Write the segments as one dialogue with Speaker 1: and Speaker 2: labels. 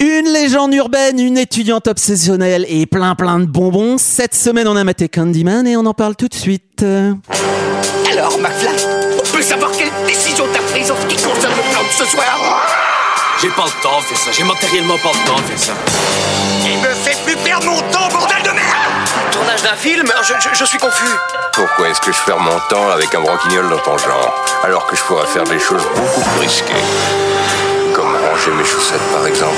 Speaker 1: Une légende urbaine, une étudiante obsessionnelle et plein plein de bonbons. Cette semaine, on a maté Candyman et on en parle tout de suite. Euh,
Speaker 2: Alors, McFly, on peut savoir quelle décision t'as prise en ce qui concerne le plan de ce soir
Speaker 3: J'ai pas le temps de faire ça, j'ai matériellement pas le temps de faire ça.
Speaker 2: Il me fait plus perdre mon temps, bordel de merde
Speaker 3: Tournage d'un film je, suis confus.
Speaker 4: Pourquoi est-ce que je perds mon temps avec un broquignol dans ton genre, alors que je pourrais faire des choses beaucoup plus risquées Comme ranger mes chaussettes, par exemple.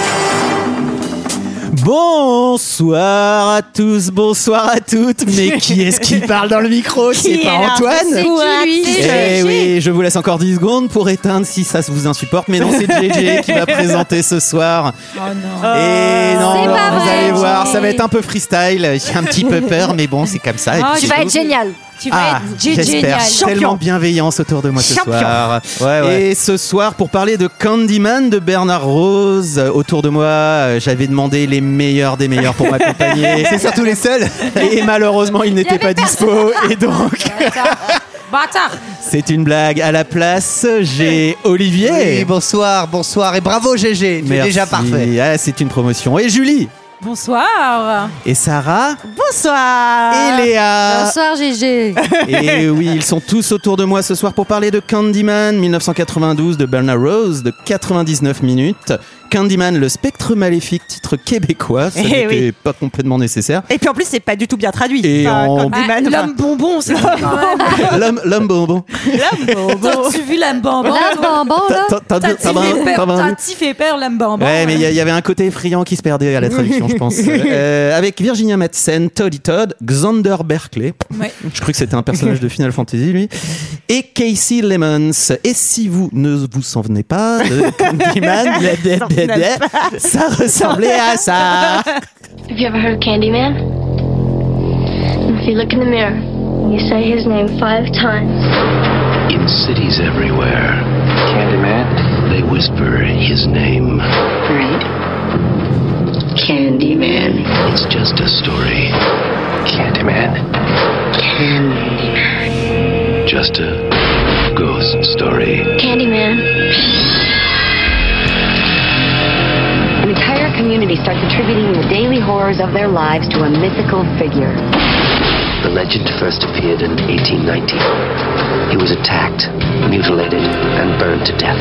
Speaker 1: Bonsoir à tous, bonsoir à toutes. Mais qui est-ce qui parle dans le micro C'est
Speaker 5: est
Speaker 1: pas
Speaker 5: là C'est
Speaker 1: Antoine
Speaker 5: qui, lui
Speaker 1: Eh oui, je vous laisse encore 10 secondes pour éteindre si ça vous insupporte. Mais non, c'est JJ qui va présenter ce soir. Et non,
Speaker 5: C'est
Speaker 1: non,
Speaker 5: pas
Speaker 1: vous
Speaker 5: vrai,
Speaker 1: allez
Speaker 5: JJ.
Speaker 1: voir, ça va être un peu freestyle. J'ai un petit peu peur, mais bon, Ah, c'est comme ça. Et puis-
Speaker 5: tu vas Oh, être génial. Tu vas
Speaker 1: Ah,
Speaker 5: être gé-
Speaker 1: j'espère.
Speaker 5: génial.
Speaker 1: Tellement bienveillance autour de moi ce
Speaker 5: Champion.
Speaker 1: soir. Et ce soir, pour parler de Candyman de Bernard Rose, euh, autour de moi, euh, j'avais demandé les meilleurs des meilleurs pour m'accompagner. C'est surtout les seuls. Et malheureusement, ils n'étaient pas dispo. Et donc,
Speaker 5: Bâtard.
Speaker 1: c'est une blague. À la place, j'ai Olivier.
Speaker 6: Oui, bonsoir, bonsoir et bravo GG, tu es
Speaker 1: Merci.
Speaker 6: déjà parfait.
Speaker 1: Ah, c'est une promotion. Et Julie.
Speaker 7: Bonsoir.
Speaker 1: Et Sarah.
Speaker 7: Bonsoir.
Speaker 1: Et Léa.
Speaker 5: Bonsoir GG.
Speaker 1: Et oui, ils sont tous autour de moi ce soir pour parler de Candyman 1992 de Bernard Rose de 99 minutes. Candyman, le spectre maléfique, titre québécois, ça
Speaker 7: Eh
Speaker 1: n'était
Speaker 7: oui.
Speaker 1: pas complètement nécessaire.
Speaker 7: Et puis en plus, c'est pas du tout bien traduit.
Speaker 1: Et en-
Speaker 7: Candyman, enfin,
Speaker 5: Ah, L'homme bonbon, c'est
Speaker 1: L'homme, l'homme bonbon.
Speaker 7: T'as-tu vu l'âme bambam
Speaker 5: L'homme bonbon là.
Speaker 1: T'as- t'as- t'as- t'as- t'as- t'as-
Speaker 7: T'as-tu fait peur l'âme bambam
Speaker 1: Ouais, mais il y, a- il y avait un côté effrayant qui se perdait à la traduction, je pense. Euh, avec Virginia Madsen, Toddy Todd, Xander Berkeley.
Speaker 7: Ouais.
Speaker 1: Je crois que c'était un personnage de Final Fantasy, lui. Et Casey Lemons. Et si vous ne vous souvenez pas de Candyman, blé, blé, blé, blé, ça ressemblait à ça.
Speaker 8: Have you ever heard of Candyman? If you look in the mirror, you say his name five times.
Speaker 9: In cities everywhere, Candyman, they whisper his name.
Speaker 8: Right. Candyman.
Speaker 9: It's just a story. Candyman. Just a ghost story.
Speaker 8: Candyman.
Speaker 10: An entire community starts attributing the daily horrors of their lives to a mythical figure.
Speaker 9: The legend first appeared in 1890. He was attacked, mutilated, and burned to death.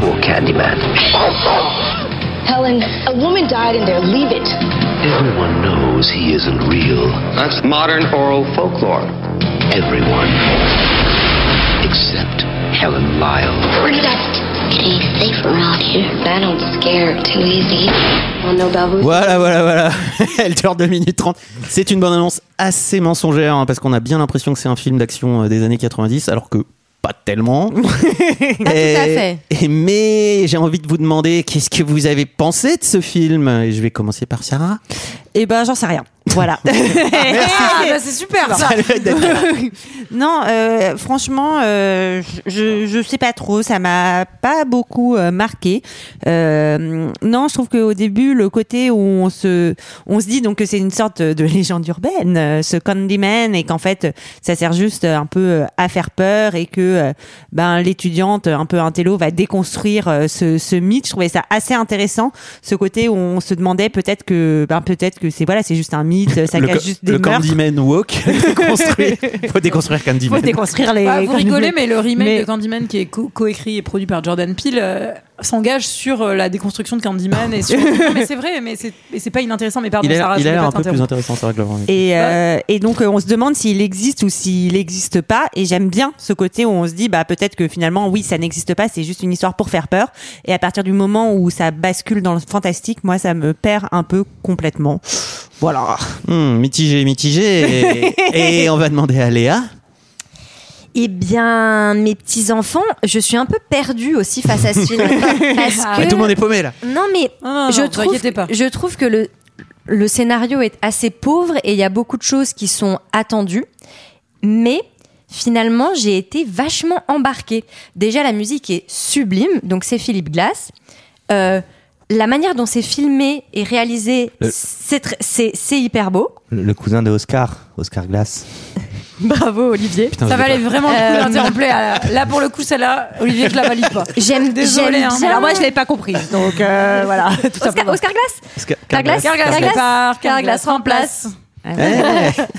Speaker 9: Poor Candyman.
Speaker 8: Helen, a woman died in there. Leave it.
Speaker 9: Everyone knows he isn't real. That's modern oral folklore. Everyone. Except Helen Lyle.
Speaker 8: Where did I... It ain't safe around here. I don't scare too easy. Don't know about who-
Speaker 1: Voilà, voilà, voilà. Elle dure 2 minutes 30. C'est une bonne annonce assez mensongère, hein, parce qu'on a bien l'impression que c'est un film d'action euh, des années 90, alors que pas tellement.
Speaker 7: Ah,
Speaker 5: Pas tout à
Speaker 1: Et-
Speaker 5: fait.
Speaker 1: et- mais j'ai envie de vous demander qu'est-ce que vous avez pensé de ce film Et je vais commencer par Sarah.
Speaker 7: Et ben, j'en sais rien. Voilà. Ah, bah, c'est super ça. non, euh, franchement, euh, je, je sais pas trop. Ça m'a pas beaucoup euh, marqué. Euh, non, je trouve qu'au début, le côté où on se, on se dit donc que c'est une sorte de légende urbaine, euh, ce Candyman, et qu'en fait, ça sert juste euh, un peu euh, à faire peur et que euh, ben l'étudiante un peu intello va déconstruire euh, ce, ce mythe. Je trouvais ça assez intéressant, ce côté où on se demandait peut-être que, ben peut-être que c'est voilà, c'est juste un mythe, ça
Speaker 1: le
Speaker 7: cache
Speaker 1: ca-
Speaker 7: juste des
Speaker 1: le
Speaker 7: meurtres.
Speaker 1: Candyman Walk. déconstruire. Faut déconstruire
Speaker 7: Faut
Speaker 1: Candyman.
Speaker 7: déconstruire les.
Speaker 11: Ah, vous
Speaker 7: Candyman.
Speaker 11: rigolez, mais le remake
Speaker 7: Mais-
Speaker 11: de Candyman qui est co- coécrit et produit par Jordan Peele euh, s'engage sur euh, la déconstruction de Candyman et sur. non, mais c'est vrai, mais c'est mais c'est pas inintéressant. Mais pardon,
Speaker 1: Il a
Speaker 11: Sarah,
Speaker 1: l'air-
Speaker 11: je
Speaker 1: il a
Speaker 11: voulais
Speaker 1: l'air
Speaker 11: pas
Speaker 1: un peu plus
Speaker 11: t'interrompre.
Speaker 1: intéressant, Sarah que l'avant.
Speaker 7: Et, euh, et donc euh, on se demande s'il existe ou s'il n'existe pas. Et j'aime bien ce côté où on se dit bah peut-être que finalement oui ça n'existe pas, c'est juste une histoire pour faire peur. Et à partir du moment où ça bascule dans le fantastique, moi ça me perd un peu complètement. Voilà.
Speaker 1: Hmm, mitigé, mitigé. Et, et on va demander à Léa.
Speaker 7: Ah.
Speaker 5: Eh bien, mes petits enfants, je suis un peu perdue aussi face à ce film. parce
Speaker 1: Mais
Speaker 5: que
Speaker 1: Ah, tout le monde est paumé là.
Speaker 5: non, mais
Speaker 11: Non, non, non,
Speaker 5: je
Speaker 11: vous
Speaker 5: trouve,
Speaker 11: inquiétez pas.
Speaker 5: je trouve que le le scénario est assez pauvre et il y a beaucoup de choses qui sont attendues, mais finalement j'ai été vachement embarquée. Déjà la musique est sublime, donc c'est Philippe Glass. Euh, la manière dont c'est filmé et réalisé,
Speaker 6: Le-
Speaker 5: c'est tr- c'est c'est hyper beau.
Speaker 6: Le cousin de Oscar, Oscar Glass.
Speaker 5: Bravo Olivier.
Speaker 11: ça valait vraiment le coup
Speaker 5: Euh,
Speaker 11: d'un interrompre. Là, là, pour le coup, celle-là, Olivier, je la valide pas.
Speaker 5: J'aime
Speaker 11: Désolée.
Speaker 5: j'aime
Speaker 11: hein.
Speaker 5: bien-
Speaker 11: Alors moi, je l'avais pas comprise. Donc euh, voilà. Tout
Speaker 5: Oscar,
Speaker 11: simplement.
Speaker 5: Oscar Glass
Speaker 1: Parce que-
Speaker 5: Carglass
Speaker 11: Carglass,
Speaker 5: Carglass
Speaker 11: Carglass,
Speaker 5: Carglass remplace.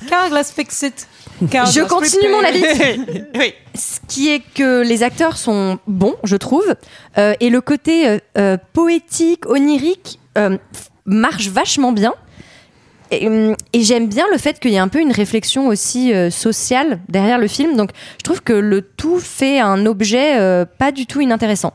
Speaker 11: Carglass fix it. Carglass
Speaker 5: Je continue mon
Speaker 11: repair.
Speaker 5: analyse. Ce qui est que les acteurs sont bons, je trouve, euh, et le côté euh, euh, poétique, onirique euh, f- marche vachement bien. Et, hum, et j'aime bien le fait qu'il y ait un peu une réflexion aussi euh, sociale derrière le film. Donc je trouve que le tout fait un objet euh, pas du tout inintéressant.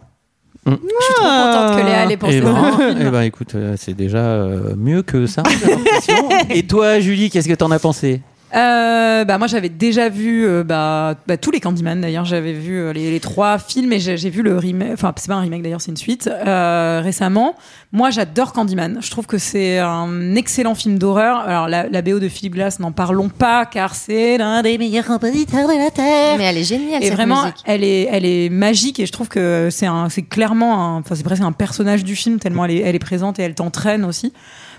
Speaker 11: Je suis trop contente que Léa ait
Speaker 1: Eh
Speaker 11: pensé.
Speaker 1: ben, eh ben, écoute, euh, c'est déjà euh, mieux que ça. j'ai l'impression. Et toi, Julie, qu'est-ce que t'en as pensé
Speaker 11: Euh, bah moi j'avais déjà vu euh, bah, bah, tous les Candyman d'ailleurs j'avais vu euh, les, les trois films et j'ai j'ai vu le remake enfin c'est pas un remake d'ailleurs c'est une suite euh, récemment moi j'adore Candyman je trouve que c'est un excellent film d'horreur alors la, la BO de Philip Glass n'en parlons pas car c'est l'un des meilleurs compositeurs de la terre
Speaker 5: Mais elle est géniale
Speaker 11: et
Speaker 5: cette
Speaker 11: vraiment
Speaker 5: musique.
Speaker 11: elle est elle est magique et je trouve que c'est un c'est clairement un- enfin c'est presque un personnage du film tellement elle est, elle est présente et elle t'entraîne aussi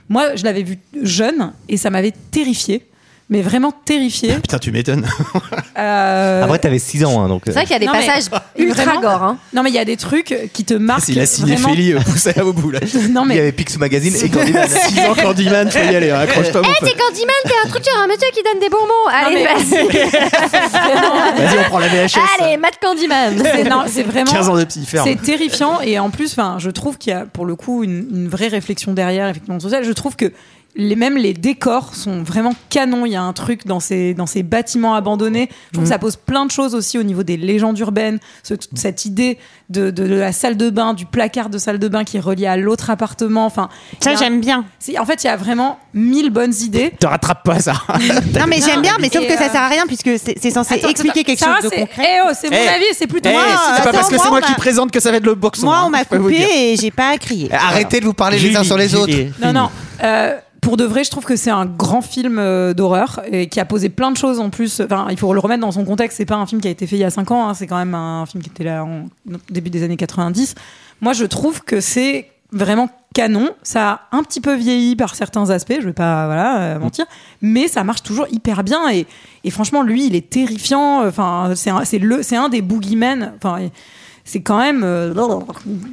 Speaker 11: moi je l'avais vue jeune et ça m'avait terrifiée mais vraiment terrifiée
Speaker 1: Putain, tu m'étonnes.
Speaker 11: Euh,
Speaker 12: Après, t'avais 6 ans, hein, donc.
Speaker 11: C'est vrai qu'il y a des
Speaker 5: Non, mais-
Speaker 11: passages ultra
Speaker 5: Vraiment.
Speaker 11: gore. hein. Non mais il y a des trucs qui te marquent.
Speaker 1: Si la cinéphilie euh, poussait à vos bouts là.
Speaker 11: Non, mais...
Speaker 12: Il y avait Pix Magazine et Candyman.
Speaker 1: 6 ans Candyman, faut y aller, hein, accroche-toi mon
Speaker 5: Eh,
Speaker 1: pote.
Speaker 5: c'est Candyman, t'es un truc sur un monsieur qui donne des bonbons. Allez, vas-y.
Speaker 1: Vas-y, on prend la VHS.
Speaker 5: Allez, Matt Candyman.
Speaker 11: C'est- non, c'est vraiment.
Speaker 1: 15 ans de psy, ferme.
Speaker 11: C'est terrifiant et en plus, enfin, je trouve qu'il y a pour le coup une, une vraie réflexion derrière, effectivement sociale. Je trouve que les, même les décors sont vraiment canons. Il y a un truc dans ces dans ces bâtiments abandonnés. Je trouve
Speaker 5: Mhm.
Speaker 11: que
Speaker 7: Mm.
Speaker 11: ça pose plein de choses aussi au niveau des légendes urbaines. Ce- cette idée de, de- de la salle de bain, du placard de salle de bain qui est relié à l'autre appartement. Enfin,
Speaker 7: Ça,
Speaker 11: il y a-
Speaker 7: j'aime bien.
Speaker 11: c'est- En fait, il y a vraiment mille bonnes idées.
Speaker 1: Te rattrape pas ça.
Speaker 7: Non, mais j'aime bien, mais sauf
Speaker 11: Et,
Speaker 7: que ça
Speaker 11: euh,
Speaker 7: sert à rien puisque c'est c'est censé
Speaker 11: Attends,
Speaker 7: expliquer
Speaker 11: attends,
Speaker 7: quelque
Speaker 11: Sarah,
Speaker 7: chose de
Speaker 11: c'est-
Speaker 7: concret.
Speaker 11: Eh oh, c'est mon
Speaker 1: Eh,
Speaker 11: avis, c'est plutôt
Speaker 1: Eh,
Speaker 11: moi.
Speaker 1: c'est
Speaker 11: Attends,
Speaker 1: pas parce que
Speaker 11: moi,
Speaker 1: c'est moi
Speaker 11: on
Speaker 1: qui
Speaker 11: m'a-
Speaker 1: présente que ça va être le box.
Speaker 7: Moi, on m'a
Speaker 1: dire.
Speaker 7: coupé et j'ai pas crié.
Speaker 12: Arrêtez de vous parler les uns sur les autres.
Speaker 11: Non, non. euh, pour de vrai, je trouve que c'est un grand film euh, d'horreur et qui a posé plein de choses en plus. Enfin, il faut le remettre dans son contexte. C'est pas un film qui a été fait il y a 5 ans. hein. C'est quand même un film qui était là en au début des années 90. Moi, je trouve que c'est vraiment canon. Ça a un petit peu vieilli par certains aspects. Je vais pas voilà euh, mentir, mais ça marche toujours hyper bien. Et, et franchement, lui, il est terrifiant. Enfin, c'est un, c'est le, c'est un des boogeymen. Enfin. C'est quand même euh,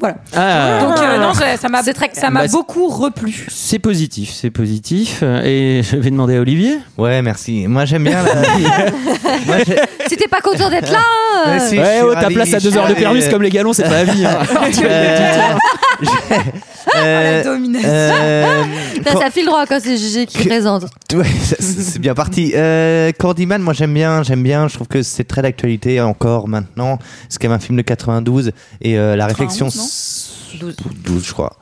Speaker 11: voilà.
Speaker 1: Ah.
Speaker 11: Donc euh, non, ça ça m'a ça m'a
Speaker 1: Bah, c'est-
Speaker 11: beaucoup replu.
Speaker 1: C'est positif, c'est positif. Euh, Et je vais demander à Olivier.
Speaker 12: Ouais, merci. Moi, j'aime bien. la-
Speaker 5: Si t'es pas content d'être là. hein.
Speaker 12: Ouais, si, je
Speaker 1: ouais,
Speaker 12: suis
Speaker 1: ouais, ta
Speaker 12: ravi,
Speaker 1: place
Speaker 12: je
Speaker 1: à
Speaker 12: suis
Speaker 1: 2 heures de
Speaker 12: ravi,
Speaker 1: permis,
Speaker 12: euh.
Speaker 1: c'est comme les galons, c'est pas la vie. hein.
Speaker 12: Euh,
Speaker 11: Oh,
Speaker 12: Euh, euh,
Speaker 5: Putain, ça file droit quand c'est Gigi qui présente.
Speaker 12: Ouais, ça, c'est c'est bien parti. Euh, Candyman, moi j'aime bien, j'aime bien. Je trouve que c'est très d'actualité encore maintenant. C'est quand même un film de 92 et euh, la réflexion.
Speaker 11: 91, non
Speaker 12: s- 12, je crois.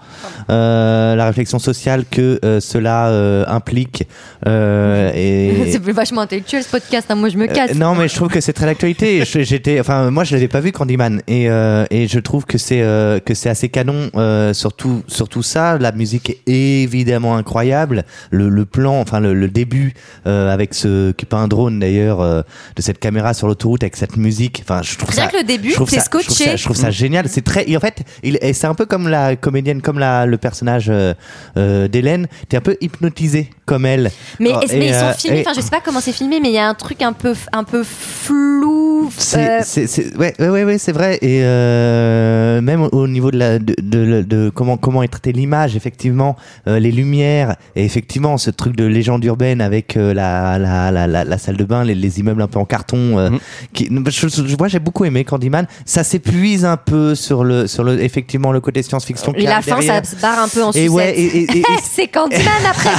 Speaker 12: Euh, la réflexion sociale que euh, cela euh, implique. euh, et...
Speaker 5: C'est plus vachement intellectuel ce podcast. hein. Moi, je me casse.
Speaker 12: Euh, non, mais je trouve que c'est très d'actualité. Je- J'étais, enfin, moi, je l'avais pas vu Candyman, et euh, et je trouve que c'est euh, que c'est assez canon, euh, surtout surtout ça. La musique est évidemment incroyable. Le, le plan, enfin le, le début euh, avec ce qui est pas un drone d'ailleurs, euh, de cette caméra sur l'autoroute avec cette musique. Enfin, je trouve
Speaker 5: Rien
Speaker 12: ça.
Speaker 5: que le début,
Speaker 12: je trouve
Speaker 5: t'es
Speaker 12: ça- je trouve
Speaker 5: scotché. Mm.
Speaker 12: ça- Je trouve ça génial. C'est très. Et en fait, il, et c'est un peu comme la comédienne, comme la le personnage euh, euh, d'Hélène. T'es un peu hypnotisé comme elle.
Speaker 5: Mais,
Speaker 12: Oh,
Speaker 5: est-ce-
Speaker 12: et,
Speaker 5: mais ils
Speaker 12: euh,
Speaker 5: sont filmés.
Speaker 12: et-
Speaker 5: Enfin, je sais pas comment c'est filmé, mais il y a un truc un peu, un peu flou. euh,
Speaker 12: C'est, c'est, c'est- ouais, ouais, ouais, ouais, c'est vrai. Et euh, même au- au niveau de, la, de, de- de comment, comment est traitée l'image, effectivement, euh, les lumières, et effectivement, ce truc de légende urbaine avec euh, la, la, la, la, la salle de bain, les, les immeubles un peu en carton.
Speaker 1: Mhm.
Speaker 12: euh, qui, je, je- moi, j'ai beaucoup aimé Candyman. Ça s'épuise un peu sur le, sur le, effectivement, le côté science-fiction.
Speaker 5: Et
Speaker 12: qu'il y a
Speaker 5: la fin, ça
Speaker 12: derrière.
Speaker 5: se barre un peu en
Speaker 12: Et
Speaker 5: sucette.
Speaker 12: ouais, et- et- et-
Speaker 5: c'est Candyman après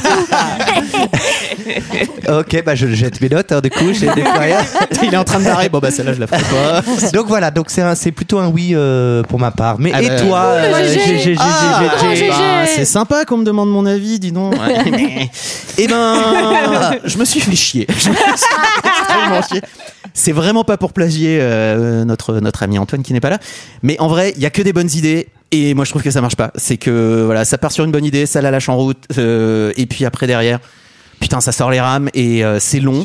Speaker 12: Ok, bah je jette mes notes, hein, du coup, j'ai des fois rien.
Speaker 1: Il est en train de barrer. Bon, bah celle-là, je la ferai pas.
Speaker 12: Donc voilà, donc c'est un- c'est plutôt un oui euh, pour ma part. Mais
Speaker 1: Ah
Speaker 12: et
Speaker 1: bah,
Speaker 12: toi,
Speaker 1: cool,
Speaker 12: euh,
Speaker 1: GG.
Speaker 12: GG, GG,
Speaker 1: Ah,
Speaker 12: GG.
Speaker 1: bah, c'est sympa qu'on me demande mon avis, dis donc. Eh ben, je me suis fait chier. Je me suis fait tellement chier. C'est vraiment pas pour plagier euh, notre, notre ami Antoine qui n'est pas là. Mais en vrai, il y a que des bonnes idées. Et moi, je trouve que ça marche pas. C'est que voilà, ça part sur une bonne idée, ça la lâche en route. euh, et puis après, derrière, putain, ça sort les rames et euh, c'est long.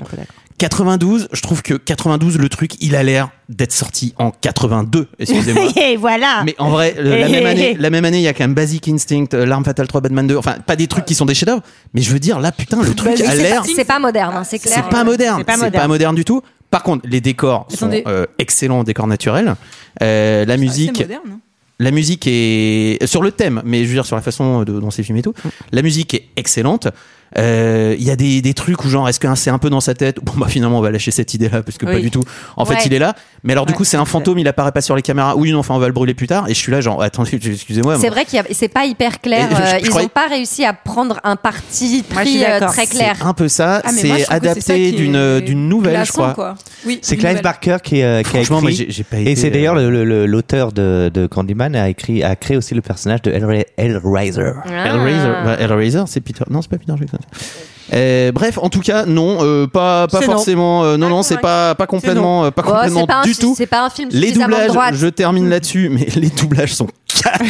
Speaker 1: 92, je trouve que 92, le truc, il a l'air d'être sorti en 82, excusez-moi.
Speaker 7: Et voilà.
Speaker 1: Mais en vrai, le- la, même année, la même année, il y a quand même Basic Instinct, euh, L'Arme Fatale 3, Batman 2. Enfin, pas des trucs qui sont des chefs-d'œuvre, mais je veux dire, là, putain, le truc a
Speaker 5: c'est
Speaker 1: l'air.
Speaker 5: Bah, pas, c'est pas moderne, hein, c'est clair.
Speaker 1: C'est pas moderne. C'est pas moderne du tout. Par contre, les décors sont
Speaker 5: Attendez.
Speaker 1: euh, excellents, décors naturels. Euh, la musique.
Speaker 11: moderne. hein.
Speaker 1: La musique est euh, sur le thème, mais je veux dire sur la façon de- dont c'est filmé et tout.
Speaker 5: Mm.
Speaker 1: La musique est excellente. Euh, Il y a des, des trucs où genre est-ce que c'est un peu dans sa tête Bon bah finalement on va lâcher cette idée là parce que pas
Speaker 13: Oui.
Speaker 1: du tout. En
Speaker 13: Ouais.
Speaker 1: fait il est là, mais alors du coup c'est un fantôme, il apparaît pas sur les caméras. Oui non enfin on va le brûler plus tard. Et je suis là genre attendez excusez-moi.
Speaker 5: C'est
Speaker 1: moi.
Speaker 5: vrai qu'il y a- c'est pas hyper clair.
Speaker 1: Et je- je
Speaker 5: euh, ils
Speaker 1: croyais-
Speaker 5: ont pas réussi à prendre un parti
Speaker 7: Moi, je suis
Speaker 5: pris euh,
Speaker 7: d'accord.
Speaker 5: très clair.
Speaker 1: C'est un peu ça.
Speaker 5: Ah, mais moi, je
Speaker 1: c'est
Speaker 5: trouve que c'est ça qui
Speaker 1: adapté
Speaker 5: est
Speaker 1: d'une d'une nouvelle je
Speaker 5: glaçant,
Speaker 1: crois.
Speaker 5: quoi. Oui,
Speaker 12: C'est Clive Barker qui, euh, qui a
Speaker 1: Franchement,
Speaker 12: écrit.
Speaker 1: moi, j'ai- j'ai pas été,
Speaker 12: et c'est
Speaker 1: euh,
Speaker 12: d'ailleurs le- le- le- l'auteur de, de Candyman a écrit, a créé aussi le personnage de Hellra- Hellraiser.
Speaker 1: Hellraiser,
Speaker 5: Ah.
Speaker 1: bah, Hellraiser, c'est Peter. Non, c'est pas Peter Jackson. Euh, bref, en tout cas, non, euh, pas, pas
Speaker 5: C'est non.
Speaker 1: forcément. euh, non, non, c'est pas, pas complètement, euh, pas
Speaker 5: Oh,
Speaker 1: complètement
Speaker 5: c'est pas un-
Speaker 1: du tout.
Speaker 5: C'est pas un film
Speaker 1: Les
Speaker 5: suffisamment
Speaker 1: doublages,
Speaker 5: droit.
Speaker 1: je termine là-dessus, mais les doublages sont.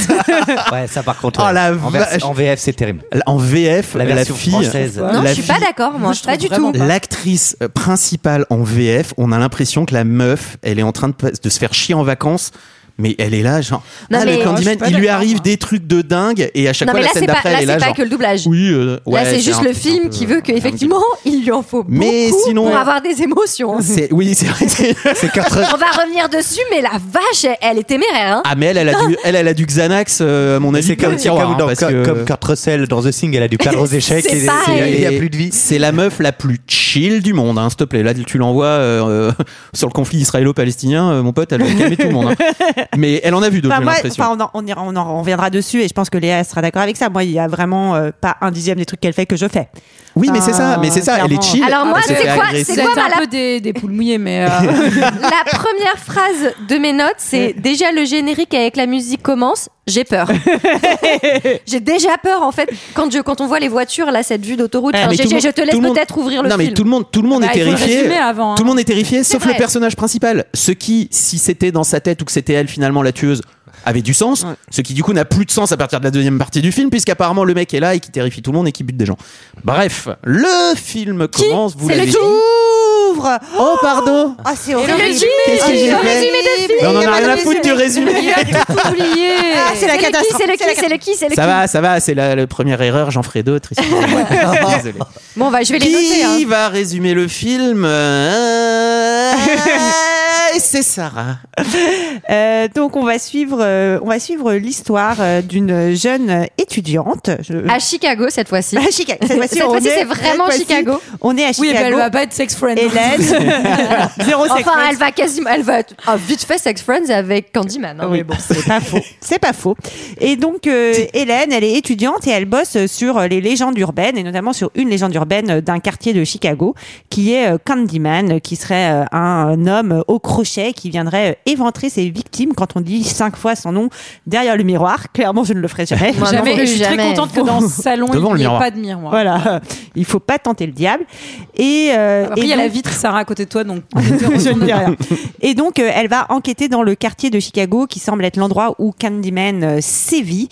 Speaker 12: ouais, ça par contre.
Speaker 1: Oh,
Speaker 12: ouais.
Speaker 1: la
Speaker 12: en, vers-
Speaker 1: vache.
Speaker 12: en VF, c'est terrible.
Speaker 1: En VF,
Speaker 12: La
Speaker 1: la,
Speaker 12: version
Speaker 1: fille.
Speaker 12: française.
Speaker 5: Non,
Speaker 1: la
Speaker 5: je suis pas
Speaker 1: fille-
Speaker 5: d'accord, moi. pas du tout.
Speaker 1: L'actrice euh, principale en VF, on a l'impression que la meuf, elle est en train de, pas- de se faire chier en vacances. Mais elle est là, genre.
Speaker 5: Non,
Speaker 1: ah, le
Speaker 5: mais- Oh, je suis
Speaker 1: Candyman,
Speaker 5: pas
Speaker 1: il lui
Speaker 5: d'accord,
Speaker 1: arrive des trucs de dingue, et à chaque
Speaker 5: Non,
Speaker 1: fois,
Speaker 5: mais
Speaker 1: la
Speaker 5: là,
Speaker 1: scène
Speaker 5: c'est pas-
Speaker 1: d'après,
Speaker 5: là,
Speaker 1: elle est là.
Speaker 5: c'est pas
Speaker 1: genre,
Speaker 5: que le doublage.
Speaker 1: Oui, euh, ouais,
Speaker 5: Là, c'est juste
Speaker 1: un
Speaker 5: le
Speaker 1: truc
Speaker 5: film
Speaker 1: un peu-
Speaker 5: qui veut qu'effectivement, il lui en faut beaucoup
Speaker 1: Mais sinon-
Speaker 5: pour avoir des émotions.
Speaker 1: C'est- oui, c'est vrai. c'est-
Speaker 5: On va revenir dessus, mais la vache, elle, elle est téméraire. hein.
Speaker 1: Ah mais elle, elle a du, elle, elle a du Xanax, euh, à mon avis,
Speaker 12: C'est
Speaker 1: comme
Speaker 12: comme, c'est
Speaker 1: tiroir.
Speaker 12: comme
Speaker 1: hein,
Speaker 12: dans-
Speaker 1: parce
Speaker 12: co-
Speaker 1: que-
Speaker 12: comme Kurt Russell dans The Thing, elle a du perdre aux échecs
Speaker 5: C'est
Speaker 12: et,
Speaker 5: pareil.
Speaker 12: et- et il y a plus de vie.
Speaker 1: C'est la meuf la plus chill du monde, hein, s'il te plaît. Là, tu l'envoies euh, euh, sur le conflit israélo-palestinien, euh, mon pote, elle va calmer tout le monde. hein. Mais elle en a vu d'autres,
Speaker 7: Enfin,
Speaker 1: j'ai
Speaker 7: moi,
Speaker 1: l'impression.
Speaker 7: enfin, on, en, on ira- on en reviendra dessus et je pense que Léa elle sera d'accord avec ça. Moi, il y a vraiment euh, pas un dixième des trucs qu'elle fait que je fais.
Speaker 1: Oui, mais c'est ça,
Speaker 7: Enfin,
Speaker 1: mais c'est ça, elle est
Speaker 7: clairement.
Speaker 1: chill. Ah, elle s'est fait agresser.
Speaker 11: C'est
Speaker 5: ma
Speaker 11: un
Speaker 5: la-
Speaker 11: peu des, des poules mouillées, mais. euh,
Speaker 5: La première phrase de mes notes, c'est déjà le générique avec la musique commence, j'ai peur. j'ai déjà peur en fait quand je quand on voit les voitures là cette vue d'autoroute.
Speaker 1: Ah,
Speaker 5: enfin,
Speaker 1: mais
Speaker 5: j'ai-
Speaker 1: tout le
Speaker 5: hein, j'ai- je
Speaker 1: monde-
Speaker 5: te
Speaker 1: tout
Speaker 5: laisse
Speaker 1: le monde-
Speaker 5: peut-être ouvrir le
Speaker 1: non,
Speaker 5: film.
Speaker 1: mais tout le monde, tout le monde
Speaker 5: Bah,
Speaker 1: est
Speaker 5: il faut le
Speaker 1: terrifié.
Speaker 5: résumer avant, hein.
Speaker 1: Tout le monde est terrifié,
Speaker 5: C'est
Speaker 1: sauf
Speaker 5: vrai.
Speaker 1: le personnage principal. Ce qui, si c'était dans sa tête ou que c'était elle finalement la tueuse, avait du sens. Ce qui du coup n'a plus de sens à partir de la deuxième partie du film, puisqu'apparemment le mec est là et qui terrifie tout le monde et qui bute des gens. Bref, le film commence. Vous
Speaker 7: C'est le
Speaker 1: l'avez
Speaker 7: qui
Speaker 1: dit.
Speaker 7: ouvre
Speaker 1: Oh pardon.
Speaker 7: Ah c'est horrible.
Speaker 1: le résumé Qu'est-ce que j'ai Le fait résumé de film. Mais on en a rien à foutre du résumé.
Speaker 7: Il a tout
Speaker 5: oublié.
Speaker 7: Ah, c'est la
Speaker 5: le qui,
Speaker 7: catastrophe.
Speaker 5: C'est le qui,
Speaker 7: C'est la
Speaker 5: c'est le qui, c'est le
Speaker 1: Ça
Speaker 5: qui.
Speaker 1: va, ça va, c'est la, la première erreur, j'en ferai d'autres. excusez-moi. Désolé.
Speaker 5: Bon, bah, je vais les
Speaker 1: Qui
Speaker 5: noter. hein.
Speaker 1: va résumer le film Euh, C'est Sarah.
Speaker 7: Euh, donc on va suivre, euh, on va suivre l'histoire euh, d'une jeune étudiante. Je-
Speaker 5: À Chicago cette fois-ci.
Speaker 7: À Chicago. Cette fois-ci, on est-
Speaker 5: c'est vraiment
Speaker 7: cette fois-ci,
Speaker 5: Chicago.
Speaker 7: On est à Chicago.
Speaker 11: Oui, mais elle va pas être sex friend.
Speaker 7: Hélène. Zéro sex
Speaker 5: Enfin,
Speaker 7: friends.
Speaker 5: elle va quasiment, elle va être- ah, vite fait sex friends avec Candyman. hein.
Speaker 7: Oui, bon, c'est pas faux. C'est pas faux. Et donc, euh, Hélène, elle est étudiante et elle bosse sur euh, les légendes urbaines, et notamment sur une légende urbaine euh, d'un quartier de Chicago, qui est euh, Candyman, qui serait euh, un homme au crochet qui viendrait euh, éventrer ses victimes quand on dit cinq fois son nom derrière le miroir. Clairement, je ne le ferai jamais.
Speaker 11: Moi non Jamais. plus, Je suis très jamais. contente que dans ce salon, Devant il le n'y ait miroir. pas de miroir.
Speaker 7: Voilà. Il faut pas tenter le diable. Et, euh,
Speaker 11: Après,
Speaker 7: et
Speaker 11: il y a la
Speaker 7: donc-
Speaker 11: vitre Sarah à côté de toi, donc.
Speaker 7: je ne dis rien. Et donc, euh, elle va enquêter dans le quartier de Chicago, qui semble être l'endroit où Candyman euh, sévit.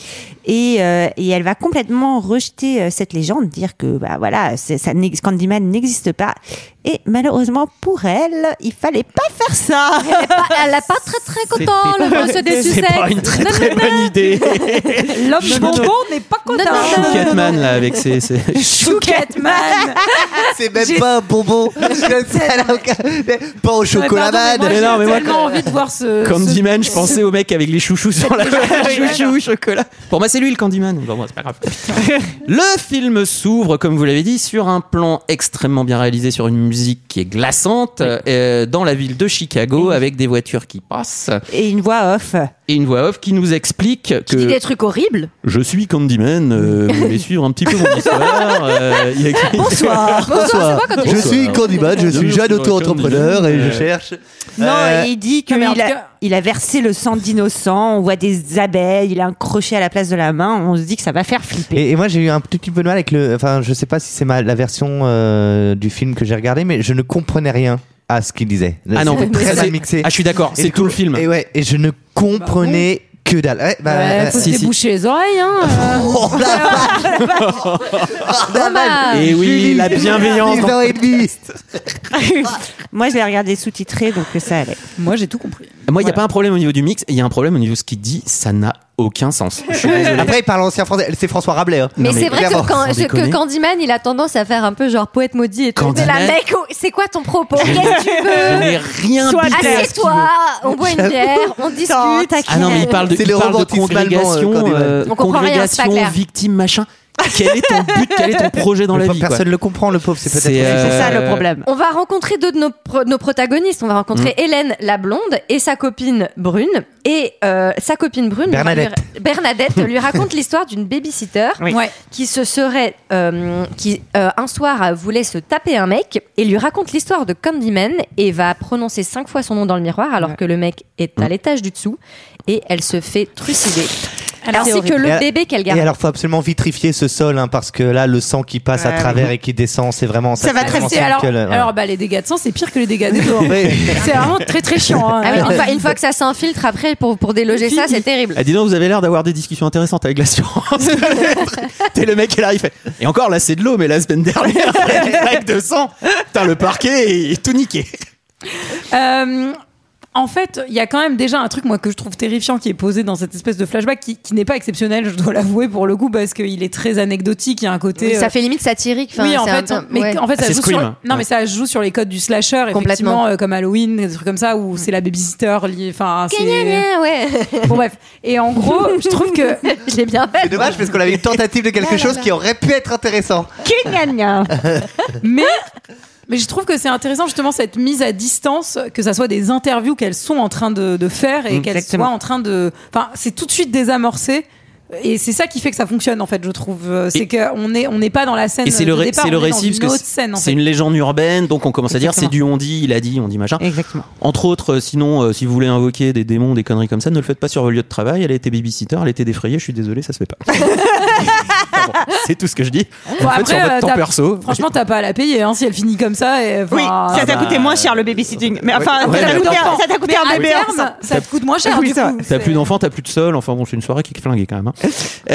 Speaker 7: Et, euh, et elle va complètement rejeter euh, cette légende, dire que bah voilà, c'est- ça, n'ex- Candyman n'existe pas. Et malheureusement pour elle, il fallait pas faire ça.
Speaker 5: Elle est pas, elle est pas très très contente, le boss des
Speaker 1: C'est
Speaker 5: Sussex.
Speaker 1: pas une très très bonne idée.
Speaker 11: L'homme bonbon n'est pas content.
Speaker 1: Catman là avec ses. ses-
Speaker 11: Chouquette man.
Speaker 6: C'est même pas un bonbon. Ça n'a aucun- Pas au chocolat man.
Speaker 1: Mais non, mais moi,
Speaker 11: tellement envie de voir
Speaker 12: Euh,
Speaker 11: ce.
Speaker 1: Candyman, je pensais au mec avec les chouchous sur la chouchou chocolat. Pour moi, c'est lui le Candyman. Bon, bon, c'est pas grave. Le film s'ouvre, comme vous l'avez dit, sur un plan extrêmement bien réalisé, sur une musique qui est glaçante, euh, dans la ville de Chicago, avec des voitures qui passent
Speaker 7: Et une voix off.
Speaker 1: et une voix off qui nous explique que.
Speaker 5: Qui dit des trucs horribles.
Speaker 1: Je suis Candyman, euh, vous voulez suivre un petit peu mon histoire euh, il y a-
Speaker 5: Bonsoir. Bonsoir, c'est moi quand tu-
Speaker 6: Je suis Candyman, je suis jeune auto-entrepreneur et je
Speaker 12: Euh,
Speaker 6: cherche.
Speaker 7: Non,
Speaker 6: Euh,
Speaker 7: il dit qu'il
Speaker 11: mais en tout
Speaker 7: a,
Speaker 11: cas-
Speaker 7: il a versé le sang d'innocents. On voit des abeilles. Il a un crochet à la place de la main. On se dit que ça va faire flipper.
Speaker 12: Et, et moi, j'ai eu un tout petit peu de mal avec le. Enfin, je sais pas si c'est ma- la version euh, du film que j'ai regardé, mais je ne comprenais rien à ce qu'il disait.
Speaker 1: Ah non,
Speaker 12: C'était
Speaker 1: ça,
Speaker 12: très
Speaker 1: c'est-
Speaker 12: mal mixé.
Speaker 1: Ah, je suis d'accord,
Speaker 12: Et
Speaker 1: c'est
Speaker 12: du
Speaker 1: tout le film.
Speaker 12: Et ouais, et je ne comprenais que dalle. Ouais, bah,
Speaker 11: Ouais,
Speaker 12: euh,
Speaker 11: faut se
Speaker 12: si, si.
Speaker 11: déboucher les oreilles, hein. euh.
Speaker 5: Dommage.
Speaker 1: Et oui,
Speaker 6: Julie,
Speaker 1: la bienveillance.
Speaker 6: dix ans et demi.
Speaker 7: Moi, je l'ai regardé sous-titré, donc ça allait.
Speaker 11: Moi, j'ai tout compris.
Speaker 1: Euh, Moi, il n'y a pas un problème au niveau du mix, il y a un problème au niveau de ce qu'il dit, ça n'a aucun sens. Je suis désolé.
Speaker 12: Après, il parle ancien français. C'est François Rabelais. hein.
Speaker 5: Mais, c'est vrai
Speaker 1: clairement,
Speaker 5: que, quand,
Speaker 1: sans
Speaker 5: je- que
Speaker 1: déconner.
Speaker 5: Candyman, il a tendance à faire un peu genre poète maudit et tout. C'est la
Speaker 1: Candyman.
Speaker 5: mec, oh, c'est quoi ton propos Qu'est-ce que tu
Speaker 1: Je n'ai
Speaker 5: veux
Speaker 1: rien
Speaker 5: Sois
Speaker 1: pité à ce qu'il
Speaker 5: Assieds-toi, on boit une bière, on discute.
Speaker 1: Ah non, mais il parle de,
Speaker 12: C'est
Speaker 1: il
Speaker 12: le
Speaker 1: parle de
Speaker 12: romantisme allemand,
Speaker 1: congrégation,
Speaker 12: euh, Candyman.
Speaker 1: euh,
Speaker 5: On comprend rien, c'est pas
Speaker 1: congrégation,
Speaker 5: clair.
Speaker 1: victime, machin. Quel est ton but Quel est ton projet dans
Speaker 12: Le
Speaker 1: la
Speaker 12: pauvre,
Speaker 1: vie
Speaker 12: Personne
Speaker 1: quoi
Speaker 12: ne le comprend, le pauvre. C'est peut-être
Speaker 1: C'est, euh, C'est ça, le problème.
Speaker 5: On va rencontrer deux de nos, pro- nos protagonistes. On va rencontrer Hélène, la blonde, et sa copine brune. Et euh, sa copine brune,
Speaker 12: Bernadette.
Speaker 5: lui, Bernadette lui raconte l'histoire d'une babysitter
Speaker 11: Oui. Ouais.
Speaker 5: qui se serait, euh, qui euh, un soir euh, voulait se taper un mec et lui raconte l'histoire de Candyman et va prononcer cinq fois son nom dans le miroir alors que le mec est à l'étage du dessous et elle se fait trucider.
Speaker 11: Alors,
Speaker 5: ainsi
Speaker 11: c'est
Speaker 5: que
Speaker 12: Et
Speaker 5: le
Speaker 12: alors-
Speaker 5: bébé qu'elle garde.
Speaker 12: Et alors, faut absolument vitrifier ce sol, hein, parce que là, le sang qui passe à
Speaker 5: Ouais,
Speaker 12: travers
Speaker 5: oui.
Speaker 12: et qui descend, c'est vraiment
Speaker 11: Ça va
Speaker 12: c'est
Speaker 11: très
Speaker 12: vraiment
Speaker 11: vite. Alors,
Speaker 12: que le-
Speaker 11: alors bah, les dégâts de sang, c'est pire que les dégâts des dehors.
Speaker 12: Ouais.
Speaker 11: c'est vraiment très très chiant. hein.
Speaker 5: Ah oui, une, fois, une fois que ça s'infiltre après pour, pour déloger ça, c'est terrible.
Speaker 1: Ah, dis donc, vous avez l'air d'avoir des discussions intéressantes avec l'assurance. T'es le mec qui est là, il fait. Et encore, là, c'est de l'eau, mais la semaine dernière, il y a une vague de sang. Putain, le parquet est tout niqué.
Speaker 11: Euh, en fait, il y a quand même déjà un truc moi que je trouve terrifiant qui est posé dans cette espèce de flashback qui, qui n'est pas exceptionnel, je dois l'avouer pour le coup parce qu'il est très anecdotique. Il y a un côté
Speaker 5: Oui,
Speaker 11: euh,
Speaker 5: ça fait limite satirique. Enfin,
Speaker 11: oui, en
Speaker 5: c'est
Speaker 11: fait,
Speaker 5: un-
Speaker 11: mais
Speaker 5: ouais.
Speaker 11: en
Speaker 12: Ah,
Speaker 11: fait, ça
Speaker 1: Ah, C'est
Speaker 11: joue
Speaker 1: Scream.
Speaker 11: sur,
Speaker 12: hein.
Speaker 11: non, mais ça joue sur les codes du slasher, effectivement, euh, comme Halloween, des trucs comme ça, où c'est la babysitter liée, enfin, c'est-
Speaker 5: Gna, gna, gna, Mm. ouais.
Speaker 11: Bon, bref. Et en gros, je trouve que
Speaker 5: je l'ai bien fait.
Speaker 12: C'est dommage parce qu'on avait une tentative de quelque
Speaker 11: Là, là,
Speaker 12: chose
Speaker 11: là.
Speaker 12: qui aurait pu être intéressant.
Speaker 11: mais mais je trouve que c'est intéressant justement cette mise à distance, que ça soit des interviews qu'elles sont en train de, de faire et
Speaker 7: Mm,
Speaker 11: qu'elles
Speaker 7: exactement.
Speaker 11: soient en train de, enfin c'est tout de suite désamorcé et c'est ça qui fait que ça fonctionne en fait, je trouve. Euh, C'est qu'on est on n'est pas dans la scène.
Speaker 1: Et c'est
Speaker 11: de
Speaker 1: le, ré-
Speaker 11: départ,
Speaker 1: c'est le
Speaker 11: on est dans
Speaker 1: récit,
Speaker 11: une
Speaker 1: parce que
Speaker 11: autre scène, en
Speaker 1: c'est
Speaker 11: fait.
Speaker 1: une légende urbaine, donc on commence à dire c'est
Speaker 11: Exactement.
Speaker 1: du on dit, il a dit, on dit machin.
Speaker 7: Exactement.
Speaker 1: Entre autres, euh, sinon, euh, si vous voulez invoquer des démons, des conneries comme ça, ne le faites pas sur vos lieux de travail. Elle a été babysitter, elle a été défrayée, je suis désolé, ça se fait pas. Enfin bon, c'est tout ce que je dis. Vous
Speaker 11: Bon,
Speaker 1: le faites sur votre
Speaker 11: euh,
Speaker 1: temps
Speaker 11: t'as-
Speaker 1: perso.
Speaker 11: Franchement, t'as pas à la payer hein, si elle finit comme ça. Et, enfin, euh,
Speaker 7: Oui, ça t'a
Speaker 1: bah,
Speaker 7: coûté moins cher le babysitting. Mais enfin,
Speaker 1: Ouais,
Speaker 7: ça t'a
Speaker 1: mais
Speaker 7: coûté, un-
Speaker 11: d'enfant.
Speaker 7: ça t'a coûté
Speaker 11: Mais
Speaker 7: un
Speaker 11: à
Speaker 7: bébé.
Speaker 11: terme,
Speaker 7: hein.
Speaker 11: ça te coûte moins cher.
Speaker 7: Oui,
Speaker 11: du
Speaker 7: c'est
Speaker 11: coup.
Speaker 1: T'as
Speaker 11: C'est-
Speaker 1: plus d'enfants, t'as plus de sol. Enfin bon, c'est une soirée qui est flinguée quand même. hein.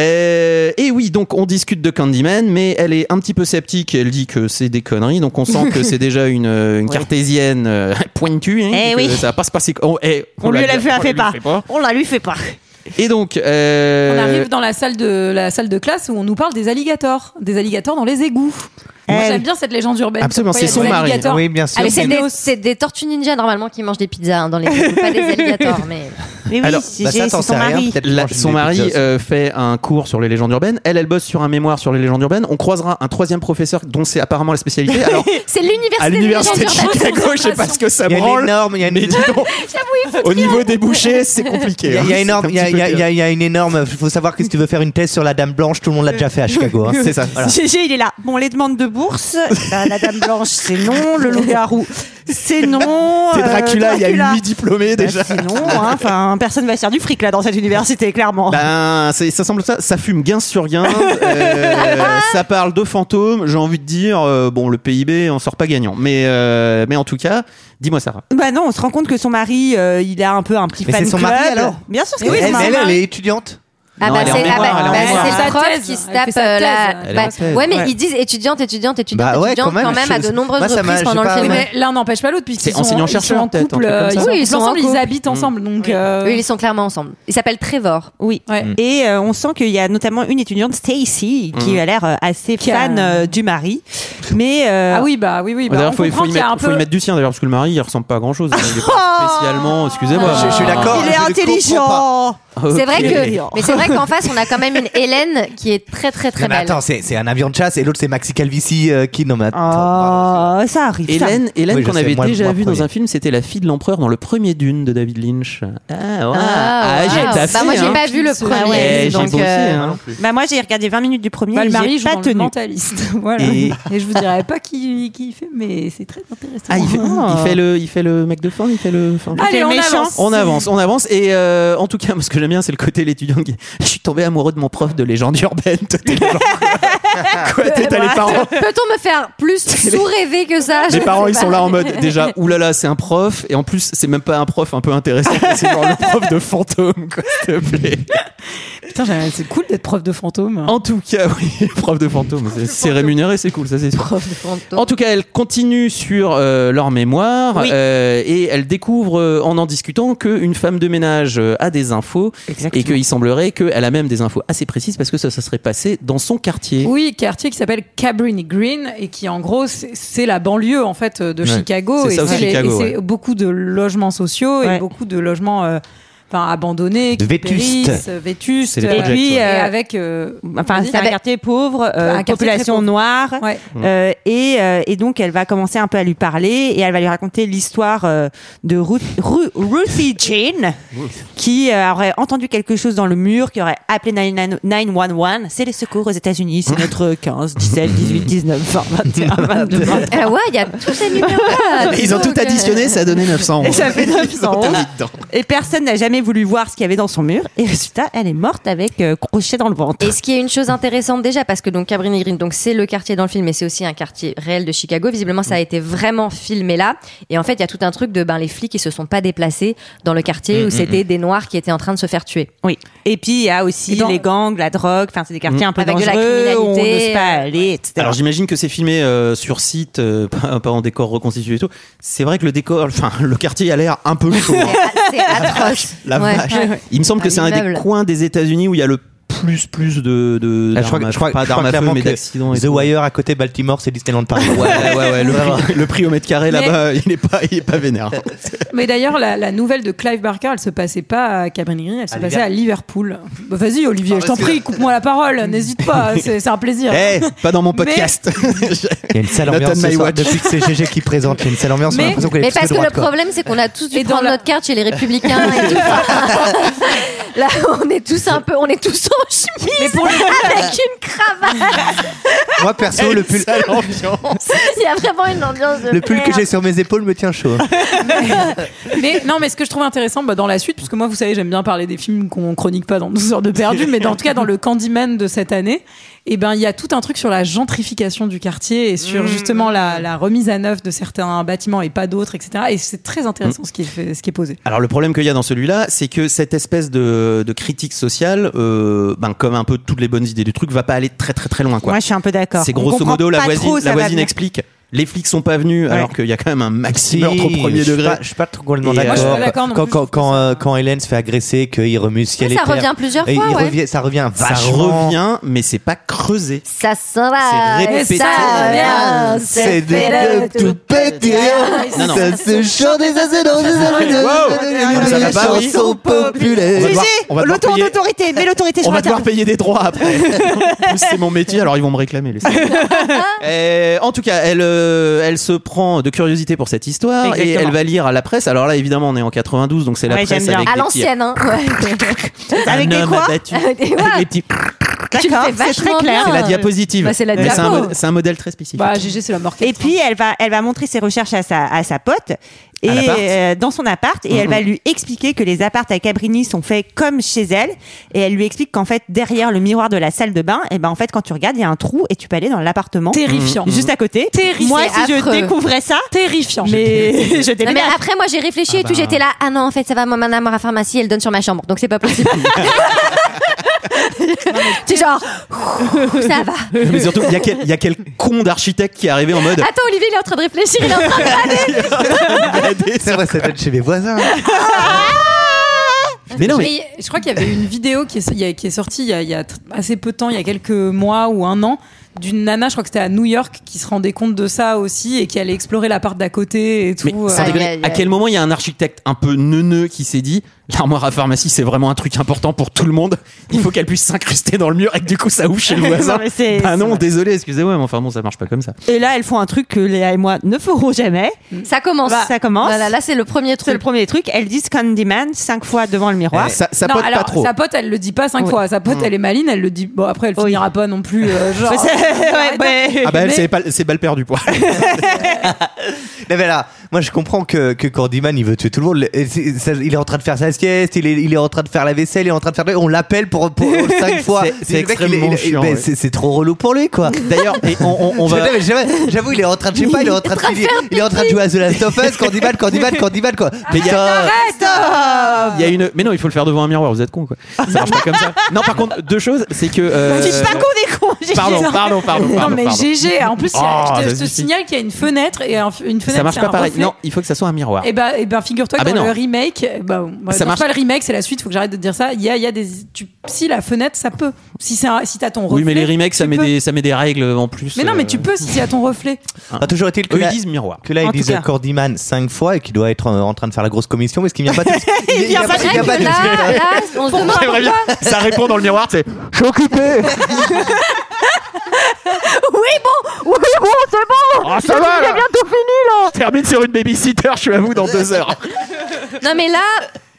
Speaker 1: Euh, et oui, donc on discute de Candyman, mais elle est un petit peu sceptique. Elle dit que c'est des conneries, donc on sent que c'est déjà une, une cartésienne euh, pointue. hein,
Speaker 7: Eh
Speaker 1: que
Speaker 7: oui.
Speaker 1: Ça va pas se passer. oh, eh,
Speaker 7: On lui l'a fait,
Speaker 1: on
Speaker 7: un
Speaker 1: la
Speaker 7: fait
Speaker 1: lui
Speaker 7: pas.
Speaker 1: fait
Speaker 7: On la lui fait pas.
Speaker 1: Et donc,
Speaker 11: On
Speaker 1: euh,
Speaker 11: arrive dans la salle de la salle de classe où on nous parle des alligators, des alligators dans les égouts. Moi,
Speaker 7: Eh
Speaker 11: j'aime
Speaker 7: oui.
Speaker 11: bien cette légende urbaine.
Speaker 1: Absolument,
Speaker 11: Pourquoi
Speaker 1: c'est
Speaker 11: il y a
Speaker 1: son
Speaker 11: des
Speaker 1: mari.
Speaker 11: alligators
Speaker 12: Oui, bien sûr.
Speaker 5: Ah, mais c'est des, c'est des tortues ninja normalement qui mangent des pizzas hein, dans les pas des alligators mais
Speaker 7: Mais oui,
Speaker 1: Alors,
Speaker 7: c'est
Speaker 12: bah, ça,
Speaker 7: c'est
Speaker 12: t'en
Speaker 7: son
Speaker 12: sais rien,
Speaker 7: mari.
Speaker 12: peut-être.
Speaker 1: la-
Speaker 12: Mange une
Speaker 1: son
Speaker 12: des
Speaker 1: mari
Speaker 12: pizzas.
Speaker 1: euh, fait un cours sur les légendes urbaines. Elle, elle bosse sur un mémoire sur les légendes urbaines. On croisera un troisième professeur dont c'est apparemment la spécialité. Alors,
Speaker 5: c'est l'université
Speaker 1: à l'université
Speaker 5: des
Speaker 1: de
Speaker 5: légendes urbaines.
Speaker 1: Chicago, je sais pas ce que ça
Speaker 12: Il y a une
Speaker 1: branle.
Speaker 12: énorme, il y a une,
Speaker 1: Mais dis donc, au niveau des bouchées, c'est
Speaker 12: il
Speaker 1: compliqué.
Speaker 12: y a-
Speaker 1: hein.
Speaker 12: il y a
Speaker 1: C'est
Speaker 12: énorme,
Speaker 1: un
Speaker 12: il y a-
Speaker 1: petit peu
Speaker 12: il y a- il y
Speaker 1: clair.
Speaker 12: a- il y a une énorme. Faut savoir que si tu veux faire une thèse sur la Dame Blanche, tout le monde l'a déjà fait à Chicago. hein.
Speaker 1: C'est ça.
Speaker 12: Voilà.
Speaker 7: GG, il est là. Bon, les demandes de bourse, Bah, la, la dame blanche, c'est non. Le loup-garou, c'est non.
Speaker 1: T'es
Speaker 7: euh,
Speaker 1: Dracula, il y
Speaker 7: Dracula.
Speaker 1: a 8 diplômés
Speaker 7: Bah,
Speaker 1: déjà.
Speaker 7: C'est non. hein. Enfin, personne va se faire du fric là dans cette université, clairement.
Speaker 1: Ben, c'est- ça semble ça, ça fume gain sur gain, euh, ça parle de fantômes, j'ai envie de dire, euh, bon, le PIB en sort pas gagnant. Mais, euh, mais en tout cas, dis-moi Sarah.
Speaker 7: Bah non, on se rend compte que son mari, euh, il a un peu un petit
Speaker 12: Mais
Speaker 7: fan
Speaker 12: c'est son
Speaker 7: club.
Speaker 12: mari, alors
Speaker 7: Bien sûr,
Speaker 12: Et
Speaker 7: c'est oui,
Speaker 12: elle,
Speaker 7: son
Speaker 12: elle,
Speaker 7: mari.
Speaker 12: elle est étudiante.
Speaker 5: Ah
Speaker 1: Non,
Speaker 5: bah
Speaker 1: elle est en
Speaker 5: c'est ah
Speaker 1: mémoire,
Speaker 5: bah,
Speaker 1: elle est en
Speaker 5: bah,
Speaker 1: mémoire.
Speaker 5: c'est
Speaker 11: Elle fait
Speaker 5: sa
Speaker 11: sa
Speaker 5: prof
Speaker 11: thèse,
Speaker 5: qui se
Speaker 11: elle fait
Speaker 5: tape
Speaker 11: sa
Speaker 5: euh, la.
Speaker 11: thèse. Elle est
Speaker 5: bah,
Speaker 11: en thèse.
Speaker 5: ouais, mais
Speaker 7: Ouais.
Speaker 5: ils disent étudiante, étudiante, étudiante,
Speaker 12: Bah ouais,
Speaker 5: étudiante
Speaker 12: quand même,
Speaker 5: quand même
Speaker 12: je-
Speaker 5: à de nombreuses
Speaker 12: moi, ça m'a-
Speaker 5: reprises
Speaker 12: je
Speaker 5: pendant
Speaker 12: sais
Speaker 5: le
Speaker 12: pas,
Speaker 11: Oui,
Speaker 5: film.
Speaker 11: mais l'un n'empêche pas l'autre puisqu'ils
Speaker 1: C'est
Speaker 11: sont, ils sont
Speaker 1: enseignant-chercheur,
Speaker 11: en
Speaker 1: peut-être, un
Speaker 11: couple,
Speaker 1: truc comme
Speaker 11: euh,
Speaker 1: ça.
Speaker 11: ils sont
Speaker 5: Oui,
Speaker 11: en
Speaker 5: ils
Speaker 11: couple
Speaker 5: sont en
Speaker 11: ensemble, ils
Speaker 5: couple.
Speaker 11: habitent ensemble, donc euh,
Speaker 5: Oui, ils sont clairement ensemble. Il s'appelle Trevor.
Speaker 7: Oui.
Speaker 11: Ouais. Mm.
Speaker 7: Et euh, on sent qu'il y a notamment une étudiante, Stacy,
Speaker 5: Mm.
Speaker 7: qui a l'air euh, assez
Speaker 11: Qui a-
Speaker 7: fan euh, du mari. Mais euh,
Speaker 11: ah oui bah oui oui. Bah,
Speaker 1: D'ailleurs,
Speaker 11: on
Speaker 1: faut, faut
Speaker 11: comprend
Speaker 1: y
Speaker 11: qu'il y a
Speaker 1: mettre-
Speaker 11: un
Speaker 1: faut y
Speaker 11: peu.
Speaker 1: mettre du sien d'ailleurs, parce que le mari il ressemble pas à grand chose. Il est pas spécialement, excusez-moi.
Speaker 12: Je- je suis d'accord.
Speaker 7: il
Speaker 12: je
Speaker 7: est
Speaker 12: le comprends
Speaker 7: intelligent.
Speaker 1: Ok.
Speaker 5: C'est vrai que, mais c'est vrai qu'en face, on a quand même une Hélène qui est très très très
Speaker 12: Non, mais
Speaker 5: belle.
Speaker 12: attends, c'est c'est un avion de chasse et l'autre c'est Maxi Calvici euh, qui non mais
Speaker 1: Ah,
Speaker 12: attends, pardon.
Speaker 7: Oh, ça arrive. ça
Speaker 1: Hélène, Hélène
Speaker 12: Oui, je
Speaker 1: qu'on
Speaker 12: sais,
Speaker 1: avait
Speaker 12: moi-
Speaker 1: déjà
Speaker 12: moi
Speaker 1: vue dans
Speaker 12: premier.
Speaker 1: un film, c'était la fille de l'empereur dans le premier Dune de David Lynch. Ah, ouais.
Speaker 5: Ah,
Speaker 1: Ah, j'ai
Speaker 5: wow.
Speaker 1: ta
Speaker 5: Bah,
Speaker 1: fille,
Speaker 5: moi, j'ai
Speaker 1: hein.
Speaker 5: pas vu le premier.
Speaker 7: Ah ouais,
Speaker 1: Eh, j'ai
Speaker 5: donc,
Speaker 1: bossé,
Speaker 5: euh,
Speaker 1: hein.
Speaker 7: Bah moi j'ai regardé 20 minutes du premier,
Speaker 11: Bah,
Speaker 7: et
Speaker 11: le mari
Speaker 7: j'ai
Speaker 11: joue
Speaker 7: pas
Speaker 11: dans le
Speaker 7: tenu.
Speaker 11: mentaliste, voilà.
Speaker 1: Et-
Speaker 11: Et... je vous dirais pas qui qui il fait, mais c'est très intéressant.
Speaker 1: Ah, il fait, il fait le, il fait le mec de fin, il fait le. enfin,
Speaker 11: Allez,
Speaker 7: Quel
Speaker 11: on
Speaker 7: méchant.
Speaker 11: avance.
Speaker 1: On avance, on avance. Et euh, en tout cas, moi, ce que j'aime bien, c'est le côté l'étudiant qui. Je suis tombé amoureux de mon prof de légende urbaine. Toi, t'es genre, quoi Quoi, t'es- t'as les parents
Speaker 5: Peut-on me faire plus sous-rêver que ça Ah, Je
Speaker 1: les
Speaker 5: ne
Speaker 1: parents,
Speaker 5: sais
Speaker 1: ils
Speaker 5: pas.
Speaker 1: sont là en mode déjà, oulala, c'est un prof, et en plus, c'est même pas un prof un peu intéressant, c'est genre le prof de fantôme, quoi, s'il te plaît.
Speaker 11: Putain, j'ai- c'est cool d'être prof de fantôme.
Speaker 1: En tout cas, oui, prof de fantôme, c'est- c'est rémunéré, c'est cool, ça c'est sûr. En tout cas, elle continue sur euh, leur mémoire
Speaker 11: Oui.
Speaker 1: euh, et elle découvre euh, en en discutant qu'une femme de ménage euh, a des infos et qu'il semblerait qu'elle a même des infos assez précises parce que ça, ça serait passé dans son quartier.
Speaker 11: Oui, quartier qui s'appelle Cabrini Green et qui en gros c'est c'est la banlieue en fait de
Speaker 1: Ouais.
Speaker 11: Chicago
Speaker 1: C'est
Speaker 11: et
Speaker 1: ça aussi,
Speaker 11: c'est les- et
Speaker 1: Chicago,
Speaker 11: c'est
Speaker 1: ouais.
Speaker 11: beaucoup de logements sociaux et beaucoup de logements euh, enfin abandonnés, qui
Speaker 7: Vétustes.
Speaker 11: périssent, euh, vétustes,
Speaker 7: C'est les
Speaker 11: et
Speaker 7: projects,
Speaker 11: puis
Speaker 7: ouais.
Speaker 11: euh, avec euh,
Speaker 7: Enfin,
Speaker 11: vas-y.
Speaker 7: c'est un
Speaker 11: Avec-
Speaker 7: quartier pauvre, euh,
Speaker 11: Un quartier très
Speaker 7: population
Speaker 11: pauvre.
Speaker 7: noire,
Speaker 11: Ouais.
Speaker 7: euh, et, euh, et donc elle va commencer un peu à lui parler et elle va lui raconter l'histoire euh, de Ruth, Ru- Ruthie Jean, qui euh, aurait entendu quelque chose dans le mur, qui aurait appelé 911. 911. C'est les secours aux États-Unis, c'est notre 15, 17, 18, 19, 20, 21, 22.
Speaker 5: Ah ouais, il y a tous ces numéros là.
Speaker 11: euh,
Speaker 1: Ils ont tout additionné, ça a donné 900.
Speaker 7: Et ça fait 911.
Speaker 1: T'as mis dedans.
Speaker 7: Et personne n'a jamais voulu voir ce qu'il y avait dans son mur. Et résultat, elle est morte avec euh, crochet dans le ventre.
Speaker 5: Et ce qui est une chose intéressante déjà, parce que donc Cabrini Green, donc c'est le quartier dans le film, mais c'est aussi un quartier réel de Chicago. Visiblement,
Speaker 7: Mm.
Speaker 5: ça a été vraiment filmé là. Et en fait, il y a tout un truc de ben les flics, ils se sont pas déplacés dans le quartier
Speaker 7: Mm,
Speaker 5: où
Speaker 7: mm,
Speaker 5: c'était
Speaker 7: mm.
Speaker 5: des noirs qui étaient en train de se faire tuer.
Speaker 7: Oui. Et puis il y a aussi les gangs, la drogue. Enfin, c'est des quartiers un peu
Speaker 5: Avec de la
Speaker 7: dangereux. où Euh, on
Speaker 5: criminalité,
Speaker 7: n'ose pas aller, etc.
Speaker 1: Alors j'imagine que c'est filmé euh, sur site, euh, pas, pas en décor reconstitué et tout. C'est vrai que le décor, enfin le quartier a l'air un peu chaud. hein.
Speaker 5: C'est atroce.
Speaker 1: La
Speaker 5: Ouais.
Speaker 1: vache. Il me semble que c'est un des
Speaker 5: Immeuble.
Speaker 1: coins des États-Unis où il y a le plus plus de, de
Speaker 12: Ah, je crois,
Speaker 1: d'armes
Speaker 12: que-
Speaker 1: à-
Speaker 12: je crois-
Speaker 1: pas
Speaker 12: je crois
Speaker 1: d'armes à feu
Speaker 12: clairement
Speaker 1: mais
Speaker 12: que
Speaker 1: d'accidents. et
Speaker 12: The
Speaker 1: tout.
Speaker 12: Wire à côté Baltimore, c'est Disneyland Paris.
Speaker 1: Ouais, ouais, ouais, le, prix, le prix au mètre carré
Speaker 11: Mais-
Speaker 1: là-bas, il est pas, il est pas vénère.
Speaker 11: Mais d'ailleurs, la, la nouvelle de Clive Barker, elle se passait pas à Cabrini Green, elle se
Speaker 1: À
Speaker 11: passait à Liverpool. Bah, Vas-y, Olivier, je t'en prie, coupe-moi la parole, n'hésite pas, c'est c'est un plaisir.
Speaker 1: Eh, pas dans mon
Speaker 11: Mais-
Speaker 1: podcast.
Speaker 12: Il y a une sale
Speaker 1: Not on
Speaker 12: ambiance ce
Speaker 1: my
Speaker 12: soir,
Speaker 1: watch.
Speaker 12: depuis que c'est GG qui présente. Il y a une sale ambiance. on a
Speaker 11: Mais-
Speaker 12: l'impression qu'elle est
Speaker 5: Mais
Speaker 12: plus
Speaker 5: parce que le
Speaker 12: droite, quoi.
Speaker 5: problème, c'est qu'on a tous dû prendre notre carte chez les Républicains. et tout. Là, on est tous un peu, on est tous en chemise avec une cravate.
Speaker 12: Moi perso, le pull,
Speaker 5: Il y a vraiment une ambiance de
Speaker 12: le pull que
Speaker 5: merde.
Speaker 12: j'ai sur mes épaules me tient chaud. hein,
Speaker 11: mais non, mais ce que je trouve intéressant bah, dans la suite, parce que moi, vous savez, j'aime bien parler des films qu'on chronique pas dans 12 heures de perdu, mais dans, en tout cas dans le Candyman de cette année, et ben il y a tout un truc sur la gentrification du quartier et
Speaker 1: Mmh.
Speaker 11: sur justement la, la remise à neuf de certains bâtiments et pas d'autres, etc. Et c'est très
Speaker 1: Mmh.
Speaker 11: intéressant ce qui est fait- ce qui est posé.
Speaker 1: Alors le problème qu'il y a dans celui-là, c'est que cette espèce de, de critique sociale, euh, ben, comme un peu toutes les bonnes idées du truc, va pas aller très très très loin. Quoi.
Speaker 7: Moi, je suis un peu d'accord.
Speaker 1: C'est
Speaker 7: On
Speaker 1: grosso
Speaker 7: comprend
Speaker 1: modo la
Speaker 7: pas
Speaker 1: voisine,
Speaker 7: trop où
Speaker 1: la
Speaker 7: ça va
Speaker 1: voisine
Speaker 7: venir.
Speaker 1: explique. Les flics sont pas venus alors qu'il y a quand même un maxi meurtre au
Speaker 12: Si,
Speaker 1: premier
Speaker 12: je suis
Speaker 1: degré.
Speaker 12: pas- je suis pas trop complètement
Speaker 1: Et, euh,
Speaker 12: d'accord.
Speaker 11: d'accord non
Speaker 12: Quand,
Speaker 11: plus,
Speaker 12: quand, quand, euh, quand Hélène se fait agresser, qu'il remue ciel
Speaker 5: Ça,
Speaker 12: et
Speaker 5: ça
Speaker 12: terre.
Speaker 5: revient plusieurs
Speaker 12: Et
Speaker 5: fois,
Speaker 12: il
Speaker 5: ouais.
Speaker 12: revient- ça revient
Speaker 1: Ça
Speaker 12: vachement.
Speaker 1: revient, mais c'est pas creusé.
Speaker 5: Ça s'en va,
Speaker 1: C'est répété.
Speaker 5: ça vient,
Speaker 12: C'est des gueules tout pétées.
Speaker 1: Non, non.
Speaker 12: Ça se chante et ça se danse.
Speaker 1: Wow. Ah, Ça va pas, oui.
Speaker 12: Chanson
Speaker 1: On
Speaker 12: populaire.
Speaker 1: va devoir- on va devoir
Speaker 7: GG, l'auto-
Speaker 1: payer-
Speaker 7: l'autorité, mais l'autorité, je
Speaker 1: On va devoir
Speaker 7: regarde.
Speaker 1: payer des droits après. En plus, c'est mon métier, alors ils vont me réclamer. les salauds. Euh, en tout cas, elle, euh, elle se prend de curiosité pour cette histoire et
Speaker 5: Exactement.
Speaker 1: elle va lire à la presse. Alors là, évidemment, on est en 92, donc c'est la
Speaker 5: Ouais,
Speaker 1: presse
Speaker 5: j'aime
Speaker 1: avec
Speaker 5: bien. à
Speaker 1: des petits-
Speaker 5: l'ancienne, hein.
Speaker 1: Un
Speaker 5: Avec des
Speaker 1: homme
Speaker 5: quoi
Speaker 1: abattu.
Speaker 5: Avec des- ouais.
Speaker 1: Avec les petits-
Speaker 7: D'accord, c'est très clair.
Speaker 1: C'est la diapositive.
Speaker 7: Bah, c'est la
Speaker 1: Mais c'est un,
Speaker 7: diapo.
Speaker 1: mod- c'est un modèle très spécifique.
Speaker 5: Bah,
Speaker 11: GG, Bah, c'est la mort.
Speaker 7: Et puis elle va, elle va montrer ses recherches à sa, à sa pote. Et
Speaker 1: l'appart.
Speaker 7: euh, dans son appart, et elle va lui expliquer que les appartes à Cabrini sont faits comme chez elle, et elle lui explique qu'en fait derrière le miroir de la salle de bain, et ben en fait quand tu regardes il y a un trou et tu peux aller dans l'appartement,
Speaker 11: Terrifiant.
Speaker 7: juste à côté.
Speaker 11: Terrifiant.
Speaker 7: Moi si
Speaker 5: Affreux.
Speaker 7: je découvrais ça,
Speaker 11: terrifiant.
Speaker 7: Mais je
Speaker 5: Non, mais
Speaker 7: déménage.
Speaker 5: après, moi, j'ai réfléchi
Speaker 7: Ah
Speaker 5: et tout.
Speaker 7: bah.
Speaker 5: J'étais là, ah non, en fait, ça va, maman mère à la pharmacie, elle donne sur ma chambre, donc c'est pas possible. C'est genre, ouh, ça va.
Speaker 1: Mais surtout, il y, a quel- il y a quel con d'architecte qui est arrivé en mode.
Speaker 5: Attends, Olivier, il est en train de réfléchir, il est en train de râler.
Speaker 12: Ça va, ça donne chez mes voisins.
Speaker 1: Mais non, mais-
Speaker 11: je crois qu'il y avait une vidéo qui est, il y a- qui est sortie il y, a, il y a tr- assez peu de temps, il y a quelques mois ou un an, d'une nana, je crois que c'était à New York, qui se rendait compte de ça aussi et qui allait explorer l'appart d'à côté et tout.
Speaker 1: Mais sans
Speaker 11: euh.
Speaker 1: déconner, à quel moment il y a un architecte un peu neuneux qui s'est dit l'armoire à pharmacie c'est vraiment un truc important pour tout le monde il faut qu'elle puisse s'incruster dans le mur et que du coup ça ouf chez le voisin
Speaker 7: Non, mais c'est-
Speaker 1: ah
Speaker 7: c'est
Speaker 1: non
Speaker 7: vrai.
Speaker 1: désolé excusez-moi mais enfin bon ça marche pas comme ça
Speaker 7: Et là elles font un truc que Léa et moi ne ferons jamais. Bah,
Speaker 5: Ça commence.
Speaker 7: ça commence.
Speaker 5: Voilà, là, c'est le premier truc.
Speaker 7: C'est le premier truc. Elles disent Candyman cinq fois devant le miroir.
Speaker 1: Eh, ça-
Speaker 11: Non, alors, Sa pote, elle le dit pas cinq
Speaker 7: Ouais.
Speaker 1: Mm.
Speaker 11: fois. Sa pote, elle est maline, elle le dit. Bon, après, elle finira pas non plus. euh, genre,
Speaker 7: Mais c'est- Ouais, ouais.
Speaker 1: Ah bah elle,
Speaker 7: Mais-
Speaker 1: c'est pas- c'est balle perdue, poids.
Speaker 12: Non, mais là, moi je comprends que, que Cordyman il veut tuer tout le monde. Le- et c'est- ça- il est en train de faire sa sieste, il est, il est en train de faire la vaisselle, il est en train de faire. On l'appelle pour, pour cinq fois.
Speaker 1: C'est- c'est
Speaker 12: Le mec, il est- il-
Speaker 1: extrêmement
Speaker 12: il-
Speaker 1: chiant,
Speaker 12: mais
Speaker 1: ouais.
Speaker 12: c'est- C'est trop relou pour lui quoi.
Speaker 1: D'ailleurs, et on, on- on
Speaker 12: Je veux
Speaker 1: va.
Speaker 12: dire, mais j'avoue- J'avoue, il est en train de, je sais pas, il est en train de, finir- il est en train de jouer à The Last of Us, Cordyman, Cordyman, Cordyman quoi.
Speaker 1: Mais il y a- hein.
Speaker 7: Stop
Speaker 1: il y a une. Mais non, il faut le faire devant un miroir. Vous êtes con quoi. Ça marche pas comme ça. Non, par contre, deux choses, c'est que. euh,
Speaker 11: Dites pas qu'on est con.
Speaker 1: Pardon, pardon, pardon,
Speaker 11: Non
Speaker 1: pardon,
Speaker 11: mais
Speaker 1: pardon.
Speaker 11: GG. En plus, il y a-
Speaker 1: Oh,
Speaker 11: je te,
Speaker 1: ça
Speaker 11: je te
Speaker 1: suffit.
Speaker 11: signale qu'il y a une fenêtre et un- une fenêtre.
Speaker 1: ça marche
Speaker 11: c'est
Speaker 1: pas
Speaker 11: un
Speaker 1: pareil.
Speaker 11: reflet.
Speaker 1: Non, il faut que ça soit un miroir.
Speaker 11: Et bah, et ben figure-toi que
Speaker 1: Ah ben
Speaker 11: dans
Speaker 1: non.
Speaker 11: le remake, eh ben, bah,
Speaker 1: Ça
Speaker 11: non,
Speaker 1: marche.
Speaker 11: c'est pas le remake, c'est la suite. Faut que j'arrête de dire ça. Il y a, il y a des. tu- si la fenêtre, ça peut. Si c'est, un- si t'as ton reflet.
Speaker 1: oui, mais les remakes, ça
Speaker 11: tu
Speaker 1: met,
Speaker 11: peux.
Speaker 1: des, ça met des règles en plus.
Speaker 11: Mais non, mais
Speaker 1: euh,
Speaker 11: tu peux si c'est à ton reflet.
Speaker 1: hein.
Speaker 12: Ah, toujours est-il que
Speaker 1: Eux,
Speaker 12: là-
Speaker 1: ils disent miroir.
Speaker 12: Que là,
Speaker 1: En
Speaker 12: ils
Speaker 1: tout
Speaker 12: disent
Speaker 1: cas.
Speaker 12: Cordyman 5 fois et qu'il doit être euh, en train de faire la grosse commission parce qu'il vient pas tout de suite.
Speaker 1: Il vient pas-
Speaker 5: C'est vrai
Speaker 1: il y a
Speaker 5: que
Speaker 1: pas de-
Speaker 5: là, là, on se demande
Speaker 1: J'aimerais bien-
Speaker 5: pourquoi.
Speaker 1: Ça répond dans le miroir, c'est. Je suis occupé.
Speaker 5: Oui, bon, oui, bon, c'est bon.
Speaker 1: Ah, ça va,
Speaker 5: J'ai
Speaker 1: là.
Speaker 5: bientôt fini là.
Speaker 1: Je termine sur une babysitter. Je suis à vous dans deux heures.
Speaker 5: Non mais là,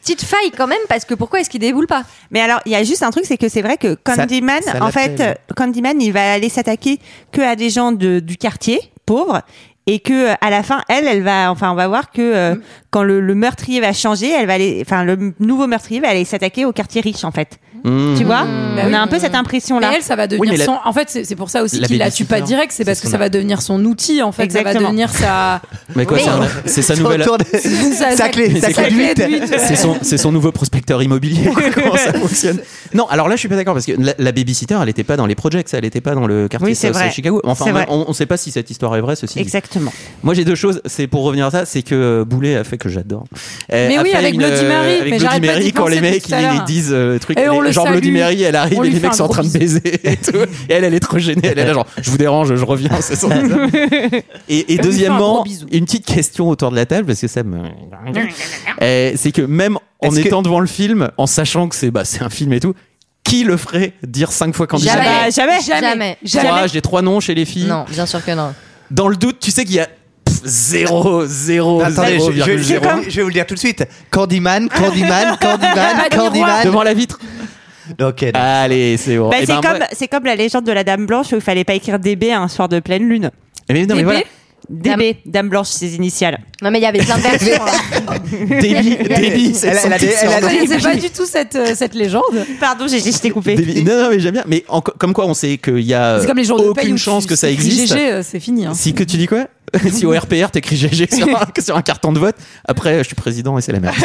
Speaker 5: petite faille quand même parce que pourquoi est-ce qu'il déboule pas
Speaker 7: Mais alors, il y a juste un truc, c'est que c'est vrai que Candyman,
Speaker 5: ça
Speaker 7: en
Speaker 5: l'appelle.
Speaker 7: fait, euh, Candyman, il va aller s'attaquer que à des gens de- du quartier pauvres. Et que euh, à la fin, elle, elle va, enfin, on va voir que euh, quand le, le meurtrier va changer, elle va aller, enfin, le m- nouveau meurtrier va aller s'attaquer au quartier riche, en fait.
Speaker 1: Mm.
Speaker 7: Tu vois,
Speaker 11: Bah
Speaker 7: on
Speaker 11: oui.
Speaker 7: a un peu cette impression là.
Speaker 11: Mais elle, ça va devenir
Speaker 7: mais la-
Speaker 11: son. En fait, c'est c'est pour ça aussi
Speaker 1: La
Speaker 11: qu'il la tue pas
Speaker 1: babysitter,
Speaker 11: direct, c'est parce
Speaker 1: ce
Speaker 11: que
Speaker 1: qu'on
Speaker 11: ça va devenir son outil, en fait. Ça va
Speaker 7: Exactement.
Speaker 11: devenir sa.
Speaker 1: Mais quoi,
Speaker 11: Oui.
Speaker 1: c'est un- c'est sa
Speaker 12: Son
Speaker 1: nouvelle.
Speaker 12: tour de-
Speaker 11: Sa-
Speaker 12: Sa clé,
Speaker 1: Mais
Speaker 12: sa
Speaker 1: c'est
Speaker 12: clé
Speaker 1: quoi
Speaker 12: de huit.
Speaker 1: C'est son, c'est son nouveau prospecteur immobilier. quoi. Comment ça fonctionne Non, alors là, je suis pas d'accord parce que la, la babysitter, elle n'était pas dans les projects, elle n'était pas dans le quartier
Speaker 7: Oui, c'est
Speaker 1: South
Speaker 7: vrai.
Speaker 1: de Chicago. Enfin,
Speaker 7: C'est
Speaker 1: on-
Speaker 7: vrai.
Speaker 1: on ne sait pas si cette histoire est vraie, ceci. dit.
Speaker 7: Exactement.
Speaker 1: Moi, j'ai deux choses. C'est pour revenir à ça, c'est que euh, Boulet a fait que j'adore. Euh,
Speaker 11: Mais
Speaker 1: a
Speaker 11: oui,
Speaker 1: fait
Speaker 11: avec Bloody Mary,
Speaker 1: Avec
Speaker 11: mais
Speaker 1: Bloody
Speaker 11: j'arrête pas
Speaker 1: Mary,
Speaker 11: d'y
Speaker 1: quand
Speaker 11: penser
Speaker 1: les mecs
Speaker 11: depuis tout à
Speaker 1: ils, ils
Speaker 11: l'heure.
Speaker 1: disent euh, le truc,
Speaker 11: Et on
Speaker 1: les-
Speaker 11: le
Speaker 1: genre
Speaker 11: salue.
Speaker 1: Bloody Mary, elle arrive
Speaker 11: On
Speaker 1: et
Speaker 11: lui
Speaker 1: les
Speaker 11: fait
Speaker 1: mecs
Speaker 11: un
Speaker 1: sont en
Speaker 11: gros
Speaker 1: train de baiser et tout. Et elle, elle est trop gênée. Elle est là genre, je vous dérange, je reviens. C'est son et, et
Speaker 11: On lui fait un gros
Speaker 1: deuxièmement,
Speaker 11: bisou.
Speaker 1: une petite question autour de la table parce que ça me. Euh, c'est que même en
Speaker 12: Est-ce que-
Speaker 1: étant devant le film, en sachant que c'est bah, c'est un film et tout, qui le ferait dire cinq fois Candyman
Speaker 7: Jamais, jamais,
Speaker 5: Jamais.
Speaker 1: Moi, j'ai trois noms chez les filles.
Speaker 5: Non, bien sûr que non.
Speaker 1: Dans le doute, tu sais qu'il y a pff, zéro, zéro,
Speaker 12: Attendez,
Speaker 1: zéro,
Speaker 12: je, je-
Speaker 1: virgule
Speaker 12: je-
Speaker 1: zéro.
Speaker 12: je vais vous le dire tout de suite. Candyman, Candyman, Candyman, Candyman.
Speaker 1: Devant la vitre.
Speaker 12: Ok.
Speaker 1: Allez, c'est bon.
Speaker 7: Bah,
Speaker 1: Eh
Speaker 7: c'est
Speaker 1: ben,
Speaker 7: comme,
Speaker 1: moi-
Speaker 7: c'est comme la légende de la Dame Blanche où il fallait pas écrire DB un soir de pleine lune.
Speaker 1: Eh ben, non, mais voilà.
Speaker 7: DB, Dame Blanche, ses initiales.
Speaker 5: Non mais il y avait plein de versions.
Speaker 1: Débit,
Speaker 5: Elle a-
Speaker 1: débit, c'est
Speaker 12: elle a-
Speaker 1: son
Speaker 12: elle a-
Speaker 1: petit
Speaker 12: elle a-
Speaker 1: surnom.
Speaker 11: Je connaissais pas du tout cette, euh, cette légende.
Speaker 7: Pardon, j'ai j'ai- je t'ai coupé.
Speaker 1: Débit. Non, non, mais j'aime bien. Mais en- comme quoi, on sait qu'il y a
Speaker 11: C'est
Speaker 1: euh,
Speaker 11: comme les jours de paye
Speaker 1: aucune
Speaker 11: où
Speaker 1: chance
Speaker 11: tu-
Speaker 1: que ça
Speaker 11: tu écris
Speaker 1: existe.
Speaker 11: GG, euh, c'est fini. hein.
Speaker 1: Si que tu dis quoi Si au RPR t'écris GG sur un, sur un carton de vote, après je suis président et c'est la merde.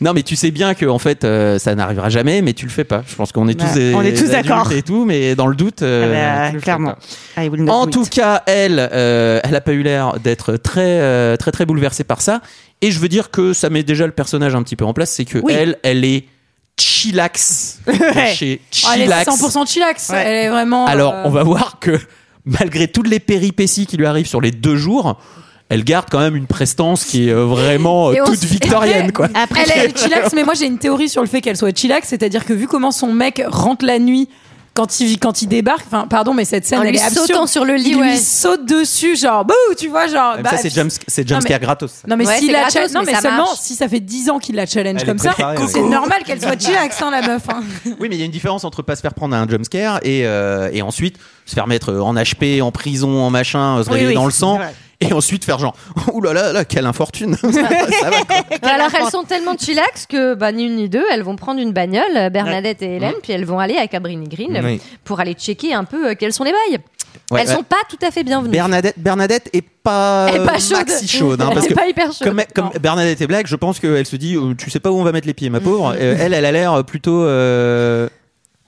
Speaker 1: Non mais tu sais bien que en fait euh, ça n'arrivera jamais, mais tu le fais pas. Je pense qu'on est tous,
Speaker 7: Bah,
Speaker 1: des-
Speaker 7: on est tous
Speaker 1: des adultes
Speaker 7: d'accord.
Speaker 1: et tout, mais dans le doute. euh,
Speaker 7: Ah bah,
Speaker 1: tu le fais
Speaker 7: clairement. I will
Speaker 1: pas.
Speaker 7: not
Speaker 1: En
Speaker 7: do
Speaker 1: tout
Speaker 7: it.
Speaker 1: cas, elle, euh, elle a pas eu l'air d'être très, euh, très très bouleversée par ça. Et je veux dire que ça met déjà le personnage un petit peu en place, c'est que
Speaker 7: Oui.
Speaker 1: elle, elle est chillax,
Speaker 7: Ouais. Oh,
Speaker 1: chez
Speaker 11: Ah, elle est
Speaker 1: chillax.
Speaker 11: 100% chillax.
Speaker 7: Ouais.
Speaker 11: Elle est vraiment.
Speaker 1: Alors,
Speaker 11: euh,
Speaker 1: on va voir que malgré toutes les péripéties qui lui arrivent sur les deux jours, elle garde quand même une prestance qui est euh, vraiment euh,
Speaker 11: Et on
Speaker 1: toute
Speaker 11: s-
Speaker 1: victorienne, quoi.
Speaker 5: Ah.
Speaker 7: Après,
Speaker 11: Elle est chillax, mais moi j'ai une théorie sur le fait qu'elle soit chillax, c'est-à-dire que vu comment son mec rentre la nuit quand il, vit- quand il débarque, enfin pardon, mais cette scène
Speaker 5: En
Speaker 11: elle
Speaker 5: lui
Speaker 11: est absurde.
Speaker 5: sautant sur le lit,
Speaker 11: il
Speaker 5: ouais.
Speaker 11: lui saute dessus, genre bouh, tu vois, genre.
Speaker 1: Même
Speaker 11: bah,
Speaker 1: ça, c'est jump- c'est
Speaker 11: non,
Speaker 1: jumpscare
Speaker 11: mais-
Speaker 1: gratos.
Speaker 11: Non mais
Speaker 5: Ouais,
Speaker 11: si
Speaker 5: c'est
Speaker 11: la
Speaker 5: gratos,
Speaker 11: challenge, non
Speaker 5: mais
Speaker 11: mais,
Speaker 5: ça
Speaker 11: seulement
Speaker 5: marche.
Speaker 11: si ça fait 10 ans qu'il la challenge
Speaker 12: Elle est
Speaker 11: comme ça,
Speaker 12: préparée,
Speaker 11: c'est
Speaker 12: ouais.
Speaker 11: normal qu'elle soit chillax, hein, la meuf. hein.
Speaker 1: Oui, mais il y a une différence entre pas se faire prendre à un jumpscare et, euh, et ensuite se faire mettre en HP, en prison, en machin, euh, se
Speaker 7: Oui,
Speaker 1: réveiller
Speaker 7: oui,
Speaker 1: dans le
Speaker 7: c'est
Speaker 1: sang.
Speaker 7: vrai.
Speaker 1: Et ensuite faire genre, ouh là là, là quelle infortune! Ça va, quoi.
Speaker 5: Bah, alors elles sont tellement chillax que bah, ni une ni deux, elles vont prendre une bagnole, euh, Bernadette et Hélène, puis elles vont aller à Cabrini Green euh,
Speaker 12: Oui.
Speaker 5: pour aller checker un peu euh, quelles sont les bails.
Speaker 1: Ouais,
Speaker 5: elles
Speaker 1: ouais.
Speaker 5: sont pas tout à fait bienvenues.
Speaker 1: Bernadette, Bernadette est pas,
Speaker 5: Elle est pas
Speaker 1: euh,
Speaker 5: chaude.
Speaker 1: maxi chaude. hein,
Speaker 5: Elle
Speaker 1: parce
Speaker 5: est
Speaker 1: que
Speaker 5: pas hyper chaude.
Speaker 1: Comme, comme Bernadette est blague, je pense qu'elle se dit euh, Tu sais pas où on va mettre les pieds, ma pauvre. Euh, elle, elle a l'air plutôt. euh,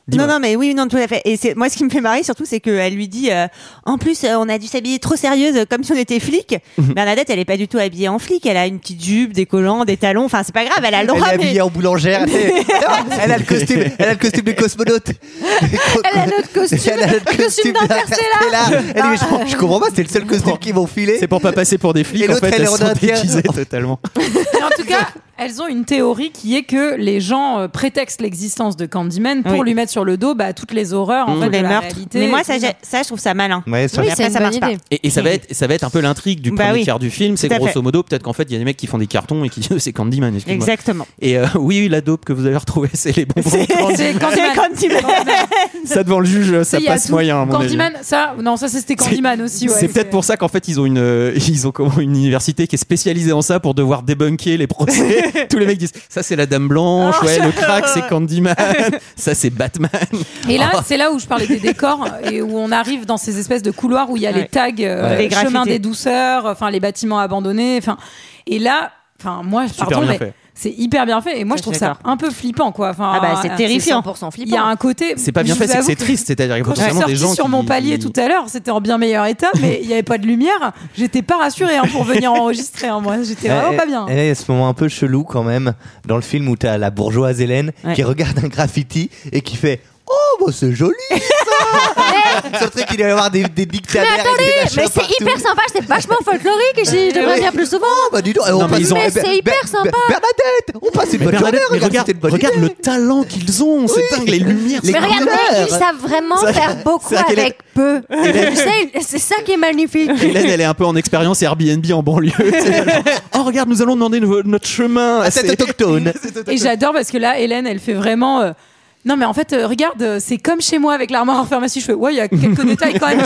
Speaker 1: dis-moi.
Speaker 7: Non, non, mais oui, non, tout à fait. Et c'est moi, ce qui me fait marrer surtout, c'est qu'elle lui dit, euh, en plus, euh, on a dû s'habiller trop sérieuse, euh, comme si on était flic.
Speaker 1: Mhm.
Speaker 7: Bernadette, elle est pas du tout habillée en flic. Elle a une petite jupe, des collants, des talons. Enfin, c'est pas grave, elle a le
Speaker 12: Elle est
Speaker 7: droit. mais-
Speaker 12: habillée en boulangère. Non, elle a le costume, elle a le costume de cosmonaute.
Speaker 5: Elle a notre costume,
Speaker 12: Elle a le
Speaker 5: costume
Speaker 12: d'Interstellar.
Speaker 5: d'Interstellar.
Speaker 12: Elle dit, mais je, je comprends pas, c'est le seul costume qu'ils vont filer.
Speaker 1: C'est pour pas passer pour des flics,
Speaker 12: Et
Speaker 1: en
Speaker 12: l'autre,
Speaker 1: fait,
Speaker 12: elle est
Speaker 1: elles
Speaker 12: en
Speaker 1: sont
Speaker 12: Indien.
Speaker 1: déguisées totalement.
Speaker 11: Mais en tout cas, elles ont une théorie qui est que les gens euh, prétextent l'existence de Candyman pour
Speaker 7: Oui.
Speaker 11: lui mettre sur le dos bah, toutes les horreurs en
Speaker 7: Tous
Speaker 11: fait, de
Speaker 7: les
Speaker 11: la
Speaker 7: meurtres.
Speaker 11: réalité.
Speaker 7: Mais moi,
Speaker 11: et
Speaker 7: ça,
Speaker 11: tout
Speaker 7: j'ai- ça, je trouve ça malin.
Speaker 1: Ouais, ça-
Speaker 7: Mais
Speaker 1: Oui,
Speaker 7: après,
Speaker 1: c'est
Speaker 7: ça marche pas.
Speaker 1: Et, et ça, va être, ça va être un peu l'intrigue du
Speaker 7: Bah
Speaker 1: premier
Speaker 7: oui.
Speaker 1: tiers du film. C'est
Speaker 7: Tout à
Speaker 1: grosso
Speaker 7: fait.
Speaker 1: modo, peut-être qu'en fait, il y a des mecs qui font des cartons et qui disent c'est Candyman, excuse-moi.
Speaker 7: Exactement.
Speaker 1: Et euh, oui, oui, la dope que vous avez retrouvée, c'est les bonbons.
Speaker 11: C'est Candyman.
Speaker 1: ça, devant le juge, ça
Speaker 11: Il y a
Speaker 1: passe
Speaker 11: tout.
Speaker 1: moyen, à mon avis.
Speaker 11: Candyman, ça, non, ça c'était Candyman aussi. Ouais,
Speaker 1: c'est peut-être pour ça qu'en fait ils ont une euh, ils ont comment une université qui est spécialisée en ça pour devoir débunker les procès. Tous les mecs disent ça c'est la dame blanche, ouais le crack
Speaker 5: Ah.
Speaker 1: c'est Candyman, ça c'est Batman.
Speaker 11: Et
Speaker 1: Ah.
Speaker 11: là, c'est là où je parlais des décors et où on arrive dans ces espèces de couloirs où il y a les tags, euh,
Speaker 1: Ouais. Les
Speaker 11: chemin
Speaker 1: graffitis.
Speaker 11: des douceurs, enfin les bâtiments abandonnés, enfin. Et là, enfin moi,
Speaker 1: Super
Speaker 11: pardon,
Speaker 1: bien
Speaker 11: mais
Speaker 1: fait.
Speaker 11: c'est hyper bien fait et moi
Speaker 7: Ça,
Speaker 11: je trouve
Speaker 7: je suis
Speaker 11: ça un peu flippant quoi. Enfin,
Speaker 7: Ah bah, c'est
Speaker 11: euh,
Speaker 7: terrifiant.
Speaker 11: 100%
Speaker 5: flippant.
Speaker 11: Il y a un côté.
Speaker 1: C'est pas bien
Speaker 11: je
Speaker 1: fait,
Speaker 11: vous
Speaker 1: c'est que
Speaker 11: avoue
Speaker 1: c'est
Speaker 11: que
Speaker 1: triste, c'est-à-dire qu'il y a
Speaker 11: Quand je suis
Speaker 1: vraiment des
Speaker 11: sortie
Speaker 1: gens
Speaker 11: sur
Speaker 1: qui-
Speaker 11: mon palier tout à l'heure, c'était en bien meilleur état, mais il n'y avait pas de lumière. J'étais pas rassurée hein, pour venir enregistrer. hein, moi, j'étais vraiment
Speaker 12: Eh,
Speaker 11: pas bien.
Speaker 12: eh, eh, ce moment un peu chelou quand même dans le film où t'as la bourgeoise Hélène qui regarde un graffiti et qui fait Oh, bah, c'est joli ça Sur le truc, il doit y avoir des, des
Speaker 5: Mais
Speaker 12: dictateurs. et des
Speaker 5: attendez,
Speaker 12: machins
Speaker 5: mais c'est
Speaker 12: partout.
Speaker 5: hyper sympa, c'est vachement folklorique et je, je devrais
Speaker 12: Oui.
Speaker 5: venir plus souvent.
Speaker 12: Oh, bah, dis donc, eh, on
Speaker 1: Non, mais
Speaker 12: passe-
Speaker 1: ils ont-
Speaker 5: Mais c'est hyper
Speaker 12: Ber-
Speaker 5: sympa.
Speaker 12: Ber- Bernadette, on passe une
Speaker 1: Mais
Speaker 12: bonne
Speaker 1: Bernadette,
Speaker 12: journée.
Speaker 1: mais
Speaker 12: Regarde,
Speaker 1: regarde,
Speaker 12: c'était une bonne
Speaker 1: regarde
Speaker 12: idée.
Speaker 1: le talent qu'ils ont, c'est dingue les lumières.
Speaker 12: Les
Speaker 5: mais regarde, le mec, ils
Speaker 12: couleurs.
Speaker 5: savent vraiment
Speaker 1: Ça-
Speaker 5: faire beaucoup
Speaker 1: ça qu'elle est-
Speaker 5: avec peu.
Speaker 1: Hélène-
Speaker 5: Tu sais, c'est ça qui est magnifique.
Speaker 1: Hélène, elle est un peu en expérience Airbnb en banlieue. C'est genre, oh, regarde, nous allons demander no- notre chemin à cet autochtone.
Speaker 11: Et j'adore parce que là, Hélène, elle fait vraiment. euh, non mais en fait euh, regarde euh, c'est comme chez moi avec l'armoire en pharmacie je fais ouais il y a quelques détails quand même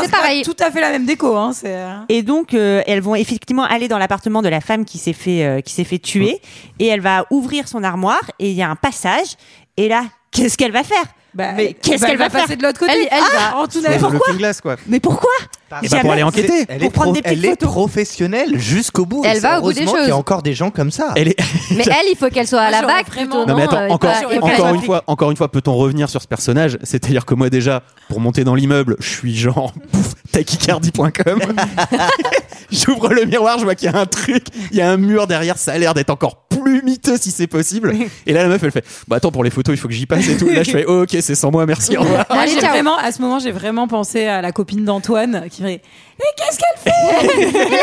Speaker 11: c'est pareil tout à fait la même déco hein, c'est euh,
Speaker 7: Et donc, euh, elles vont effectivement aller dans l'appartement de la femme qui s'est fait, euh, qui s'est fait tuer. Et elle va ouvrir son armoire et il y a un passage. Et là, qu'est-ce qu'elle va faire Mais qu'est-ce
Speaker 11: bah,
Speaker 7: qu'elle
Speaker 11: elle
Speaker 7: va
Speaker 11: va
Speaker 7: faire
Speaker 11: passer de l'autre côté.
Speaker 7: Elle, elle
Speaker 11: Ah,
Speaker 7: va
Speaker 11: en tout cas,
Speaker 1: C'est le
Speaker 7: pourquoi
Speaker 1: Looking Glass, quoi.
Speaker 7: Mais pourquoi
Speaker 1: Eh ben, pour aller enquêter.
Speaker 12: Elle
Speaker 7: Pour
Speaker 12: est,
Speaker 7: prendre
Speaker 12: pro-
Speaker 7: des petites
Speaker 12: elle est
Speaker 7: photos.
Speaker 12: professionnelle jusqu'au bout.
Speaker 5: Elle
Speaker 12: Et
Speaker 5: va au bout des
Speaker 12: heureusement qu'il y a
Speaker 5: choses.
Speaker 12: encore des gens comme ça.
Speaker 1: Elle est...
Speaker 5: Mais elle, il faut qu'elle soit à la
Speaker 11: j'aurais
Speaker 5: bac
Speaker 11: vraiment-
Speaker 5: plutôt.
Speaker 1: Non mais
Speaker 5: euh,
Speaker 1: attends,
Speaker 5: et
Speaker 1: encore,
Speaker 5: pas- et pas-
Speaker 1: encore une fois, encore une fois, peut-on revenir sur ce personnage C'est-à-dire que moi déjà, pour monter dans l'immeuble, je suis genre pouf, tachycardie.com. J'ouvre le miroir, je vois qu'il y a un truc, il y a un mur derrière, ça a l'air d'être encore plus miteux si c'est possible. Et là la meuf elle fait, bah attends pour les photos, il faut que j'y passe et tout. Et là je fais, oh, ok c'est sans moi, merci. Au revoir.
Speaker 11: Moi, j'ai vraiment, à ce moment, j'ai vraiment pensé à la copine d'Antoine qui fait Mais qu'est-ce qu'elle fait Et là,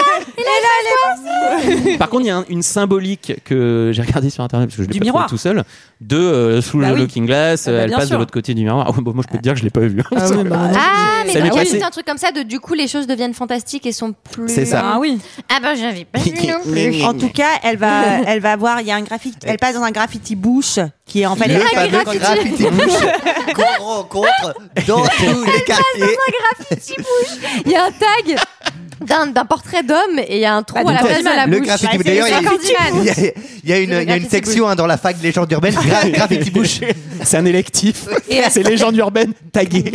Speaker 11: elle est
Speaker 1: Par contre, il y a un- une symbolique que j'ai regardée sur internet parce que je l'ai
Speaker 11: Du
Speaker 1: pas
Speaker 11: miroir.
Speaker 1: trouvé tout seul de euh, sous
Speaker 11: Bah
Speaker 1: le
Speaker 11: oui.
Speaker 1: Looking Glass,
Speaker 11: Ah bah,
Speaker 1: elle
Speaker 11: bien
Speaker 1: passe
Speaker 11: sûr.
Speaker 1: de l'autre côté du miroir. Ah, bon, moi je peux te dire que je l'ai pas vu.
Speaker 11: Ah oui, bah,
Speaker 5: Ah, mais
Speaker 1: Ça m'est
Speaker 5: il y a
Speaker 1: passé.
Speaker 5: juste un truc comme ça de du coup les choses deviennent fantastiques et sont plus.
Speaker 1: C'est ça.
Speaker 11: Ah oui.
Speaker 5: Ah ben j'avais pas vu non plus.
Speaker 7: En tout cas, elle va, elle va voir, il y a un graffiti, elle passe dans un graffiti bouche qui est en fait
Speaker 12: Le
Speaker 7: un
Speaker 12: fameux graffiti bouche qu'on rencontre dans tous les quartiers.
Speaker 5: Il y a un tag d'un d'un portrait d'homme et il y a un
Speaker 7: Ah,
Speaker 5: trou à la place de la
Speaker 12: le
Speaker 5: bouche.
Speaker 12: graffiti
Speaker 5: Ah,
Speaker 12: bouche.
Speaker 5: c'est
Speaker 12: D'ailleurs,
Speaker 5: les
Speaker 12: il y a- il
Speaker 5: Candyman.
Speaker 12: y, a- il y a une, il
Speaker 5: Le
Speaker 12: y a une
Speaker 5: graffiti
Speaker 12: section hein, dans la fac Légendes urbaines, gra- graffiti bouche.
Speaker 1: C'est un électif.
Speaker 11: Et-
Speaker 1: C'est légende urbaine taguée.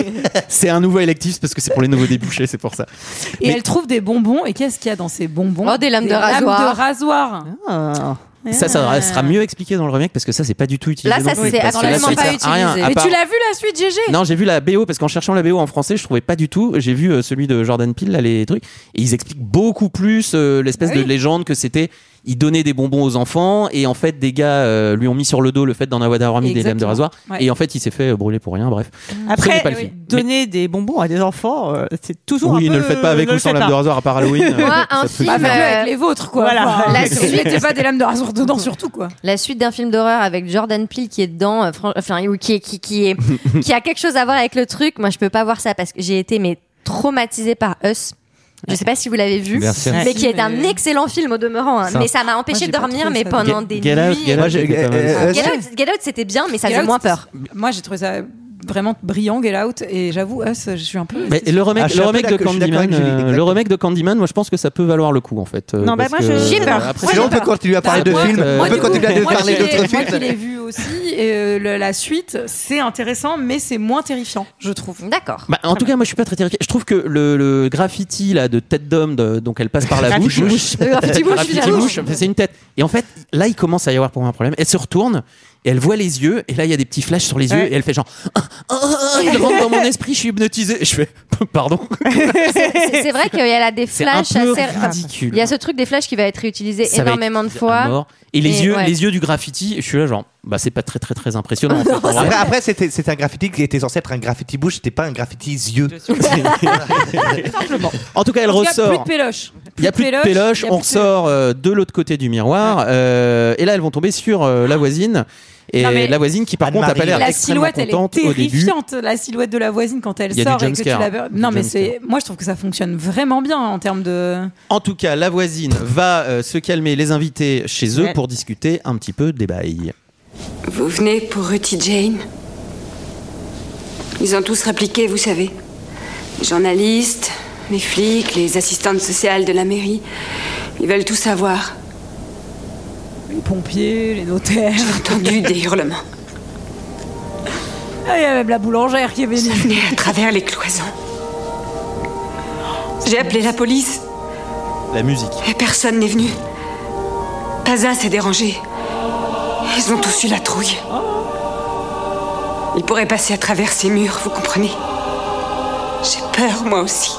Speaker 1: C'est un nouveau électif c'est parce que c'est pour les nouveaux débouchés, c'est pour ça.
Speaker 11: Et elle trouve des bonbons. Et qu'est-ce qu'il y a dans ces bonbons
Speaker 5: Oh, des lames de rasoir.
Speaker 11: de rasoir. Ah.
Speaker 1: Ah. Ça, ça sera mieux expliqué dans le remake parce que ça, c'est pas du tout utilisé.
Speaker 5: Là, ça,
Speaker 1: non plus,
Speaker 5: c'est
Speaker 1: parce que là,
Speaker 5: absolument
Speaker 1: ça
Speaker 5: pas
Speaker 1: sert à rien,
Speaker 5: utilisé.
Speaker 1: à
Speaker 11: Mais
Speaker 1: part-
Speaker 11: tu l'as vu la suite, GG
Speaker 1: Non, j'ai vu la BO parce qu'en cherchant la BO en français, je trouvais pas du tout. J'ai vu euh, celui de Jordan Peele, là, les trucs. Et ils expliquent beaucoup plus euh, l'espèce
Speaker 11: Ah oui.
Speaker 1: de légende que c'était. Ils donnaient des bonbons aux enfants et en fait, des gars euh, lui ont mis sur le dos le fait d'en avoir mis des lames de
Speaker 11: Exactement.
Speaker 1: rasoir.
Speaker 11: Ouais.
Speaker 1: Et en fait, il s'est fait euh, brûler pour rien. Bref. Prenez
Speaker 7: Après,
Speaker 1: pas le
Speaker 7: euh,
Speaker 1: film.
Speaker 7: donner des bonbons à des enfants, euh, c'est toujours un
Speaker 1: oui,
Speaker 7: peu.
Speaker 1: ne le faites pas avec
Speaker 7: ne
Speaker 1: ou
Speaker 7: le
Speaker 1: sans
Speaker 7: faites
Speaker 1: lame de
Speaker 7: pas.
Speaker 1: rasoir à part Halloween.
Speaker 5: Moi,
Speaker 1: Ça
Speaker 5: un
Speaker 1: pue.
Speaker 5: film,
Speaker 11: Bah, faites-le
Speaker 5: euh,
Speaker 11: avec les vôtres, quoi.
Speaker 7: Voilà.
Speaker 11: Enfin,
Speaker 5: La
Speaker 11: si
Speaker 5: suite-
Speaker 11: mettez pas des lames de rasoir dedans, surtout, quoi.
Speaker 5: La suite d'un film d'horreur avec Jordan Peele qui est dedans, euh, fran- enfin oui, qui, est- qui, qui, est, qui a quelque chose à voir avec le truc. Moi, je peux pas voir ça parce que j'ai été mais traumatisée par Us. Je sais pas si vous l'avez vu,
Speaker 12: Bien sûr.
Speaker 5: mais qui est un excellent film au demeurant. hein.
Speaker 12: Ça.
Speaker 5: Mais ça m'a empêché de
Speaker 11: j'ai pas
Speaker 5: dormir,
Speaker 11: trouvé
Speaker 5: mais
Speaker 11: ça.
Speaker 5: pendant des
Speaker 1: Out,
Speaker 5: nuits.
Speaker 1: Get
Speaker 12: Moi,
Speaker 1: Out,
Speaker 12: je-
Speaker 1: c'était pas mal.
Speaker 12: euh, euh,
Speaker 5: Get Out, Get Out, c'était bien, mais ça
Speaker 11: Get
Speaker 5: faisait
Speaker 11: Out,
Speaker 5: moins peur.
Speaker 11: Moi, j'ai trouvé ça vraiment brillant, Get Out. Et j'avoue, Us, je suis un peu.
Speaker 1: Mais le
Speaker 12: Ah,
Speaker 1: remake,
Speaker 12: je
Speaker 1: le
Speaker 12: suis un
Speaker 1: remake
Speaker 12: peu
Speaker 1: de
Speaker 12: d'accord- je suis
Speaker 1: Candyman,
Speaker 12: d'accord avec Julie,
Speaker 1: euh, le
Speaker 12: exactement.
Speaker 1: remake de Candyman, moi je pense que ça peut valoir le coup en fait. euh,
Speaker 7: Non, bah,
Speaker 1: parce
Speaker 7: moi,
Speaker 1: que-
Speaker 7: je-
Speaker 5: j'ai peur.
Speaker 1: Après,
Speaker 12: Sinon, on peut continuer à parler de
Speaker 11: Moi,
Speaker 12: films.
Speaker 1: euh,
Speaker 12: On
Speaker 11: Moi,
Speaker 12: peut
Speaker 11: du
Speaker 12: continuer
Speaker 11: coup,
Speaker 12: à
Speaker 11: moi
Speaker 12: parler
Speaker 11: qui l'ai-
Speaker 12: d'autres
Speaker 11: Moi qui l'ai
Speaker 12: films.
Speaker 11: vu aussi, euh, le- la suite, c'est intéressant, mais c'est moins terrifiant, je trouve.
Speaker 5: D'accord.
Speaker 1: Bah, en tout cas, moi je suis pas très terrifié. Je trouve que le, le graffiti là de tête d'homme, de- donc elle passe par la bouche.
Speaker 7: Graffiti
Speaker 5: Le graffiti bouche,
Speaker 1: Graffiti
Speaker 5: finalement.
Speaker 1: bouche, enfin, c'est une tête. Et en fait, là il commence à y avoir pour moi un problème. Elle se retourne et elle voit les yeux et là il y a des petits flashs sur les yeux
Speaker 7: Ouais.
Speaker 1: et elle fait genre Ah, ah, ah, il rentre dans mon esprit, je suis hypnotisé. Et je fais pardon.
Speaker 5: C'est c'est vrai qu'il y a des
Speaker 1: C'est un
Speaker 5: flashs
Speaker 1: peu
Speaker 5: assez.
Speaker 1: ridicule.
Speaker 5: Il y a ce truc des flashs qui va être réutilisé
Speaker 1: Ça va être
Speaker 5: énormément de
Speaker 1: à
Speaker 5: fois.
Speaker 1: mort. Et les
Speaker 5: Et
Speaker 1: yeux,
Speaker 5: ouais.
Speaker 1: les yeux du graffiti, je suis là genre bah c'est pas très très très impressionnant.
Speaker 11: Ah
Speaker 1: en fait, en vrai.
Speaker 12: Après, après, c'était c'était un graffiti qui était censé être un graffiti bouche, c'était pas un graffiti yeux.
Speaker 1: En tout cas, elle
Speaker 11: En tout cas,
Speaker 1: ressort.
Speaker 11: plus de péloche.
Speaker 1: Il n'y a plus de péloche,
Speaker 11: y a
Speaker 1: on
Speaker 11: plus de-
Speaker 1: sort euh, de l'autre côté du miroir, euh, et là elles vont tomber sur euh, la voisine. Et
Speaker 11: Non, mais-
Speaker 1: la voisine qui, par contre, n'a pas l'air
Speaker 11: La
Speaker 1: extrêmement
Speaker 11: silhouette, elle est
Speaker 1: contente au début.
Speaker 11: terrifiante. La silhouette de la voisine quand elle
Speaker 1: Il y a du
Speaker 11: sort et que tu
Speaker 1: jumpscare.
Speaker 11: la.
Speaker 1: Du
Speaker 11: Non, mais c'est. Moi, je trouve que ça fonctionne vraiment bien en termes de.
Speaker 1: En tout cas, la voisine va euh, se calmer, les inviter chez eux
Speaker 13: Ouais.
Speaker 1: pour discuter un petit peu des bails.
Speaker 13: Vous venez pour Ruthie Jane Ils ont tous répliqué, vous savez. Les journalistes, les flics, les assistantes sociales de la mairie. Ils veulent tout savoir.
Speaker 11: Les pompiers, les notaires.
Speaker 13: J'ai entendu des hurlements.
Speaker 11: Ah, il y a même la boulangère qui est venue.
Speaker 13: à travers les cloisons. J'ai appelé la police
Speaker 1: La musique.
Speaker 13: et personne n'est venu. Pas un s'est dérangé. Ils ont tous eu la trouille. Ils pourraient passer à travers ces murs, vous comprenez J'ai peur, moi aussi.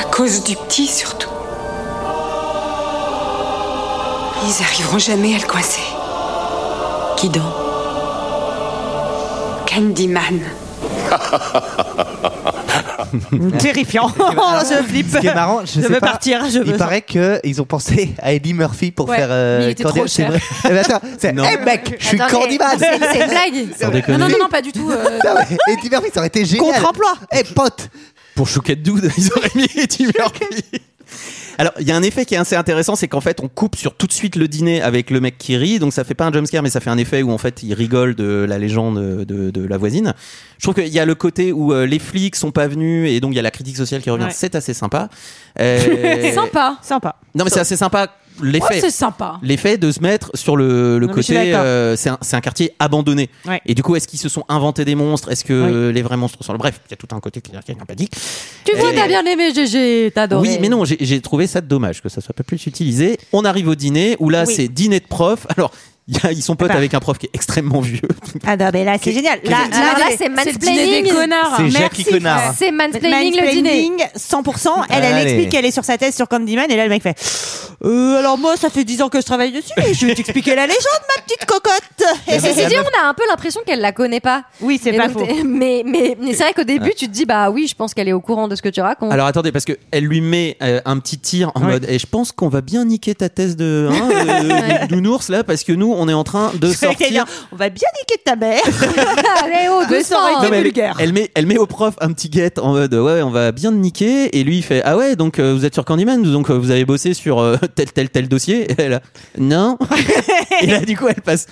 Speaker 13: À cause du petit, surtout. Ils arriveront jamais à le coincer. Qui donc Candyman.
Speaker 7: Terrifiant. Oh, je flippe.
Speaker 12: Ce qui est marrant, je, sais
Speaker 7: veux
Speaker 12: pas,
Speaker 7: partir. Je veux
Speaker 12: Il paraît qu'ils ont pensé à Eddie Murphy pour
Speaker 7: Ouais,
Speaker 12: faire euh,
Speaker 7: mais il était
Speaker 12: Candy-
Speaker 7: trop
Speaker 12: c'est
Speaker 7: cher.
Speaker 12: vrai. Eh ben attends, c'est
Speaker 7: Non.
Speaker 12: hey mec, je suis
Speaker 7: Attends, mais-
Speaker 12: Candyman.
Speaker 7: c'est- c'est une blague. Sans
Speaker 1: déconner. Non, non, non, non,
Speaker 11: pas du tout.
Speaker 12: Non, mais Eddie Murphy, ça aurait été génial.
Speaker 7: Contre-emploi.
Speaker 12: Eh pote.
Speaker 1: Pour Chouquette Dude, ils auraient mis Eddie Murphy. Alors, il y a un effet qui est assez intéressant, c'est qu'en fait, on coupe sur tout de suite le dîner avec le mec qui rit, donc ça fait pas un jumpscare, mais ça fait un effet où en fait, il rigole de la légende euh, de, de la voisine. Je trouve qu'il y a le côté où euh, les flics sont pas venus et donc il y a la critique sociale qui revient.
Speaker 11: Ouais.
Speaker 1: C'est assez sympa. Euh,
Speaker 11: sympa.
Speaker 7: Sympa.
Speaker 1: Non, mais c'est assez sympa l'effet.
Speaker 11: Ouais, c'est sympa.
Speaker 1: L'effet de se mettre sur le, le
Speaker 11: Non, mais je suis
Speaker 1: côté,
Speaker 11: d'accord.
Speaker 1: euh, c'est un, c'est un quartier abandonné.
Speaker 11: Ouais.
Speaker 1: Et du coup, est-ce qu'ils se sont inventés des monstres Est-ce que
Speaker 5: Oui.
Speaker 1: euh, les vrais monstres sont le Bref, il y a tout un côté qui est sympathique.
Speaker 5: Tu vois,
Speaker 1: Et-
Speaker 5: t'as bien aimé GG, t'as adoré.
Speaker 1: Oui, mais non, j'ai- j'ai trouvé ça dommage que ça soit pas plus utilisé. On arrive au dîner où là,
Speaker 7: Oui.
Speaker 1: c'est dîner de prof. Alors, il y a- ils sont potes
Speaker 5: Eh ben.
Speaker 7: Ah bah.
Speaker 1: avec un prof qui est extrêmement vieux.
Speaker 7: Ah non, mais là, c'est génial. Là,
Speaker 5: Là, Ah, là, c'est mansplaining.
Speaker 1: C'est Jackie
Speaker 7: Merci.
Speaker 1: Connard.
Speaker 5: C'est mansplaining le dîner.
Speaker 7: Mansplaining, 100%. Elle, elle
Speaker 1: Allez.
Speaker 7: explique qu'elle est sur sa thèse sur Candyman et là, le mec fait euh, Alors, moi, ça fait 10 ans que je travaille dessus et je vais t'expliquer la légende, ma petite cocotte.
Speaker 5: Mais ceci dit, on a un peu l'impression qu'elle la connaît pas.
Speaker 7: Oui, c'est
Speaker 5: Et
Speaker 7: pas
Speaker 5: donc,
Speaker 7: faux.
Speaker 5: Mais, mais, mais c'est vrai qu'au début, tu te dis, bah oui, je pense qu'elle est au courant de ce que tu racontes.
Speaker 1: Alors attendez, parce que elle lui met euh, un petit tir en mode. Et je pense qu'on va bien niquer ta thèse de, hein, de- de-
Speaker 5: Ouais.
Speaker 1: de nounours là, parce que nous, on est en train de
Speaker 7: Je croyais qu'elle
Speaker 1: sortir.
Speaker 7: allait dire, on va bien niquer ta mère.
Speaker 5: Allez, oh,
Speaker 7: Mais ça aurait
Speaker 5: doucement.
Speaker 7: été
Speaker 1: Non, mais elle,
Speaker 7: vulgaire.
Speaker 1: elle met, elle met au prof un petit guette en mode ouais, on va bien te niquer. Et lui, il fait ah ouais, donc euh, vous êtes sur Candyman, donc euh, vous avez bossé sur euh, tel, tel, tel dossier. Et elle, a, non. et là, du coup, elle passe.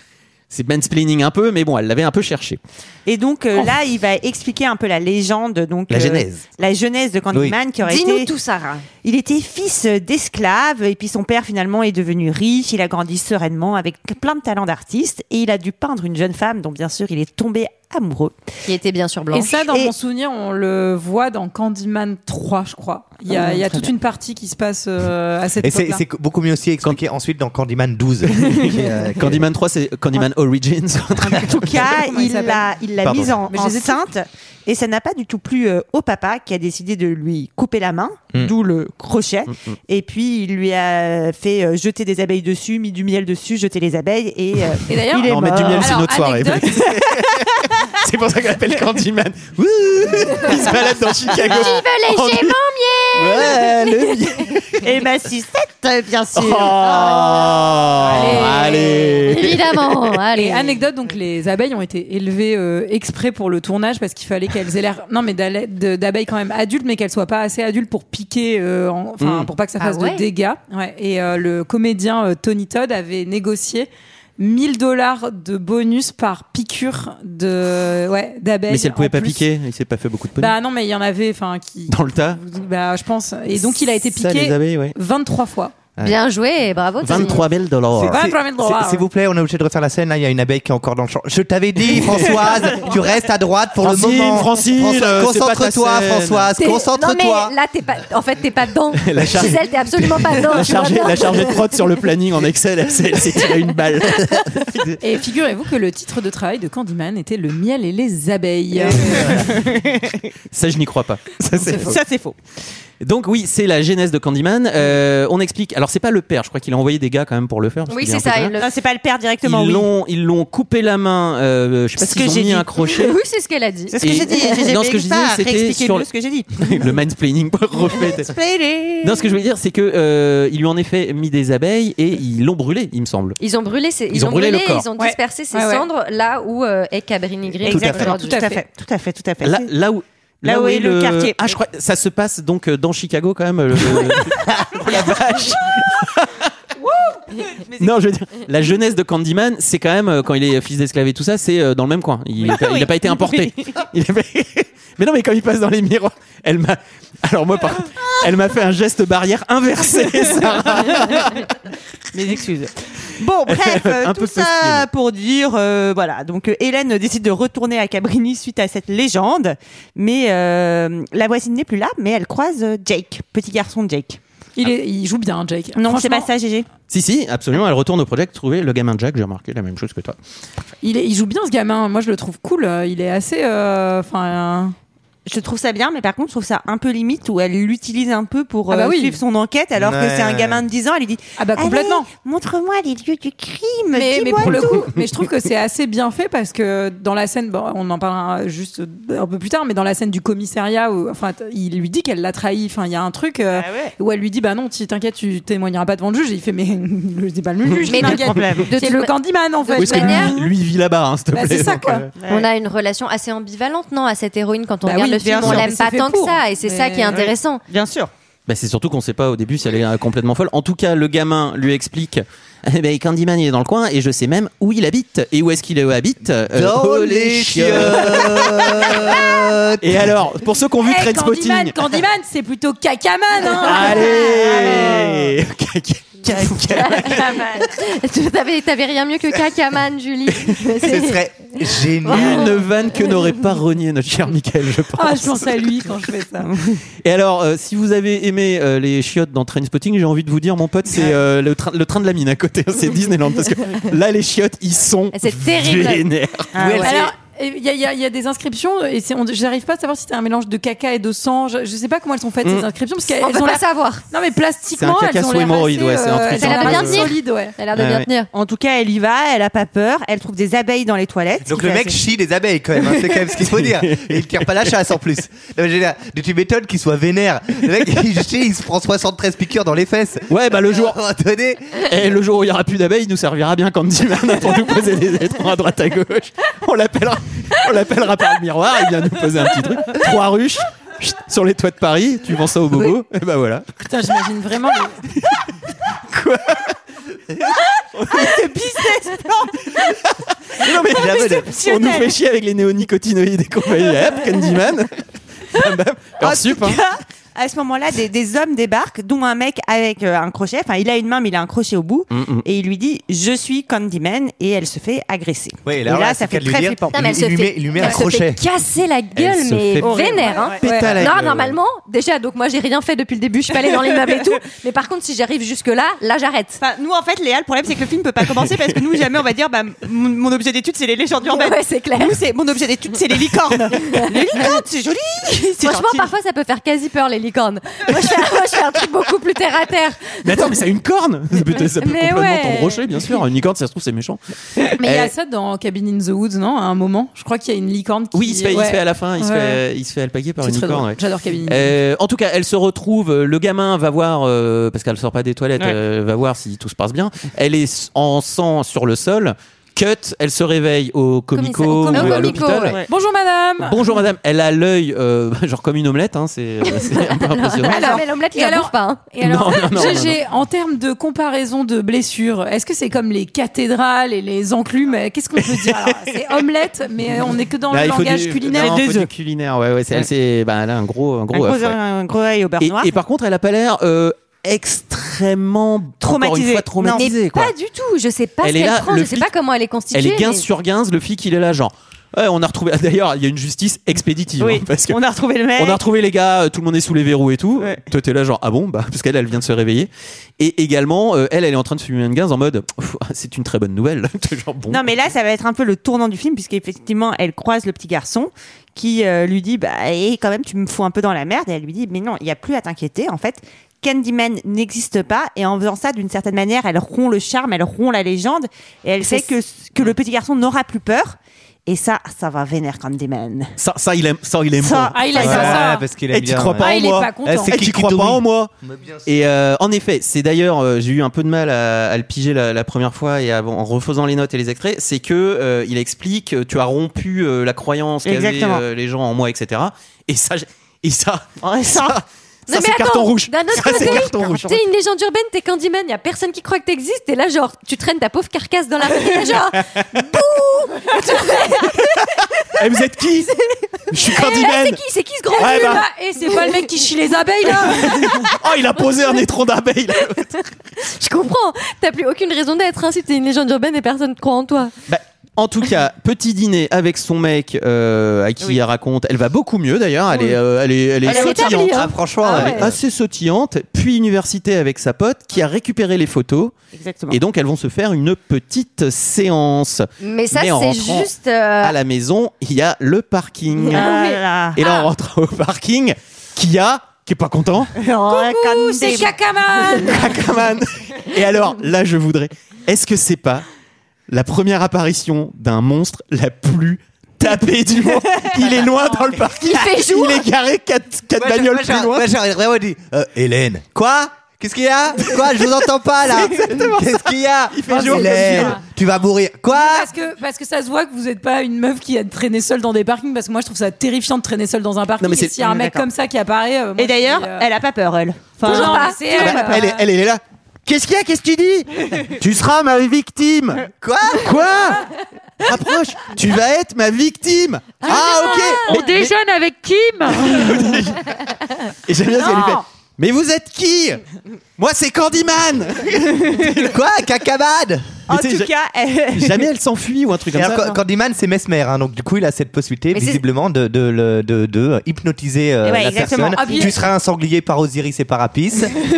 Speaker 1: C'est mansplaining un peu, mais bon, elle l'avait un peu cherché.
Speaker 7: Et donc euh, là, il va expliquer un peu la légende, donc
Speaker 1: Oh. La
Speaker 7: euh,
Speaker 1: genèse.
Speaker 7: la genèse de Candyman qui aurait
Speaker 5: Dis-nous
Speaker 7: été.
Speaker 5: tout, Sarah.
Speaker 7: Il était fils d'esclave et puis son père finalement est devenu riche. Il a grandi sereinement avec plein de talents d'artiste et il a dû peindre une jeune femme dont bien sûr il est tombé amoureux.
Speaker 5: Qui était bien sûr blanche.
Speaker 11: Et ça, dans mon souvenir, on le voit dans Candyman 3, je crois. Il y a,
Speaker 12: Ah,
Speaker 11: il y a
Speaker 12: très
Speaker 11: toute une partie qui se passe euh, à cette
Speaker 12: Et c'est
Speaker 11: époque-là.
Speaker 12: c'est beaucoup mieux aussi expliqué ensuite dans Candyman 12. euh,
Speaker 1: Candyman 3, c'est Candyman Origins.
Speaker 7: En tout cas,
Speaker 11: Comment il
Speaker 7: il
Speaker 11: s'appelle
Speaker 7: l'a il l'a
Speaker 1: Pardon.
Speaker 7: mise en
Speaker 11: Mais je les ai
Speaker 7: enceinte et ça n'a pas du tout plu euh, au papa qui a décidé de lui couper la main,
Speaker 1: Mm.
Speaker 7: d'où le crochet. Et puis il lui a fait euh, jeter des abeilles dessus, mis du miel dessus, jeter les abeilles et, euh,
Speaker 11: Et d'ailleurs-
Speaker 7: il est
Speaker 1: Non, mais du
Speaker 7: mort.
Speaker 1: miel, c'est
Speaker 11: Alors,
Speaker 1: notre soirée. c'est pour ça qu'on appelle Candyman. Wouh il se balade dans Chicago.
Speaker 5: Je veux léger mon miel
Speaker 1: Ouais, le miel.
Speaker 7: Et ma sucette, bien sûr.
Speaker 1: Oh, Ah, allez.
Speaker 5: Évidemment, allez.
Speaker 11: Et anecdote, donc les abeilles ont été élevées euh, exprès pour le tournage parce qu'il fallait qu'elles aient l'air, non mais d'aller- de- d'abeilles quand même adultes, mais qu'elles soient pas assez adultes pour piquer, euh, en- enfin
Speaker 1: Mm.
Speaker 11: pour pas que ça
Speaker 5: Ah
Speaker 11: fasse
Speaker 5: ouais.
Speaker 11: de dégâts. Ouais. Et euh, le comédien euh, Tony Todd avait négocié 1000 dollars de bonus par piqûre de ouais d'abeilles.
Speaker 1: Mais si elle pouvait
Speaker 11: ben, en
Speaker 1: pas
Speaker 11: plus.
Speaker 1: piquer, il s'est pas fait beaucoup de pognon.
Speaker 11: Bah non, mais il y en avait, enfin qui.
Speaker 1: dans le tas.
Speaker 11: Bah je pense. Et donc il a été
Speaker 1: Ça,
Speaker 11: piqué
Speaker 1: les abeilles, ouais. Ah
Speaker 11: 23 fois.
Speaker 5: Bien joué, bravo. Tony.
Speaker 1: 23 000 dollars.
Speaker 11: C'est- 23 000 dollars.
Speaker 12: C'est- S'il vous plaît, on est obligé de refaire la scène. Là, il y a une abeille qui est encore dans le champ. Je t'avais dit, Françoise, tu restes à droite pour
Speaker 1: Francine,
Speaker 12: le moment.
Speaker 1: Francine, euh, c'est pas ta
Speaker 12: concentre-toi,
Speaker 1: scène.
Speaker 12: Françoise,
Speaker 5: T'es- Non
Speaker 12: concentre-toi.
Speaker 5: mais là t'es pas, en fait t'es pas dedans.
Speaker 1: La chargée-
Speaker 5: Gisèle t'es absolument pas dedans.
Speaker 1: La
Speaker 5: tu vois
Speaker 1: chargée,
Speaker 5: bien.
Speaker 1: la chargée de prod sur le planning en Excel, elle s'est elle s'est tirée une balle.
Speaker 11: Et figurez-vous que le titre de travail de Candyman était Le miel et les abeilles. Euh,
Speaker 1: Ça, je n'y crois pas. Ça, c'est faux.
Speaker 7: Ça c'est faux.
Speaker 1: Donc oui, c'est la genèse de Candyman. Euh, on explique. Alors c'est pas le père. Je crois qu'il a envoyé des gars quand même pour le faire. parce
Speaker 5: Oui,
Speaker 1: qu'il est
Speaker 5: c'est
Speaker 1: un peu
Speaker 5: ça.
Speaker 1: tard.
Speaker 5: il le-
Speaker 7: Non, c'est pas le père directement,
Speaker 1: Ils
Speaker 7: oui.
Speaker 1: l'ont, ils l'ont coupé la main. euh, je sais pas
Speaker 7: C'est ce que
Speaker 1: s'ils ont
Speaker 7: j'ai
Speaker 1: mis
Speaker 7: dit.
Speaker 1: un crochet.
Speaker 5: Oui, c'est ce qu'elle a dit.
Speaker 7: C'est ce que
Speaker 1: Et-
Speaker 7: j'ai dit. J'ai
Speaker 1: Non, ce que je disais, c'était sur
Speaker 7: expliquez-le
Speaker 1: le-
Speaker 7: ce que j'ai dit.
Speaker 1: le mansplaining refait. Non, ce que je voulais dire, c'est que euh, ils lui ont en effet mis des abeilles et ils l'ont brûlé, il me semble.
Speaker 5: Ils ont brûlé, ses- ils,
Speaker 1: Ils ont brûlé le corps.
Speaker 5: ils ont
Speaker 1: Ouais.
Speaker 5: dispersé ses
Speaker 7: Ouais, ouais.
Speaker 5: cendres là où euh, est Cabrini Gris
Speaker 1: Tout à fait.
Speaker 5: aujourd'hui.
Speaker 7: Tout à fait, tout à fait, tout à fait.
Speaker 1: Là, là où.
Speaker 7: Là où est le quartier.
Speaker 1: Ah, je crois ça se passe donc euh, dans Chicago quand même. le- le- Oh, la vache. non, je veux dire, la jeunesse de Candyman, c'est quand même euh, quand il est fils d'esclave et tout ça, c'est euh, dans le même coin. Il n'a
Speaker 7: Oui.
Speaker 1: pas été importé.
Speaker 7: Oui.
Speaker 1: Il a pas- Mais non, mais quand il passe dans les miroirs, elle m'a. Alors moi, par... elle m'a fait un geste barrière inversé. Sarah.
Speaker 7: Mes excuses. Bon, bref, euh,
Speaker 1: Un
Speaker 7: tout
Speaker 1: peu
Speaker 7: ça pour dire, euh, voilà, donc euh, Hélène décide de retourner à Cabrini suite à cette légende, mais euh, la voisine n'est plus là, mais elle croise euh, Jake, petit garçon de Jake.
Speaker 11: Il, est- il joue bien, Jake.
Speaker 7: Non, c'est
Speaker 11: Franchement,
Speaker 7: pas ça, GG.
Speaker 1: si, si, absolument. Elle retourne au projet trouver le gamin Jack. J'ai remarqué la même chose que toi.
Speaker 11: Il, est- il joue bien, ce gamin. Moi, je le trouve cool. Il est assez. euh, Enfin.
Speaker 7: Je trouve ça bien, mais par contre, je trouve ça un peu limite où elle l'utilise un peu pour
Speaker 11: Ah bah
Speaker 7: euh,
Speaker 11: oui.
Speaker 7: suivre son enquête, alors que c'est un
Speaker 11: Ouais.
Speaker 7: gamin de 10 ans. Elle lui dit
Speaker 11: Ah bah complètement.
Speaker 7: Montre-moi les lieux du crime.
Speaker 11: mais, mais
Speaker 7: dis-moi
Speaker 11: pour le
Speaker 7: tout.
Speaker 11: coup, mais je trouve que c'est assez bien fait parce que dans la scène, bon, on en parlera juste un peu plus tard, mais dans la scène du commissariat, où, enfin, t- il lui dit qu'elle l'a trahi. Enfin, il y a un truc euh,
Speaker 1: Ah
Speaker 11: où elle lui dit, bah non, tu- t'inquiète, tu témoigneras pas devant le juge. Et il fait, mais je dis pas le juge,
Speaker 5: Mais de-
Speaker 11: t'inquiète.
Speaker 1: problème.
Speaker 5: de
Speaker 11: C'est
Speaker 5: toute
Speaker 11: le
Speaker 5: ma-
Speaker 11: Candyman en
Speaker 5: de
Speaker 11: fait.
Speaker 5: toute manière-
Speaker 1: lui, lui vit là-bas, hein, s'il te
Speaker 11: Bah,
Speaker 1: plaît.
Speaker 11: c'est ça,
Speaker 1: donc,
Speaker 11: quoi.
Speaker 1: euh,
Speaker 5: On a une relation assez ambivalente, non, à cette héroïne quand on
Speaker 11: Bah
Speaker 5: regarde
Speaker 11: oui,
Speaker 5: le
Speaker 11: bien
Speaker 5: film, on
Speaker 11: sûr.
Speaker 5: l'aime
Speaker 11: Mais c'est
Speaker 5: pas
Speaker 11: fait
Speaker 5: tant que
Speaker 11: pour.
Speaker 5: ça, et c'est ça qui
Speaker 11: Mais-
Speaker 5: est intéressant.
Speaker 7: Bien sûr.
Speaker 1: Bah, c'est surtout qu'on sait pas au début si elle est euh, complètement folle. En tout cas, le gamin lui explique eh ben, Candyman il est dans le coin et je sais même où il habite. Et où est-ce qu'il habite Euh,
Speaker 6: Dans
Speaker 1: oh,
Speaker 6: les chiottes.
Speaker 1: Et alors, pour ceux qui ont vu
Speaker 11: Eh,
Speaker 1: Trainspotting.
Speaker 11: Candyman, Candyman, c'est plutôt cacaman. Hein
Speaker 1: Allez
Speaker 5: Tu- T'avais t'avais rien mieux que Cacaman, Julie.
Speaker 1: Ce serait génial Une vanne que n'aurait pas renié notre cher Michael, je pense.
Speaker 11: Ah, je pense à lui quand je fais ça.
Speaker 1: Et alors, euh, si vous avez aimé euh, les chiottes dans Trainspotting, j'ai envie de vous dire, mon pote, c'est euh, le, train- le train de la mine à côté, hein, c'est Disneyland, parce que là, les chiottes, ils sont
Speaker 11: Ah, C'est terrible. Ah,
Speaker 1: vénères.
Speaker 11: Alors, il y, a- il y a- il y a des inscriptions euh, et c'est- on- j'arrive pas à savoir si c'est un mélange de caca et de sang. Je, je sais pas comment elles sont faites
Speaker 1: Mm.
Speaker 11: ces inscriptions parce
Speaker 5: On
Speaker 11: qu'elles
Speaker 5: peut
Speaker 11: ont
Speaker 5: pas
Speaker 11: l'air-
Speaker 5: savoir.
Speaker 11: Non mais plastiquement,
Speaker 1: C'est un caca
Speaker 11: elles ont
Speaker 1: sous
Speaker 11: l'air
Speaker 1: hémorroïde,
Speaker 11: assez,
Speaker 1: ouais, c'est un
Speaker 11: euh,
Speaker 1: truc
Speaker 11: elles ont
Speaker 1: un
Speaker 11: l'air
Speaker 1: peu-
Speaker 11: assez solide, ouais.
Speaker 5: Elle a l'air
Speaker 1: de Ouais, bien ouais.
Speaker 5: tenir.
Speaker 7: En tout cas, elle y va, elle a pas peur, elle trouve des abeilles dans les toilettes.
Speaker 6: Donc le mec chie des abeilles quand même, hein, c'est quand même ce qu'il faut dire. Et il tire pas la chasse en plus. Non, mais j'ai l'air- mais tu m'étonnes qu'il soit vénère. Le mec il chie, il se prend 73 piqûres dans les fesses.
Speaker 1: Ouais, bah le jour.
Speaker 6: Attendez.
Speaker 1: Et le jour où il n'y aura plus d'abeilles, il nous servira bien Candyman pour nous poser des étrons à droite à gauche. On l'appellera, on l'appellera par le miroir, il vient nous poser un petit truc. Trois ruches chut, sur les toits de Paris, tu vends ça au bobo, et bah voilà.
Speaker 11: Putain, j'imagine vraiment. le- Ah,
Speaker 7: Ce business plan
Speaker 1: Mais non, mais,
Speaker 7: Mais
Speaker 1: la
Speaker 7: c'est
Speaker 1: bonne- on nous fait chier avec les néonicotinoïdes et compagnie. Hop, Candyman. Bam, bam. Alors, sup, hein.
Speaker 7: À ce moment-là, des, des hommes débarquent, dont un mec avec euh, un crochet. Enfin, il a une main, mais il a un crochet au bout.
Speaker 1: Mm, mm.
Speaker 7: Et il lui dit Je suis Candyman. Et elle se fait agresser.
Speaker 6: Ouais,
Speaker 7: et
Speaker 6: là,
Speaker 7: là,
Speaker 6: là,
Speaker 7: ça
Speaker 6: c'est le cas de
Speaker 7: fait
Speaker 6: lui
Speaker 7: très
Speaker 6: dire.
Speaker 7: flippant.
Speaker 6: Non, mais elle Il- se il lui fait- met- il lui met un
Speaker 5: elle se
Speaker 6: crochet.
Speaker 5: fait casser la
Speaker 1: Elle
Speaker 5: gueule,
Speaker 1: se
Speaker 5: mais
Speaker 1: fait horrible.
Speaker 5: vénère. hein.
Speaker 1: Ouais, ouais. Péter la
Speaker 5: Non,
Speaker 1: gueule.
Speaker 5: normalement, déjà, donc moi j'ai rien fait depuis le début, je suis pas allée dans les meubles et tout. Mais par contre, si j'arrive jusque-là, là, j'arrête.
Speaker 7: Enfin, nous, en fait, Léa, le problème, c'est que le film peut pas commencer parce que nous, jamais on va dire bah, m- Mon objet d'étude, c'est les légendes urbaines.
Speaker 5: Ouais, c'est clair.
Speaker 7: Nous, c'est Mon objet d'étude, c'est les licornes. les licornes, c'est joli. C'est
Speaker 5: Franchement,
Speaker 7: gentil.
Speaker 5: parfois ça peut faire quasi peur les licornes. Moi je fais, moi, je fais un truc beaucoup plus terre à terre.
Speaker 1: Mais attends, mais ça a une corne Ça peut, ça peut
Speaker 5: Mais
Speaker 1: complètement
Speaker 5: ouais.
Speaker 1: t'embrocher, bien sûr. Une licorne, ça se trouve, c'est méchant.
Speaker 11: Mais il y a
Speaker 1: Eh,
Speaker 11: ça dans Cabin in the Woods, non À un moment, je crois qu'il y a une licorne. Qui...
Speaker 1: Oui, il se fait, il
Speaker 11: ouais.
Speaker 1: se fait à la fin, il, se
Speaker 11: Ouais.
Speaker 1: fait, il se fait alpaguer par
Speaker 11: C'est
Speaker 1: une
Speaker 11: très
Speaker 1: licorne.
Speaker 11: drôle.
Speaker 1: ouais.
Speaker 11: J'adore Cabin in the Woods.
Speaker 1: Euh, en tout cas, elle se retrouve. euh, Le gamin va voir euh, parce qu'elle sort pas des toilettes.
Speaker 11: Ouais.
Speaker 1: euh, va voir si tout se passe bien. Elle est s- en sang sur le sol. Cut. Elle se réveille au comico,
Speaker 11: Comico,
Speaker 1: ou à
Speaker 11: ouais.
Speaker 1: l'hôpital.
Speaker 11: Bonjour madame.
Speaker 1: Bonjour madame. Elle a l'œil euh, genre comme une omelette. hein, c'est c'est un peu impressionnant.
Speaker 5: Alors, mais l'omelette, il
Speaker 11: et
Speaker 5: la
Speaker 11: alors-
Speaker 5: bouffe pas. hein.
Speaker 11: Et alors,
Speaker 1: Non, non, non,
Speaker 11: GG, en termes de comparaison de blessures, est-ce que c'est comme les cathédrales et les enclumes euh, Qu'est-ce qu'on peut dire Alors, C'est omelette, mais on n'est que dans
Speaker 1: Là,
Speaker 11: le
Speaker 1: Bah, il faut
Speaker 11: langage
Speaker 1: du-
Speaker 11: culinaire.
Speaker 1: non, faut du culinaire. Ouais, ouais. C'est, c'est- bah, elle a un gros, un gros.
Speaker 7: Un
Speaker 1: œuf,
Speaker 7: gros,
Speaker 1: ouais.
Speaker 7: un gros œil au beurre
Speaker 1: et,
Speaker 7: noir.
Speaker 1: et par contre, elle a pas l'air euh, extrêmement encore une
Speaker 7: Traumatisée.
Speaker 1: fois traumatisée.
Speaker 5: mais
Speaker 1: quoi.
Speaker 5: pas du tout. Je sais pas
Speaker 1: Elle
Speaker 5: ce
Speaker 1: est
Speaker 5: qu'elle
Speaker 1: là,
Speaker 5: prend,
Speaker 1: le
Speaker 5: je sais
Speaker 1: flic-
Speaker 5: pas comment elle est constituée.
Speaker 1: Elle est 15
Speaker 5: mais-
Speaker 1: sur 15, le flic il est là genre Ouais, on a retrouvé. D'ailleurs, il y a une justice expéditive.
Speaker 7: Oui,
Speaker 1: hein, parce que
Speaker 7: on a retrouvé le mec.
Speaker 1: On a retrouvé les gars. euh, Tout le monde est sous les verrous et tout. Toi, t'es là genre ah bon bah parce qu'elle, elle vient de se réveiller. Et également, euh, elle, elle est en train de fumer une gaz en mode Pff, c'est une très bonne nouvelle. T'es genre, bon.
Speaker 7: Non, mais là, ça va être un peu le tournant du film, puisqu'effectivement, elle croise le petit garçon qui euh, lui dit Bah, et quand même, tu me fous un peu dans la merde. Et elle lui dit Mais non, il n'y a plus à t'inquiéter. En fait, Candyman n'existe pas. Et en faisant ça, d'une certaine manière, elle rompt le charme, elle rompt la légende. Et elle sait que, que le petit garçon n'aura plus peur. Et ça, ça va vénère Candyman.
Speaker 1: Ça, ça, il aime, ça, il aime
Speaker 7: Ça,
Speaker 1: pas.
Speaker 7: ah, il aime pas ça.
Speaker 6: parce qu'il
Speaker 1: Eh,
Speaker 6: aime
Speaker 1: t'y
Speaker 6: bien,
Speaker 1: crois
Speaker 6: ouais.
Speaker 1: pas
Speaker 6: Ah,
Speaker 1: en
Speaker 6: il est
Speaker 1: moi.
Speaker 6: pas content.
Speaker 1: Eh,
Speaker 6: C'est
Speaker 1: tu
Speaker 6: Kikitomi.
Speaker 1: crois pas en moi.
Speaker 6: Mais bien
Speaker 1: Et euh, en effet, c'est d'ailleurs, euh, j'ai eu un peu de mal à, à le piger la, la première fois et à- en refaisant les notes et les extraits, c'est que euh, il explique, euh, tu as rompu euh, la croyance qu'avaient
Speaker 7: Exactement.
Speaker 1: euh, les gens en moi, etc. Et ça, j'ai- et ça,
Speaker 7: ça,
Speaker 1: ça, c'est carton rouge.
Speaker 5: D'un autre
Speaker 1: Ça, c'est
Speaker 5: côté,
Speaker 1: carton rouge.
Speaker 5: t'es une légende urbaine, t'es Candyman, y a personne qui croit que t'existes, et là, genre, tu traînes ta pauvre carcasse dans la rue, et genre,
Speaker 1: Eh, vous êtes qui Je suis Candyman.
Speaker 5: c'est qui, c'est qui ce grand
Speaker 1: Ouais,
Speaker 5: cul,
Speaker 1: bah.
Speaker 5: là Et c'est pas le mec qui chie les abeilles, là
Speaker 1: oh, il a posé un étron d'abeille. là.
Speaker 5: Je comprends, t'as plus aucune raison d'être, hein, si t'es une légende urbaine et personne ne croit en toi.
Speaker 1: Bah, en tout cas, petit dîner avec son mec euh, à qui elle raconte. Elle va beaucoup mieux d'ailleurs. Elle, est, euh, elle est, elle est
Speaker 6: Elle est
Speaker 1: sautillante.
Speaker 6: rétablie, hein. Ah, franchement,
Speaker 1: elle
Speaker 6: ouais.
Speaker 1: est assez sautillante. Puis université avec sa pote qui a récupéré les photos.
Speaker 7: Exactement.
Speaker 1: Et donc elles vont se faire une petite séance.
Speaker 5: Mais ça,
Speaker 1: en
Speaker 5: c'est
Speaker 1: rentrant
Speaker 5: juste, euh,
Speaker 1: À la maison, il y a le parking.
Speaker 7: Ah oui. Ah.
Speaker 1: Et là, on rentre au parking. Qui a qui est pas content
Speaker 11: Oh,
Speaker 7: Coucou,
Speaker 5: c'est Cacaman
Speaker 1: Cacaman Et alors, là, je voudrais. Est-ce que c'est pas la première apparition d'un monstre la plus tapée du monde Il est loin dans le parking.
Speaker 6: Il fait jour.
Speaker 1: Il est garé 4
Speaker 6: Moi, j'ai-
Speaker 1: bagnoles
Speaker 6: moi, j'ai-
Speaker 1: plus loin.
Speaker 6: moi, j'ai vraiment dit euh, Hélène. Quoi Qu'est-ce qu'il y a Quoi Je vous entends pas là.
Speaker 11: C'est exactement
Speaker 6: Qu'est-ce
Speaker 11: ça.
Speaker 6: qu'il y a
Speaker 11: Il fait jour,
Speaker 6: Hélène,
Speaker 11: comme ça.
Speaker 6: tu vas mourir. Quoi
Speaker 11: parce que, parce que ça se voit que vous n'êtes pas une meuf qui a traîné seule dans des parkings, parce que moi je trouve ça terrifiant de traîner seule dans un parking.
Speaker 1: Non, mais
Speaker 11: Et
Speaker 1: c'est-
Speaker 11: S'il y a un mec
Speaker 1: D'accord.
Speaker 11: comme ça qui apparaît. euh, moi,
Speaker 7: Et d'ailleurs,
Speaker 11: je suis, euh,
Speaker 7: elle a pas peur, elle. Enfin,
Speaker 11: Toujours
Speaker 7: non,
Speaker 11: pas,
Speaker 7: mais
Speaker 11: c'est
Speaker 7: toujours
Speaker 11: elle.
Speaker 7: pas
Speaker 1: Ah
Speaker 7: peur.
Speaker 1: bah, Elle est, elle est là. Qu'est-ce qu'il y a Qu'est-ce que tu dis Tu seras ma victime.
Speaker 6: Quoi
Speaker 1: Quoi Approche. Tu vas être ma victime. Ah, ok. Mais-
Speaker 14: avec Kim
Speaker 1: Et j'aime bien ce qu'elle lui fait.
Speaker 14: Non.
Speaker 1: Mais vous êtes qui Moi, c'est Candyman
Speaker 6: Quoi Cacabade
Speaker 1: En tout
Speaker 7: cas, euh,
Speaker 1: jamais elle s'enfuit ou un truc comme ça.
Speaker 6: Candyman, c'est Mesmer, hein, donc du coup, il a cette possibilité,
Speaker 1: Mais c'est-
Speaker 6: visiblement, de, de, le- de- de hypnotiser euh,
Speaker 7: Et Eh ouais,
Speaker 6: la
Speaker 7: exactement. Ah,
Speaker 6: personne.
Speaker 7: Habillé-
Speaker 6: Tu seras un sanglier par Osiris et par Apis.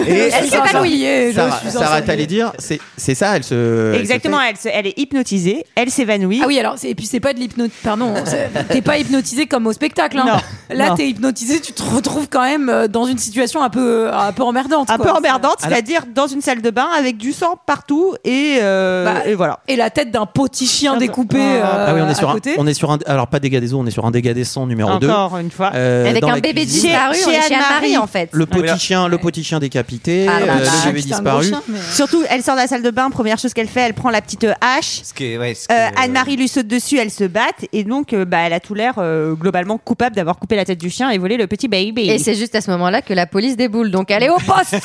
Speaker 7: Elle s'est évanouie, je
Speaker 1: Sarah,
Speaker 7: suis
Speaker 1: Sarah
Speaker 7: enceinte.
Speaker 1: t'allais dire, c'est c'est ça, elle se.
Speaker 7: Exactement, elle, se- elle est hypnotisée, elle s'évanouit.
Speaker 11: Ah oui, alors, c'est- et puis c'est pas de l'hypnose. Pardon, c'est- t'es pas hypnotisé comme au spectacle. hein.
Speaker 7: Non.
Speaker 11: Là,
Speaker 7: Non.
Speaker 11: t'es hypnotisé, tu te retrouves quand même euh, dans une situation un peu, euh, un peu emmerdante.
Speaker 7: Un
Speaker 11: quoi.
Speaker 7: peu emmerdante,
Speaker 11: Alors-
Speaker 7: c'est-à-dire dans une salle de bain avec du sang partout et, euh,
Speaker 11: Bah,
Speaker 7: et voilà.
Speaker 11: Et la tête d'un petit chien découpé. euh,
Speaker 1: ah oui, on est sur
Speaker 11: à
Speaker 1: un,
Speaker 11: côté.
Speaker 1: on est sur un, alors pas dégât des eaux, on est sur un dégât des sangs numéro 2.
Speaker 7: Encore une fois.
Speaker 1: Euh,
Speaker 5: Avec un bébé Ah disparu,
Speaker 7: Chez-
Speaker 5: on est
Speaker 7: chez
Speaker 5: chez Anne-Marie,
Speaker 7: Anne-Marie.
Speaker 5: en fait.
Speaker 1: Le petit chien, le petit chien décapité,
Speaker 5: Ah,
Speaker 1: euh,
Speaker 5: bah, bah,
Speaker 1: le bébé
Speaker 5: c'est un gros
Speaker 1: disparu.
Speaker 5: chien,
Speaker 7: Surtout, elle sort de la salle de bain, première chose qu'elle fait, elle prend la petite hache.
Speaker 6: que- ouais, ce
Speaker 7: Euh,
Speaker 6: que-
Speaker 7: Anne-Marie lui saute dessus, elles se battent et donc euh, bah, elle a tout l'air euh, globalement coupable d'avoir coupé la tête du chien et volé le petit baby.
Speaker 5: Et c'est juste à ce moment-là que la police déboule, donc allez au poste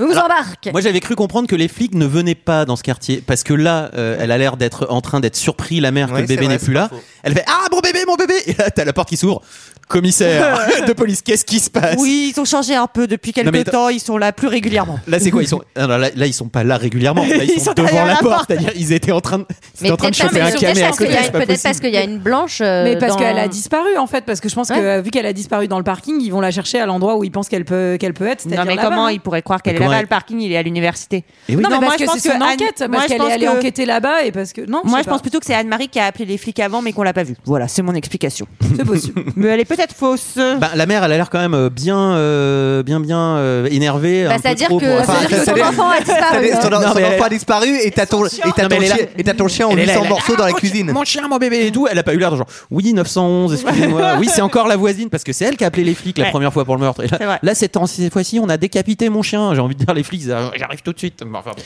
Speaker 5: On vous
Speaker 1: Alors,
Speaker 5: embarque
Speaker 1: Moi, j'avais cru comprendre que les flics ne venaient pas dans ce quartier parce que là, euh, elle a l'air d'être en train d'être surpris, la mère que
Speaker 6: Ouais,
Speaker 1: le bébé
Speaker 6: c'est vrai,
Speaker 1: n'est
Speaker 6: c'est
Speaker 1: plus
Speaker 6: pas
Speaker 1: là.
Speaker 6: faux.
Speaker 1: Elle fait ah mon bébé, mon bébé. Et là, t'as la porte qui s'ouvre. Commissaire de police, qu'est-ce qui se passe
Speaker 7: Oui, ils ont changé un peu depuis
Speaker 1: Ah, Non, mais
Speaker 7: quelques
Speaker 1: attends.
Speaker 7: temps, ils sont là plus régulièrement.
Speaker 1: Là, c'est quoi Ils sont Ah non, là, là, ils sont pas là régulièrement. Là, ils,
Speaker 7: Ils
Speaker 1: sont,
Speaker 7: sont
Speaker 1: devant
Speaker 7: derrière
Speaker 1: la
Speaker 7: la
Speaker 1: porte.
Speaker 7: porte.
Speaker 1: C'est-à-dire, ils étaient en train de, ils étaient en train de
Speaker 5: peut-être
Speaker 1: choper
Speaker 5: pas,
Speaker 1: un
Speaker 5: mais surtout
Speaker 1: camé à
Speaker 5: parce qu'il
Speaker 1: côté.
Speaker 5: y a-
Speaker 1: c'est pas
Speaker 5: Peut-être parce
Speaker 1: possible.
Speaker 5: qu'il y a une blanche. euh,
Speaker 11: Mais parce
Speaker 5: dans-
Speaker 11: qu'elle a disparu en fait, parce que je pense
Speaker 5: Ouais.
Speaker 11: que euh, vu qu'elle a disparu dans le parking, ils vont la chercher à l'endroit où ils pensent qu'elle peut, qu'elle peut être.
Speaker 7: Non mais comment ils pourraient croire qu'elle est
Speaker 11: comment
Speaker 7: là-bas
Speaker 11: elle-
Speaker 7: Le parking, il est à l'université.
Speaker 11: Non, mais,
Speaker 7: moi,
Speaker 11: parce
Speaker 7: je
Speaker 11: que
Speaker 7: pense
Speaker 11: c'est son
Speaker 7: Anne-
Speaker 11: enquête,
Speaker 7: moi,
Speaker 11: parce
Speaker 7: je
Speaker 11: qu'elle est
Speaker 7: pense
Speaker 11: allée
Speaker 7: que-
Speaker 11: enquêter là-bas et parce que non.
Speaker 7: Moi,
Speaker 11: sais
Speaker 7: je pense
Speaker 11: pas.
Speaker 7: plutôt que c'est Anne-Marie qui a appelé les flics avant, mais qu'on l'a pas vue. Voilà, c'est mon explication.
Speaker 11: C'est possible.
Speaker 7: mais elle est peut-être fausse.
Speaker 1: Bah, la mère, elle a l'air quand même euh, bien, euh, bien, bien euh, énervée.
Speaker 7: Bah,
Speaker 1: un peu
Speaker 7: c'est-à-dire
Speaker 1: trop
Speaker 7: que-
Speaker 1: pour-
Speaker 7: c'est-à-dire que son
Speaker 1: c'est-à-dire-
Speaker 7: enfant a disparu. hein.
Speaker 6: Son,
Speaker 1: Non,
Speaker 6: son
Speaker 1: mais elle-
Speaker 6: enfant a disparu et t'as ton, et t'as
Speaker 1: Non, mais
Speaker 6: ton,
Speaker 1: elle est là.
Speaker 6: chien- et t'as ton chien en
Speaker 1: Elle est
Speaker 6: 800
Speaker 1: là, elle est là.
Speaker 6: morceaux dans la cuisine.
Speaker 1: Mon chien, mon bébé et tout, elle a pas eu l'air de genre oui 911, excusez-moi, oui c'est encore la voisine parce que c'est elle qui a appelé les flics la
Speaker 6: Ouais.
Speaker 1: première fois pour le meurtre. Et
Speaker 7: C'est vrai.
Speaker 1: là, là, cette, cette fois-ci, on a décapité mon chien. J'ai envie de dire les flics, j'arrive tout de suite. Bon, enfin, bon.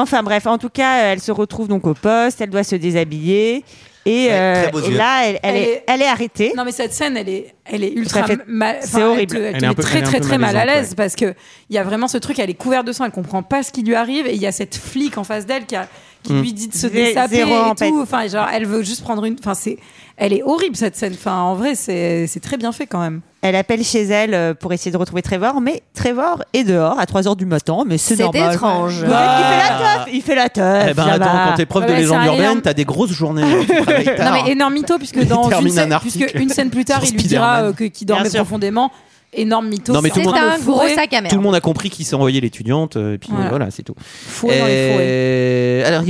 Speaker 7: Enfin bref, en tout cas, euh, elle se retrouve donc au poste, elle doit se déshabiller. Et, euh,
Speaker 11: très beaux
Speaker 7: et
Speaker 11: yeux.
Speaker 7: là, elle, elle est, elle est arrêtée.
Speaker 11: Non mais cette scène, elle est, elle est ultra
Speaker 7: Ça fait-
Speaker 11: ma-
Speaker 7: c'est
Speaker 11: enfin, elle
Speaker 7: horrible.
Speaker 11: te- Elle,
Speaker 7: Elle
Speaker 11: te
Speaker 7: est un
Speaker 11: met
Speaker 7: peu-
Speaker 11: très
Speaker 7: elle est un
Speaker 11: très
Speaker 7: peu
Speaker 11: très mal à
Speaker 7: malaisante,
Speaker 11: l'aise
Speaker 7: ouais.
Speaker 11: parce que il y a vraiment ce truc, elle est couverte de sang, elle comprend pas ce qui lui arrive et il y a cette flic en face d'elle qui, a- qui
Speaker 1: Mm.
Speaker 11: lui dit de se
Speaker 7: Zé-
Speaker 11: dessaper
Speaker 7: zéro
Speaker 11: et
Speaker 7: empathie.
Speaker 11: tout. Enfin, genre, elle veut juste prendre une. Enfin, c'est. Elle est horrible cette scène. Enfin, en vrai, c'est c'est très bien fait quand même.
Speaker 7: Elle appelle chez elle euh, pour essayer de retrouver Trevor, mais Trevor est dehors à 3h du matin, mais c'est
Speaker 5: C'était
Speaker 7: normal.
Speaker 5: étrange.
Speaker 7: Peut-être qu'il fait la teuf, Il fait la teuf.
Speaker 1: Eh ben
Speaker 7: Euh, ça
Speaker 1: attends,
Speaker 7: va.
Speaker 1: quand t'es prof
Speaker 11: Ah. Ouais,
Speaker 1: de
Speaker 11: c'est
Speaker 1: légende
Speaker 11: un
Speaker 7: hein.
Speaker 1: urbaine,
Speaker 11: énorme-
Speaker 1: t'as des grosses journées. hein, tu travailles
Speaker 11: Non
Speaker 1: tard.
Speaker 11: mais énorme mytho puisque
Speaker 1: Il
Speaker 11: dans une
Speaker 1: termine
Speaker 11: scène,
Speaker 1: un
Speaker 11: puisque
Speaker 1: article
Speaker 11: une scène plus tard,
Speaker 1: sur
Speaker 11: il lui dira
Speaker 1: Spider-Man.
Speaker 11: euh, que- qu'il dormait
Speaker 1: sûr.
Speaker 11: profondément. Énorme mytho.
Speaker 1: Non, mais tout le
Speaker 11: c'est
Speaker 1: monde-
Speaker 11: en train de
Speaker 5: un gros
Speaker 11: fourrer-
Speaker 5: sac à merde.
Speaker 1: Tout le monde a compris qui s'est envoyé l'étudiante, euh, et puis
Speaker 11: Voilà.
Speaker 1: voilà, c'est tout.
Speaker 11: Fourré dans les
Speaker 1: Euh,
Speaker 11: fourrés.
Speaker 1: Alors,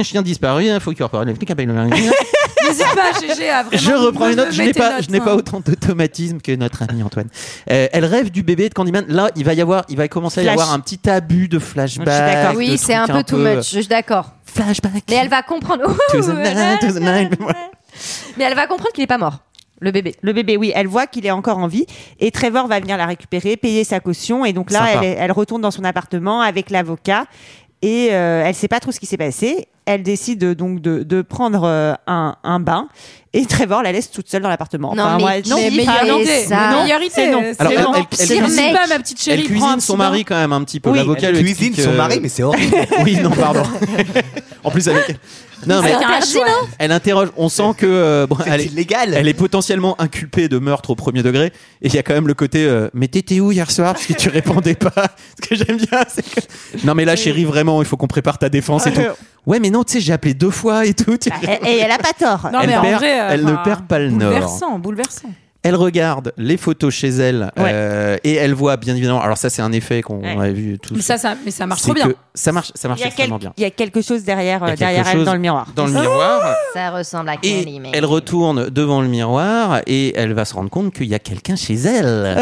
Speaker 1: un chien disparu, il faut qu'il reparte. Le flic appelle le marin.
Speaker 5: Ah,
Speaker 11: N'hésite pas, GG, à vraiment.
Speaker 1: Je reprends
Speaker 11: me-
Speaker 1: une note,
Speaker 11: me
Speaker 1: je n'ai
Speaker 11: mettre
Speaker 1: pas,
Speaker 11: tes
Speaker 1: je n'ai
Speaker 11: notes,
Speaker 1: pas
Speaker 11: hein.
Speaker 1: autant d'automatisme que notre ami Antoine. Euh, elle rêve du bébé de Candyman. Là, il va y avoir, il va commencer à y
Speaker 5: Flash.
Speaker 1: avoir un petit abus de flashback. de
Speaker 5: Oui, c'est
Speaker 1: trucs euh,
Speaker 5: un peu too much. Oh, Je suis d'accord.
Speaker 1: Flashback.
Speaker 5: Mais elle va comprendre.
Speaker 1: To the night, to the night.
Speaker 5: Mais elle va comprendre qu'il est pas mort.
Speaker 7: Le bébé. Le bébé, oui. Elle voit qu'il est encore en vie. Et Trevor va venir la récupérer, payer sa caution. Et donc là,
Speaker 1: Sympa.
Speaker 7: elle, est- elle retourne dans son appartement avec l'avocat. Et euh, elle sait pas trop ce qui s'est passé. Elle décide euh, donc de, de prendre euh, un, un bain. Et Trevor la laisse toute seule dans l'appartement.
Speaker 5: Non, mais
Speaker 7: moi,
Speaker 5: qui fait
Speaker 7: non,
Speaker 5: ça
Speaker 7: non,
Speaker 11: Meilleure idée,
Speaker 7: c'est non.
Speaker 11: c'est non.
Speaker 1: elle
Speaker 11: Je
Speaker 1: cuisine-
Speaker 11: sais pas, ma petite chérie,
Speaker 1: elle
Speaker 11: prends un
Speaker 1: cuisine
Speaker 11: petit
Speaker 1: son
Speaker 11: bain.
Speaker 1: mari quand même un petit peu.
Speaker 6: Oui.
Speaker 1: L'avocat
Speaker 6: Elle
Speaker 1: lui
Speaker 6: cuisine
Speaker 1: explique,
Speaker 6: son
Speaker 1: euh,
Speaker 6: mari, mais c'est horrible.
Speaker 1: oui, non, pardon. en plus avec. Non, mais
Speaker 5: C'est interdit, non
Speaker 1: elle interroge. On sent que euh, bon, elle est Elle est potentiellement inculpée de meurtre au premier degré. Et il y a quand même le côté. euh, mais t'étais où hier soir parce que tu répondais pas Ce que j'aime bien, c'est que non mais là, chérie, vraiment, il faut qu'on prépare ta défense et tout. Ouais, mais non, tu sais, j'ai appelé deux fois et tout.
Speaker 7: Et, et elle a pas tort.
Speaker 11: Bah, Non,
Speaker 1: Elle
Speaker 11: mais en
Speaker 1: perd-
Speaker 11: vrai, euh,
Speaker 1: elle ne
Speaker 11: enfin,
Speaker 1: perd pas le nord.
Speaker 11: Bouleversant, bouleversant.
Speaker 1: Elle regarde les photos chez elle euh, et elle voit bien évidemment. Alors ça, c'est un effet qu'on
Speaker 7: Ouais.
Speaker 1: avait vu tous.
Speaker 11: Mais ça, ça, mais ça marche
Speaker 1: C'est
Speaker 11: trop bien.
Speaker 1: que Ça marche, ça marche
Speaker 7: Il y a
Speaker 1: extrêmement
Speaker 7: quel-
Speaker 1: bien.
Speaker 7: Il y a quelque chose derrière, euh,
Speaker 1: Il y a quelque
Speaker 7: derrière elle
Speaker 1: chose
Speaker 7: dans le miroir.
Speaker 1: Dans le miroir.
Speaker 5: Ça ressemble à
Speaker 1: Et elle retourne devant le miroir et elle va se rendre compte qu'il y a quelqu'un chez elle.
Speaker 7: Euh,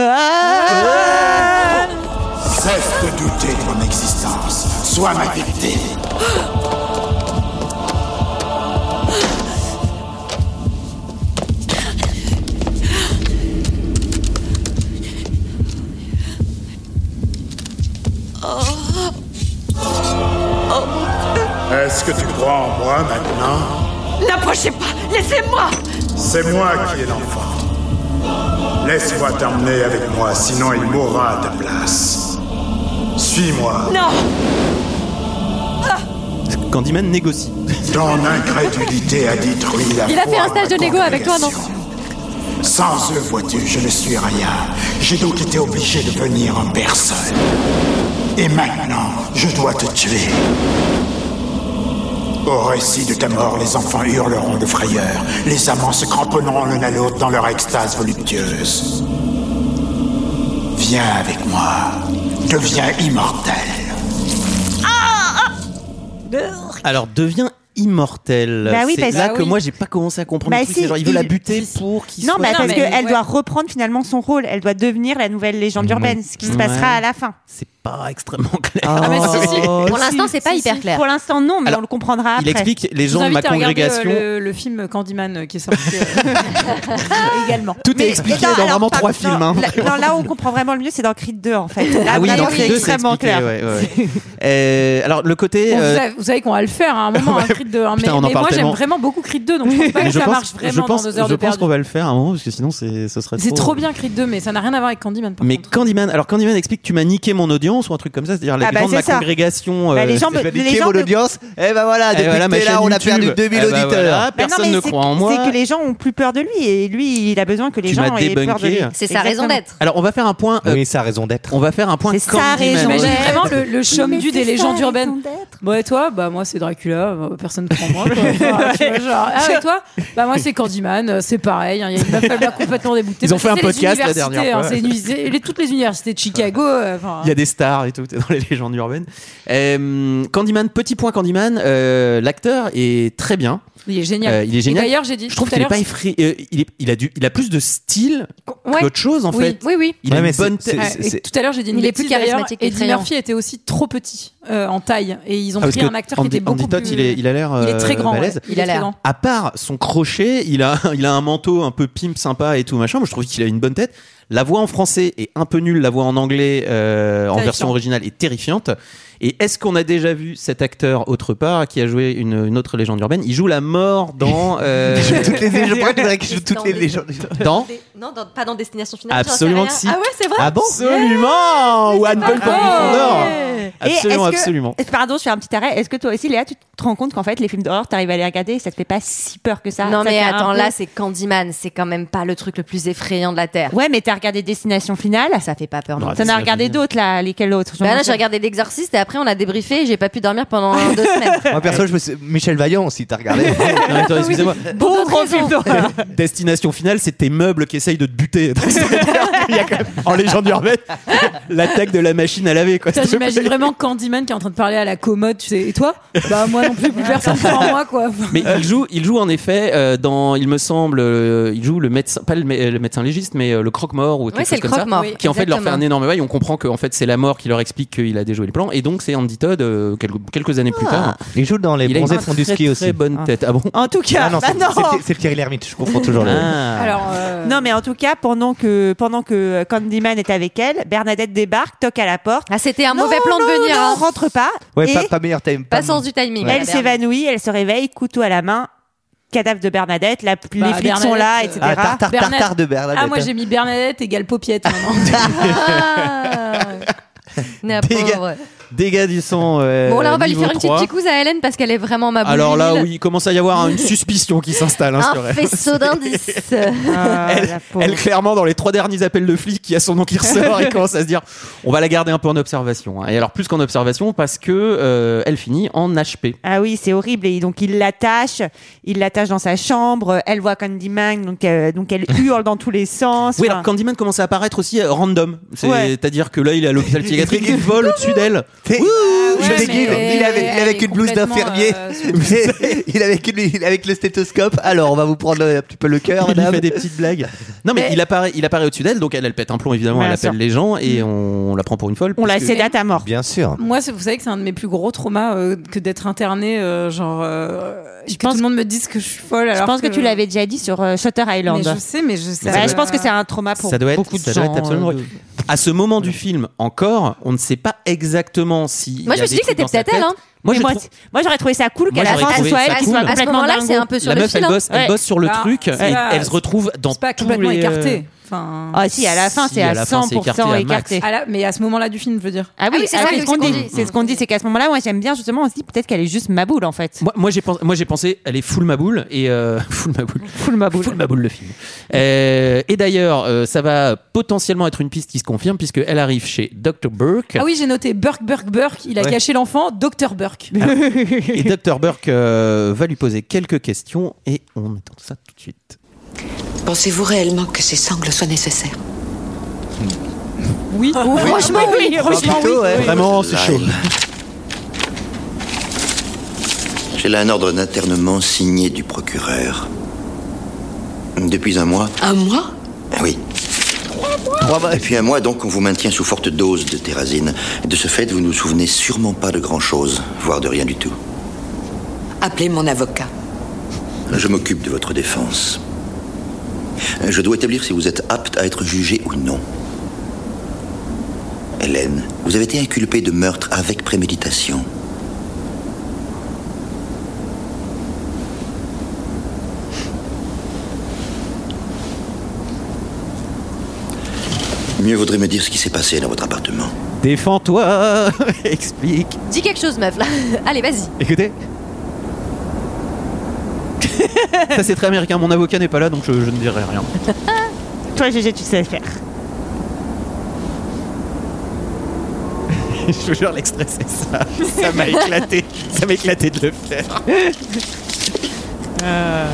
Speaker 15: Cesse de douter de mon existence. Sois ma victime.
Speaker 1: Hmm.
Speaker 11: Oh,
Speaker 16: Est-ce que tu crois en moi maintenant
Speaker 14: N'approchez pas Laissez-moi
Speaker 16: C'est moi qui ai l'enfant. Laisse-moi t'emmener avec moi, sinon il mourra à ta place. Suis-moi.
Speaker 14: Non
Speaker 1: Candyman négocie.
Speaker 16: Ton incrédulité a détruit la
Speaker 14: Il a fait
Speaker 16: foi
Speaker 14: un stage de négo avec toi, non
Speaker 16: Sans eux, vois-tu, je ne suis rien. J'ai donc été obligé de venir en personne. Et maintenant, je dois te tuer. Au récit de ta mort, les enfants hurleront de frayeur. Les amants se cramponneront l'un à l'autre dans leur extase voluptueuse. Viens avec moi. Deviens immortel.
Speaker 6: Ah
Speaker 1: Alors devient immortel.
Speaker 7: Bah oui,
Speaker 1: c'est
Speaker 7: parce-
Speaker 1: là
Speaker 7: Bah
Speaker 1: que
Speaker 7: oui.
Speaker 1: moi j'ai pas commencé à comprendre.
Speaker 7: Bah
Speaker 1: le truc.
Speaker 7: si,
Speaker 1: C'est genre, il veut
Speaker 7: il-
Speaker 1: la buter pour qu'il
Speaker 7: Non,
Speaker 1: soit-
Speaker 7: bah, parce qu'elle doit reprendre finalement son rôle. Elle doit devenir la nouvelle légende urbaine, ce qui se
Speaker 1: Mmh. Ouais.
Speaker 7: passera à la fin.
Speaker 1: C'est pas extrêmement clair.
Speaker 7: Ah, mais si, si.
Speaker 5: Pour l'instant, c'est pas hyper clair.
Speaker 7: Pour l'instant, non, mais
Speaker 1: Alors,
Speaker 7: on le comprendra
Speaker 1: il
Speaker 7: après.
Speaker 1: explique les
Speaker 11: Je
Speaker 1: gens
Speaker 11: vous
Speaker 1: de ma
Speaker 11: invite à regarder, euh,
Speaker 1: congrégation.
Speaker 11: le, le film Candyman euh, qui est sorti euh, également.
Speaker 1: Tout est expliqué dans vraiment trois films. hein.
Speaker 7: Là, non, là, où on comprend vraiment le mieux, c'est dans Creed 2, en fait. Là,
Speaker 1: Ah oui,
Speaker 7: vraiment,
Speaker 1: dans
Speaker 7: c'est
Speaker 1: les deux, c'est
Speaker 7: extrêmement
Speaker 1: expliqué.
Speaker 7: clair.
Speaker 1: ouais, ouais. Euh, alors le côté.
Speaker 11: Bon, vous
Speaker 1: euh,
Speaker 11: savez- vous savez qu'on va le faire à un moment, un Creed 2. hein, mais
Speaker 1: Putain, on en
Speaker 11: mais
Speaker 1: parle
Speaker 11: moi, j'aime
Speaker 1: tellement.
Speaker 11: vraiment beaucoup Creed 2, donc je pense pas
Speaker 1: mais
Speaker 11: que
Speaker 1: je
Speaker 11: ça
Speaker 1: pense,
Speaker 11: marche
Speaker 1: je
Speaker 11: vraiment
Speaker 1: pense,
Speaker 11: dans deux heures
Speaker 1: je
Speaker 11: de
Speaker 1: pense
Speaker 11: perdu.
Speaker 1: qu'on va le faire à un moment parce que sinon c'est, ce serait.
Speaker 11: C'est trop bien Creed 2, mais ça n'a rien à voir avec Candyman. par
Speaker 1: Mais Candyman, alors Candyman explique tu m'as niqué mon audience ou un truc comme ça, c'est-à-dire les
Speaker 11: Ah bah,
Speaker 1: gens de
Speaker 11: c'est
Speaker 1: ma
Speaker 11: ça.
Speaker 1: congrégation. euh,
Speaker 11: Bah, les gens-
Speaker 1: c'est-
Speaker 11: les gens de-
Speaker 6: audience, eh ben voilà,
Speaker 1: Eh
Speaker 6: depuis
Speaker 1: voilà,
Speaker 6: que
Speaker 1: ma
Speaker 6: t'es là,
Speaker 1: chaîne
Speaker 6: on a
Speaker 1: YouTube.
Speaker 6: perdu 2000
Speaker 1: Eh ben
Speaker 6: auditeurs.
Speaker 1: voilà,
Speaker 7: Mais non,
Speaker 1: personne
Speaker 7: mais
Speaker 1: ne
Speaker 7: c'est-
Speaker 1: croit en moi.
Speaker 7: C'est que les gens ont plus peur de lui et lui, il a besoin que les
Speaker 1: Tu
Speaker 7: gens
Speaker 1: m'as
Speaker 7: aient peur de lui.
Speaker 1: débunké.
Speaker 7: Exactement.
Speaker 1: Alors on va faire un point. oui,
Speaker 12: ça a raison d'être.
Speaker 1: On va faire un point.
Speaker 7: C'est sa
Speaker 1: Candyman.
Speaker 7: raison
Speaker 11: J'imagine
Speaker 7: d'être.
Speaker 11: vraiment le, le chum
Speaker 7: Mais
Speaker 11: du
Speaker 7: c'est
Speaker 11: des
Speaker 7: ça,
Speaker 11: légendes
Speaker 7: raison
Speaker 11: urbaines. Bon, et toi Bah, moi, c'est Dracula, bah, personne ne prend moi. quoi. Enfin, tu vois, genre, ah, et toi Bah, moi, c'est Candyman, euh, c'est pareil. hein, Il y a une meuf elle m'a complètement déboutée.
Speaker 1: Ils ont fait
Speaker 11: Parce que
Speaker 1: un
Speaker 11: c'est
Speaker 1: podcast
Speaker 11: les
Speaker 1: la dernière
Speaker 11: universités,
Speaker 1: fois.
Speaker 11: hein, c'est une usi- les- toutes les universités de Chicago. euh, enfin,
Speaker 1: Il y a des stars et tout, t'es dans les légendes urbaines. Euh, Candyman, petit point Candyman, euh, l'acteur est très bien.
Speaker 11: il est génial.
Speaker 1: Euh, il est génial.
Speaker 11: Et D'ailleurs, j'ai dit
Speaker 1: Je trouve
Speaker 11: tout à
Speaker 1: qu'il est
Speaker 11: l'heure,
Speaker 1: pas effrayé. euh, il, est- il a du, il a plus de style
Speaker 11: Ouais.
Speaker 1: qu'autre chose en
Speaker 11: Oui.
Speaker 1: fait.
Speaker 11: Oui, oui.
Speaker 1: Il
Speaker 11: Ouais,
Speaker 1: a
Speaker 11: mais
Speaker 1: une
Speaker 11: c'est-
Speaker 1: bonne
Speaker 11: c'est-
Speaker 1: tête.
Speaker 11: Ouais, et tout à l'heure, j'ai dit une
Speaker 5: Il est plus
Speaker 11: bêtise, d'ailleurs,
Speaker 5: charismatique
Speaker 11: Eddie
Speaker 5: qu'effrayant.
Speaker 11: Murphy était aussi trop petit euh, en taille et ils ont
Speaker 1: Ah, parce
Speaker 11: pris
Speaker 1: que
Speaker 11: un acteur qui
Speaker 1: Andy-
Speaker 11: était beaucoup
Speaker 1: Andy Todd,
Speaker 11: plus.
Speaker 1: il, est, il a l'air
Speaker 11: il est très
Speaker 1: euh,
Speaker 11: grand. ouais.
Speaker 1: balèze.
Speaker 11: Il, a l'air.
Speaker 1: À part son crochet, il a, il a un manteau un peu pimp sympa et tout machin. Moi, je trouve qu'il a une bonne tête. La voix en français est un peu nulle. La voix en anglais, euh, en
Speaker 12: Terrifiant.
Speaker 1: version originale, est terrifiante. Et est-ce qu'on a déjà vu cet acteur autre part qui a joué une, une autre légende urbaine Il joue la mort dans. euh,
Speaker 6: Je joue toutes les- je pourrais te dire qu'il joue toutes les
Speaker 5: Dans-
Speaker 6: légendes.
Speaker 1: Dans
Speaker 5: Non, dans- pas dans Destination Finale. j'en sais
Speaker 1: Absolument
Speaker 5: rien.
Speaker 1: que si.
Speaker 5: Ah ouais, c'est vrai
Speaker 1: Ah bon Absolument Ou Anne-Paul
Speaker 5: pas vrai.
Speaker 1: Profondeur
Speaker 7: Et est-ce
Speaker 1: Absolument,
Speaker 7: que-
Speaker 1: absolument.
Speaker 7: Pardon, je fais un petit arrêt. Est-ce que toi aussi, Léa, tu te rends compte qu'en fait, les films d'horreur, t'arrives à les regarder et ça te fait pas si peur que ça
Speaker 5: Non,
Speaker 7: Ça
Speaker 5: mais
Speaker 7: te fait un
Speaker 5: attends,
Speaker 7: peu-
Speaker 5: là, c'est Candyman. C'est quand même pas le truc le plus effrayant de la Terre.
Speaker 7: Ouais, mais t'as regardé Destination Finale.
Speaker 5: Ça fait pas peur.
Speaker 7: T'en as regardé d'autres, là Lesquels d'autres
Speaker 5: Bah là, j'ai regardé l'exorciste et après, on a débriefé et j'ai pas pu dormir pendant deux semaines.
Speaker 12: Moi perso, je me suis- Michel Vaillant aussi, t'as regardé.
Speaker 1: Non, attends, excusez-moi.
Speaker 5: Pour d'autres raisons.
Speaker 1: Destination finale, c'est tes meubles qui essayent de te buter. Il y a quand même, en légende urbaine, l'attaque de la machine à laver. Quoi,
Speaker 11: Putain, J'imagine vraiment Candyman qui est en train de parler à la commode, tu sais. Et toi Bah, moi non plus, plus personne croit en moi, quoi.
Speaker 1: Mais il joue, il joue en effet euh, dans, il me semble, euh, il joue le médecin, pas le, mé- le médecin légiste, mais euh, le croque-mort ou quelque
Speaker 5: Ouais, c'est
Speaker 1: chose
Speaker 5: le
Speaker 1: comme ça,
Speaker 5: croque-mort.
Speaker 1: qui
Speaker 5: Oui,
Speaker 1: en fait leur fait
Speaker 5: exactement.
Speaker 1: un énorme bail. On comprend que en fait c'est la mort qui leur explique qu'il a déjoué le plan, et donc c'est Andy Todd euh, quelques, quelques années plus
Speaker 12: Ah.
Speaker 1: tard.
Speaker 12: Il joue dans les
Speaker 1: Il a une
Speaker 12: bronzés font du
Speaker 1: très,
Speaker 12: ski
Speaker 1: très
Speaker 12: aussi.
Speaker 1: bonne tête. Ah bon
Speaker 7: En tout cas,
Speaker 12: Ah non, c'est-
Speaker 7: bah non.
Speaker 12: c'est- c'est Thierry Lhermitte, je confonds toujours le.
Speaker 1: Ah.
Speaker 7: euh, Non, mais en tout cas, pendant que, pendant que euh, Candyman est avec elle, Bernadette débarque, toque à la porte.
Speaker 5: Ah, c'était un
Speaker 7: Non,
Speaker 5: mauvais plan de
Speaker 7: non,
Speaker 5: venir,
Speaker 7: Non,
Speaker 5: hein.
Speaker 7: rentre pas.
Speaker 12: Ouais,
Speaker 7: Et
Speaker 12: pas, pas meilleur time.
Speaker 5: Pas sens du timing.
Speaker 7: Elle s'évanouit, elle se réveille, couteau à la main, cadavre de Bernadette, la-
Speaker 11: Bah,
Speaker 7: les flics sont
Speaker 11: euh,
Speaker 7: là, etc.
Speaker 12: Ah, tartare, tartare de Bernadette.
Speaker 11: Ah,
Speaker 1: hein.
Speaker 11: moi j'ai mis Bernadette égale paupiette. maintenant.
Speaker 5: La
Speaker 1: Dégâts-
Speaker 5: pauvre.
Speaker 1: Dégâts du sang. euh,
Speaker 5: Bon, là, on va lui
Speaker 1: niveau
Speaker 5: faire une petite
Speaker 1: 3.
Speaker 5: picouse à Hélène parce qu'elle est vraiment ma boule
Speaker 1: Alors là,
Speaker 5: d'huile.
Speaker 1: oui, il commence à y avoir hein, une suspicion qui s'installe. hein, c'est
Speaker 5: Un
Speaker 1: vrai.
Speaker 5: faisceau d'indices. Ah,
Speaker 1: elle, elle, clairement, dans les trois derniers appels de flic, il y a son nom qui ressort et commence à se dire on va la garder un peu en observation. hein. Et alors, plus qu'en observation, parce que euh, elle finit en HP.
Speaker 7: Ah oui, c'est horrible. Et donc, il l'attache, il l'attache dans sa chambre, elle voit Candyman, donc, euh, donc elle hurle dans tous les sens.
Speaker 1: Oui,
Speaker 7: Enfin,
Speaker 1: alors Candyman commence à apparaître aussi euh, random. C'est-
Speaker 7: Ouais.
Speaker 1: C'est-à-dire que là, il est à l'hôpital psychiatrique, il vole au-dessus d'elle.
Speaker 6: Je déguise, il avait, il avait qu'une blouse d'infirmier, mais il avait qu'une- il avait que le stéthoscope. Alors, on va vous prendre euh, un petit peu le cœur,
Speaker 1: Il lui
Speaker 6: madame.
Speaker 1: fait des petites blagues. Non, mais, il apparaît, il apparaît au-dessus d'elle, donc elle, elle pète un plomb évidemment.
Speaker 6: Ouais,
Speaker 1: elle
Speaker 6: bien
Speaker 1: appelle
Speaker 6: sûr.
Speaker 1: les gens et on la prend pour une folle.
Speaker 7: Mm. On la
Speaker 1: parce que-
Speaker 7: sédate à mort. Mm.
Speaker 12: Bien sûr.
Speaker 11: Moi, c'est- vous savez que c'est un de mes plus gros traumas euh, que d'être internée, euh, genre euh, que tout le monde me dise que je suis folle.
Speaker 7: je
Speaker 11: Alors
Speaker 7: pense que, tu l'avais déjà dit sur euh, Shutter Island.
Speaker 11: Mais je sais, mais je sais.
Speaker 7: Bah,
Speaker 11: euh,
Speaker 7: je pense que c'est un trauma pour
Speaker 1: ça doit être,
Speaker 7: beaucoup de
Speaker 1: ça
Speaker 7: gens.
Speaker 1: doit être absolument.
Speaker 7: euh,
Speaker 1: horrible. À ce moment du film, encore, on ne sait pas exactement si.
Speaker 5: Moi,
Speaker 1: il y a
Speaker 5: je me suis
Speaker 1: des
Speaker 5: dit que c'était
Speaker 1: trucs dans sa
Speaker 5: peut-être elle,
Speaker 1: tête.
Speaker 5: hein.
Speaker 1: Moi,
Speaker 7: Mais
Speaker 1: je
Speaker 7: moi,
Speaker 1: trouve-
Speaker 7: t- moi, j'aurais trouvé ça cool
Speaker 1: Moi,
Speaker 7: qu'elle
Speaker 1: j'aurais
Speaker 7: avance
Speaker 1: trouvé
Speaker 7: soit
Speaker 1: ça
Speaker 7: elle,
Speaker 1: cool.
Speaker 7: soit
Speaker 1: À ce
Speaker 7: complètement
Speaker 5: moment-là, c'est
Speaker 7: dingo.
Speaker 5: un peu sur
Speaker 1: la
Speaker 5: le
Speaker 1: meuf,
Speaker 5: fil,
Speaker 1: elle
Speaker 5: hein.
Speaker 1: bosse, elle
Speaker 5: Ouais.
Speaker 1: bosse sur le
Speaker 7: Ah,
Speaker 5: Bah,
Speaker 1: truc et
Speaker 5: c'est pas-
Speaker 1: elle se retrouve dans
Speaker 11: c'est pas
Speaker 1: tous
Speaker 11: complètement
Speaker 1: les, euh,
Speaker 11: écarté. Enfin,
Speaker 7: Ah, si, à la fin,
Speaker 1: Si,
Speaker 7: c'est
Speaker 1: à
Speaker 7: à
Speaker 1: la fin,
Speaker 7: 100%
Speaker 1: c'est écarté à max.
Speaker 7: écarté.
Speaker 11: à la- Ah, mais à ce moment-là du film, je veux dire.
Speaker 7: Ah oui, ah oui, c'est ce qu'on dit. C'est ce qu'on dit, c'est qu'à ce moment-là, moi j'aime bien justement, on se dit peut-être qu'elle est juste ma boule en fait.
Speaker 1: Moi, moi, j'ai pensé, moi j'ai pensé, elle est full ma boule et euh, full ma boule,
Speaker 7: full ma boule,
Speaker 1: full ma boule le film. Euh, et d'ailleurs, euh, ça va potentiellement être une piste qui se confirme puisque elle arrive chez Dr Burke.
Speaker 11: Ah oui, j'ai noté Burke, Burke, Burke. Il a
Speaker 1: Ouais. Ah.
Speaker 11: caché l'enfant. Docteur Burke.
Speaker 1: Et Dr Burke euh, va lui poser quelques questions et on attend ça tout de suite.
Speaker 17: Pensez-vous réellement que ces sangles soient nécessaires
Speaker 11: Oui.
Speaker 7: Ah,
Speaker 17: Franchement, oui. Eh, Franchement, oui.
Speaker 1: hein. Vraiment,
Speaker 17: Oh, c'est chaud.
Speaker 18: J'ai là un ordre d'internement signé du procureur. Depuis un mois. eh
Speaker 17: Un mois
Speaker 18: Oui. Trois mois. Depuis un mois, donc, on vous maintient sous forte dose de terrazine. De ce fait, vous ne vous souvenez sûrement pas de grand-chose, voire de rien du tout.
Speaker 17: Appelez mon avocat.
Speaker 18: Je m'occupe de votre défense. Je dois établir si vous êtes apte à être jugé ou non. Hélène, vous avez été inculpée de meurtre avec préméditation. Mieux vaudrait me dire ce qui s'est passé dans votre appartement.
Speaker 1: Défends-toi, explique.
Speaker 5: Dis quelque chose, meuf, là. Allez, vas-y.
Speaker 1: Écoutez. Ça c'est très américain, mon avocat n'est pas là donc je, je ne dirai rien.
Speaker 7: Toi GG, tu sais faire.
Speaker 1: je vous jure l'extrait c'est ça. Ça m'a éclaté, ça m'a éclaté de le faire.
Speaker 11: Euh.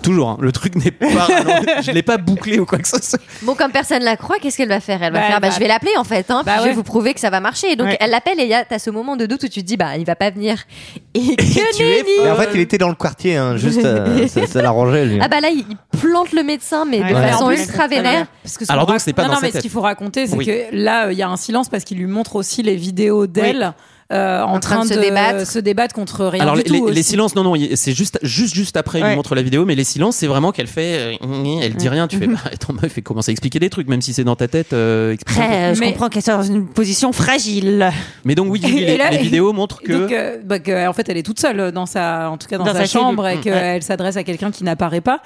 Speaker 1: Toujours, hein, le truc n'est pas. rallongé. je l'ai pas bouclé ou quoi que ce soit.
Speaker 5: Bon, comme personne la croit, qu'est-ce qu'elle va faire Elle va
Speaker 11: Bah,
Speaker 5: faire,
Speaker 11: elle
Speaker 5: bah,
Speaker 11: va-
Speaker 5: je vais l'appeler en fait, hein,
Speaker 11: Bah,
Speaker 5: puis je vais
Speaker 11: ouais.
Speaker 5: vous prouver que ça va marcher. Et donc,
Speaker 11: Ouais.
Speaker 5: elle l'appelle et il y a t'as ce moment de doute où tu te dis, bah, il va pas venir. Et que nenni
Speaker 12: Mais en fait, il était dans le quartier, hein, juste euh, ça, ça l'arrangeait lui.
Speaker 5: Ah bah là, il il plante le médecin, mais de
Speaker 12: Ouais.
Speaker 5: façon
Speaker 11: En plus,
Speaker 5: ultra vénère.
Speaker 11: Parce que ce
Speaker 1: Alors
Speaker 11: qu'on
Speaker 1: donc, c'est pas
Speaker 11: non,
Speaker 1: dans
Speaker 11: non,
Speaker 1: sa
Speaker 11: mais
Speaker 1: tête.
Speaker 11: ce qu'il faut raconter, c'est
Speaker 1: Oui.
Speaker 11: que là, euh, il y a un silence parce qu'il lui montre aussi les vidéos d'elle euh, en,
Speaker 5: train de se débattre.
Speaker 11: se débattre contre rien
Speaker 1: Alors
Speaker 11: du
Speaker 1: les,
Speaker 11: tout.
Speaker 1: les-
Speaker 11: aussi.
Speaker 1: les silences, non non, il- c'est juste juste juste après il
Speaker 11: Ouais.
Speaker 1: lui montre la vidéo, mais les silences c'est vraiment qu'elle fait, euh, elle dit rien. Tu fais, bah, attends meuf, et commence à expliquer des trucs, même si c'est dans ta tête. euh, explique un peu.
Speaker 7: Après, euh, je comprends qu'elle soit dans une position fragile.
Speaker 1: Mais donc oui, oui,
Speaker 11: Et
Speaker 1: les,
Speaker 11: là-
Speaker 1: les vidéos montrent
Speaker 11: et
Speaker 1: que.
Speaker 11: donc, euh, bah, que, en fait elle est toute seule euh, dans sa en tout cas dans,
Speaker 7: Dans
Speaker 11: sa,
Speaker 7: sa cellule.
Speaker 11: chambre et
Speaker 7: Mm.
Speaker 11: qu'elle
Speaker 7: Ouais.
Speaker 11: s'adresse à quelqu'un qui n'apparaît pas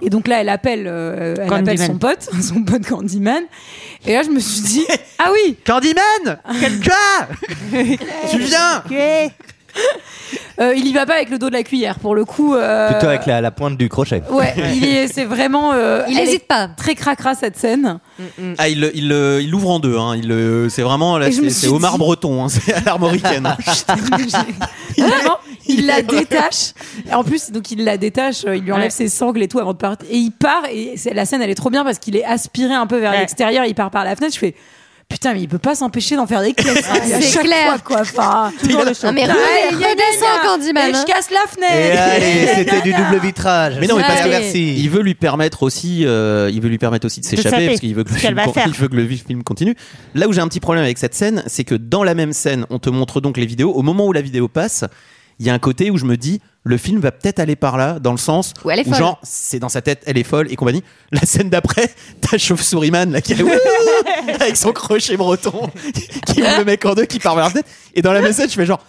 Speaker 11: et donc là elle appelle euh, elle
Speaker 7: Candyman.
Speaker 11: appelle son pote son pote Candyman et là je me suis dit Ah oui
Speaker 1: Candyman Quelqu'un Tu viens
Speaker 11: Euh, Il y va pas avec le dos de la cuillère, pour le coup. euh,
Speaker 12: Plutôt avec la, la pointe du crochet.
Speaker 11: Ouais, il est, c'est vraiment.
Speaker 5: Il hésite
Speaker 11: pas. Très cracra cette scène.
Speaker 1: Ah, il, le- il, le- il l'ouvre en deux. Hein. Il, le- c'est vraiment là,
Speaker 11: Et je me
Speaker 1: c'est,
Speaker 11: suis
Speaker 1: c'est Omar
Speaker 11: dit-
Speaker 1: Breton. hein. C'est à l'armoricaine. hein.
Speaker 11: Vraiment, il la détache. Et En plus, donc il la détache, euh, il lui enlève
Speaker 5: Ouais.
Speaker 11: ses sangles et tout avant de partir. Et il part. Et c'est- la scène, elle est trop bien parce qu'il est aspiré un peu vers l'extérieur. Il part par la fenêtre. Je fais. Putain, mais il peut pas s'empêcher d'en faire des caisses. hein.
Speaker 5: C'est
Speaker 11: À chaque
Speaker 5: clair.
Speaker 11: fois, quoi. Enfin,
Speaker 5: a- Non, mais
Speaker 11: Allez,
Speaker 5: redescends,
Speaker 11: y a des gars.
Speaker 5: Candyman,
Speaker 11: Et
Speaker 5: hein.
Speaker 11: je casse la fenêtre.
Speaker 12: Et allez, c'était du double vitrage.
Speaker 1: Mais non, mais parce
Speaker 12: Super,
Speaker 1: que
Speaker 12: merci.
Speaker 1: il veut lui permettre aussi, euh, il veut lui permettre aussi de
Speaker 12: De
Speaker 1: s'échapper
Speaker 12: saper,
Speaker 1: parce qu'il veut que le
Speaker 12: ce qu'elle
Speaker 1: film,
Speaker 12: va
Speaker 1: con-
Speaker 12: faire.
Speaker 1: il veut que le film continue. Là où j'ai un petit problème avec cette scène, c'est que dans la même scène, on te montre donc les vidéos. Au moment où la vidéo passe, il y a un côté où je me dis, le film va peut-être aller par là, dans le sens
Speaker 5: Où elle est
Speaker 1: où
Speaker 5: folle.
Speaker 1: genre c'est dans sa tête, elle est folle et compagnie. La scène d'après, t'as Chauve-souris Man là qui est avec son crochet breton, qui ouvre le mec en deux, qui part vers la fenêtre. Et dans la même scène, je fais genre.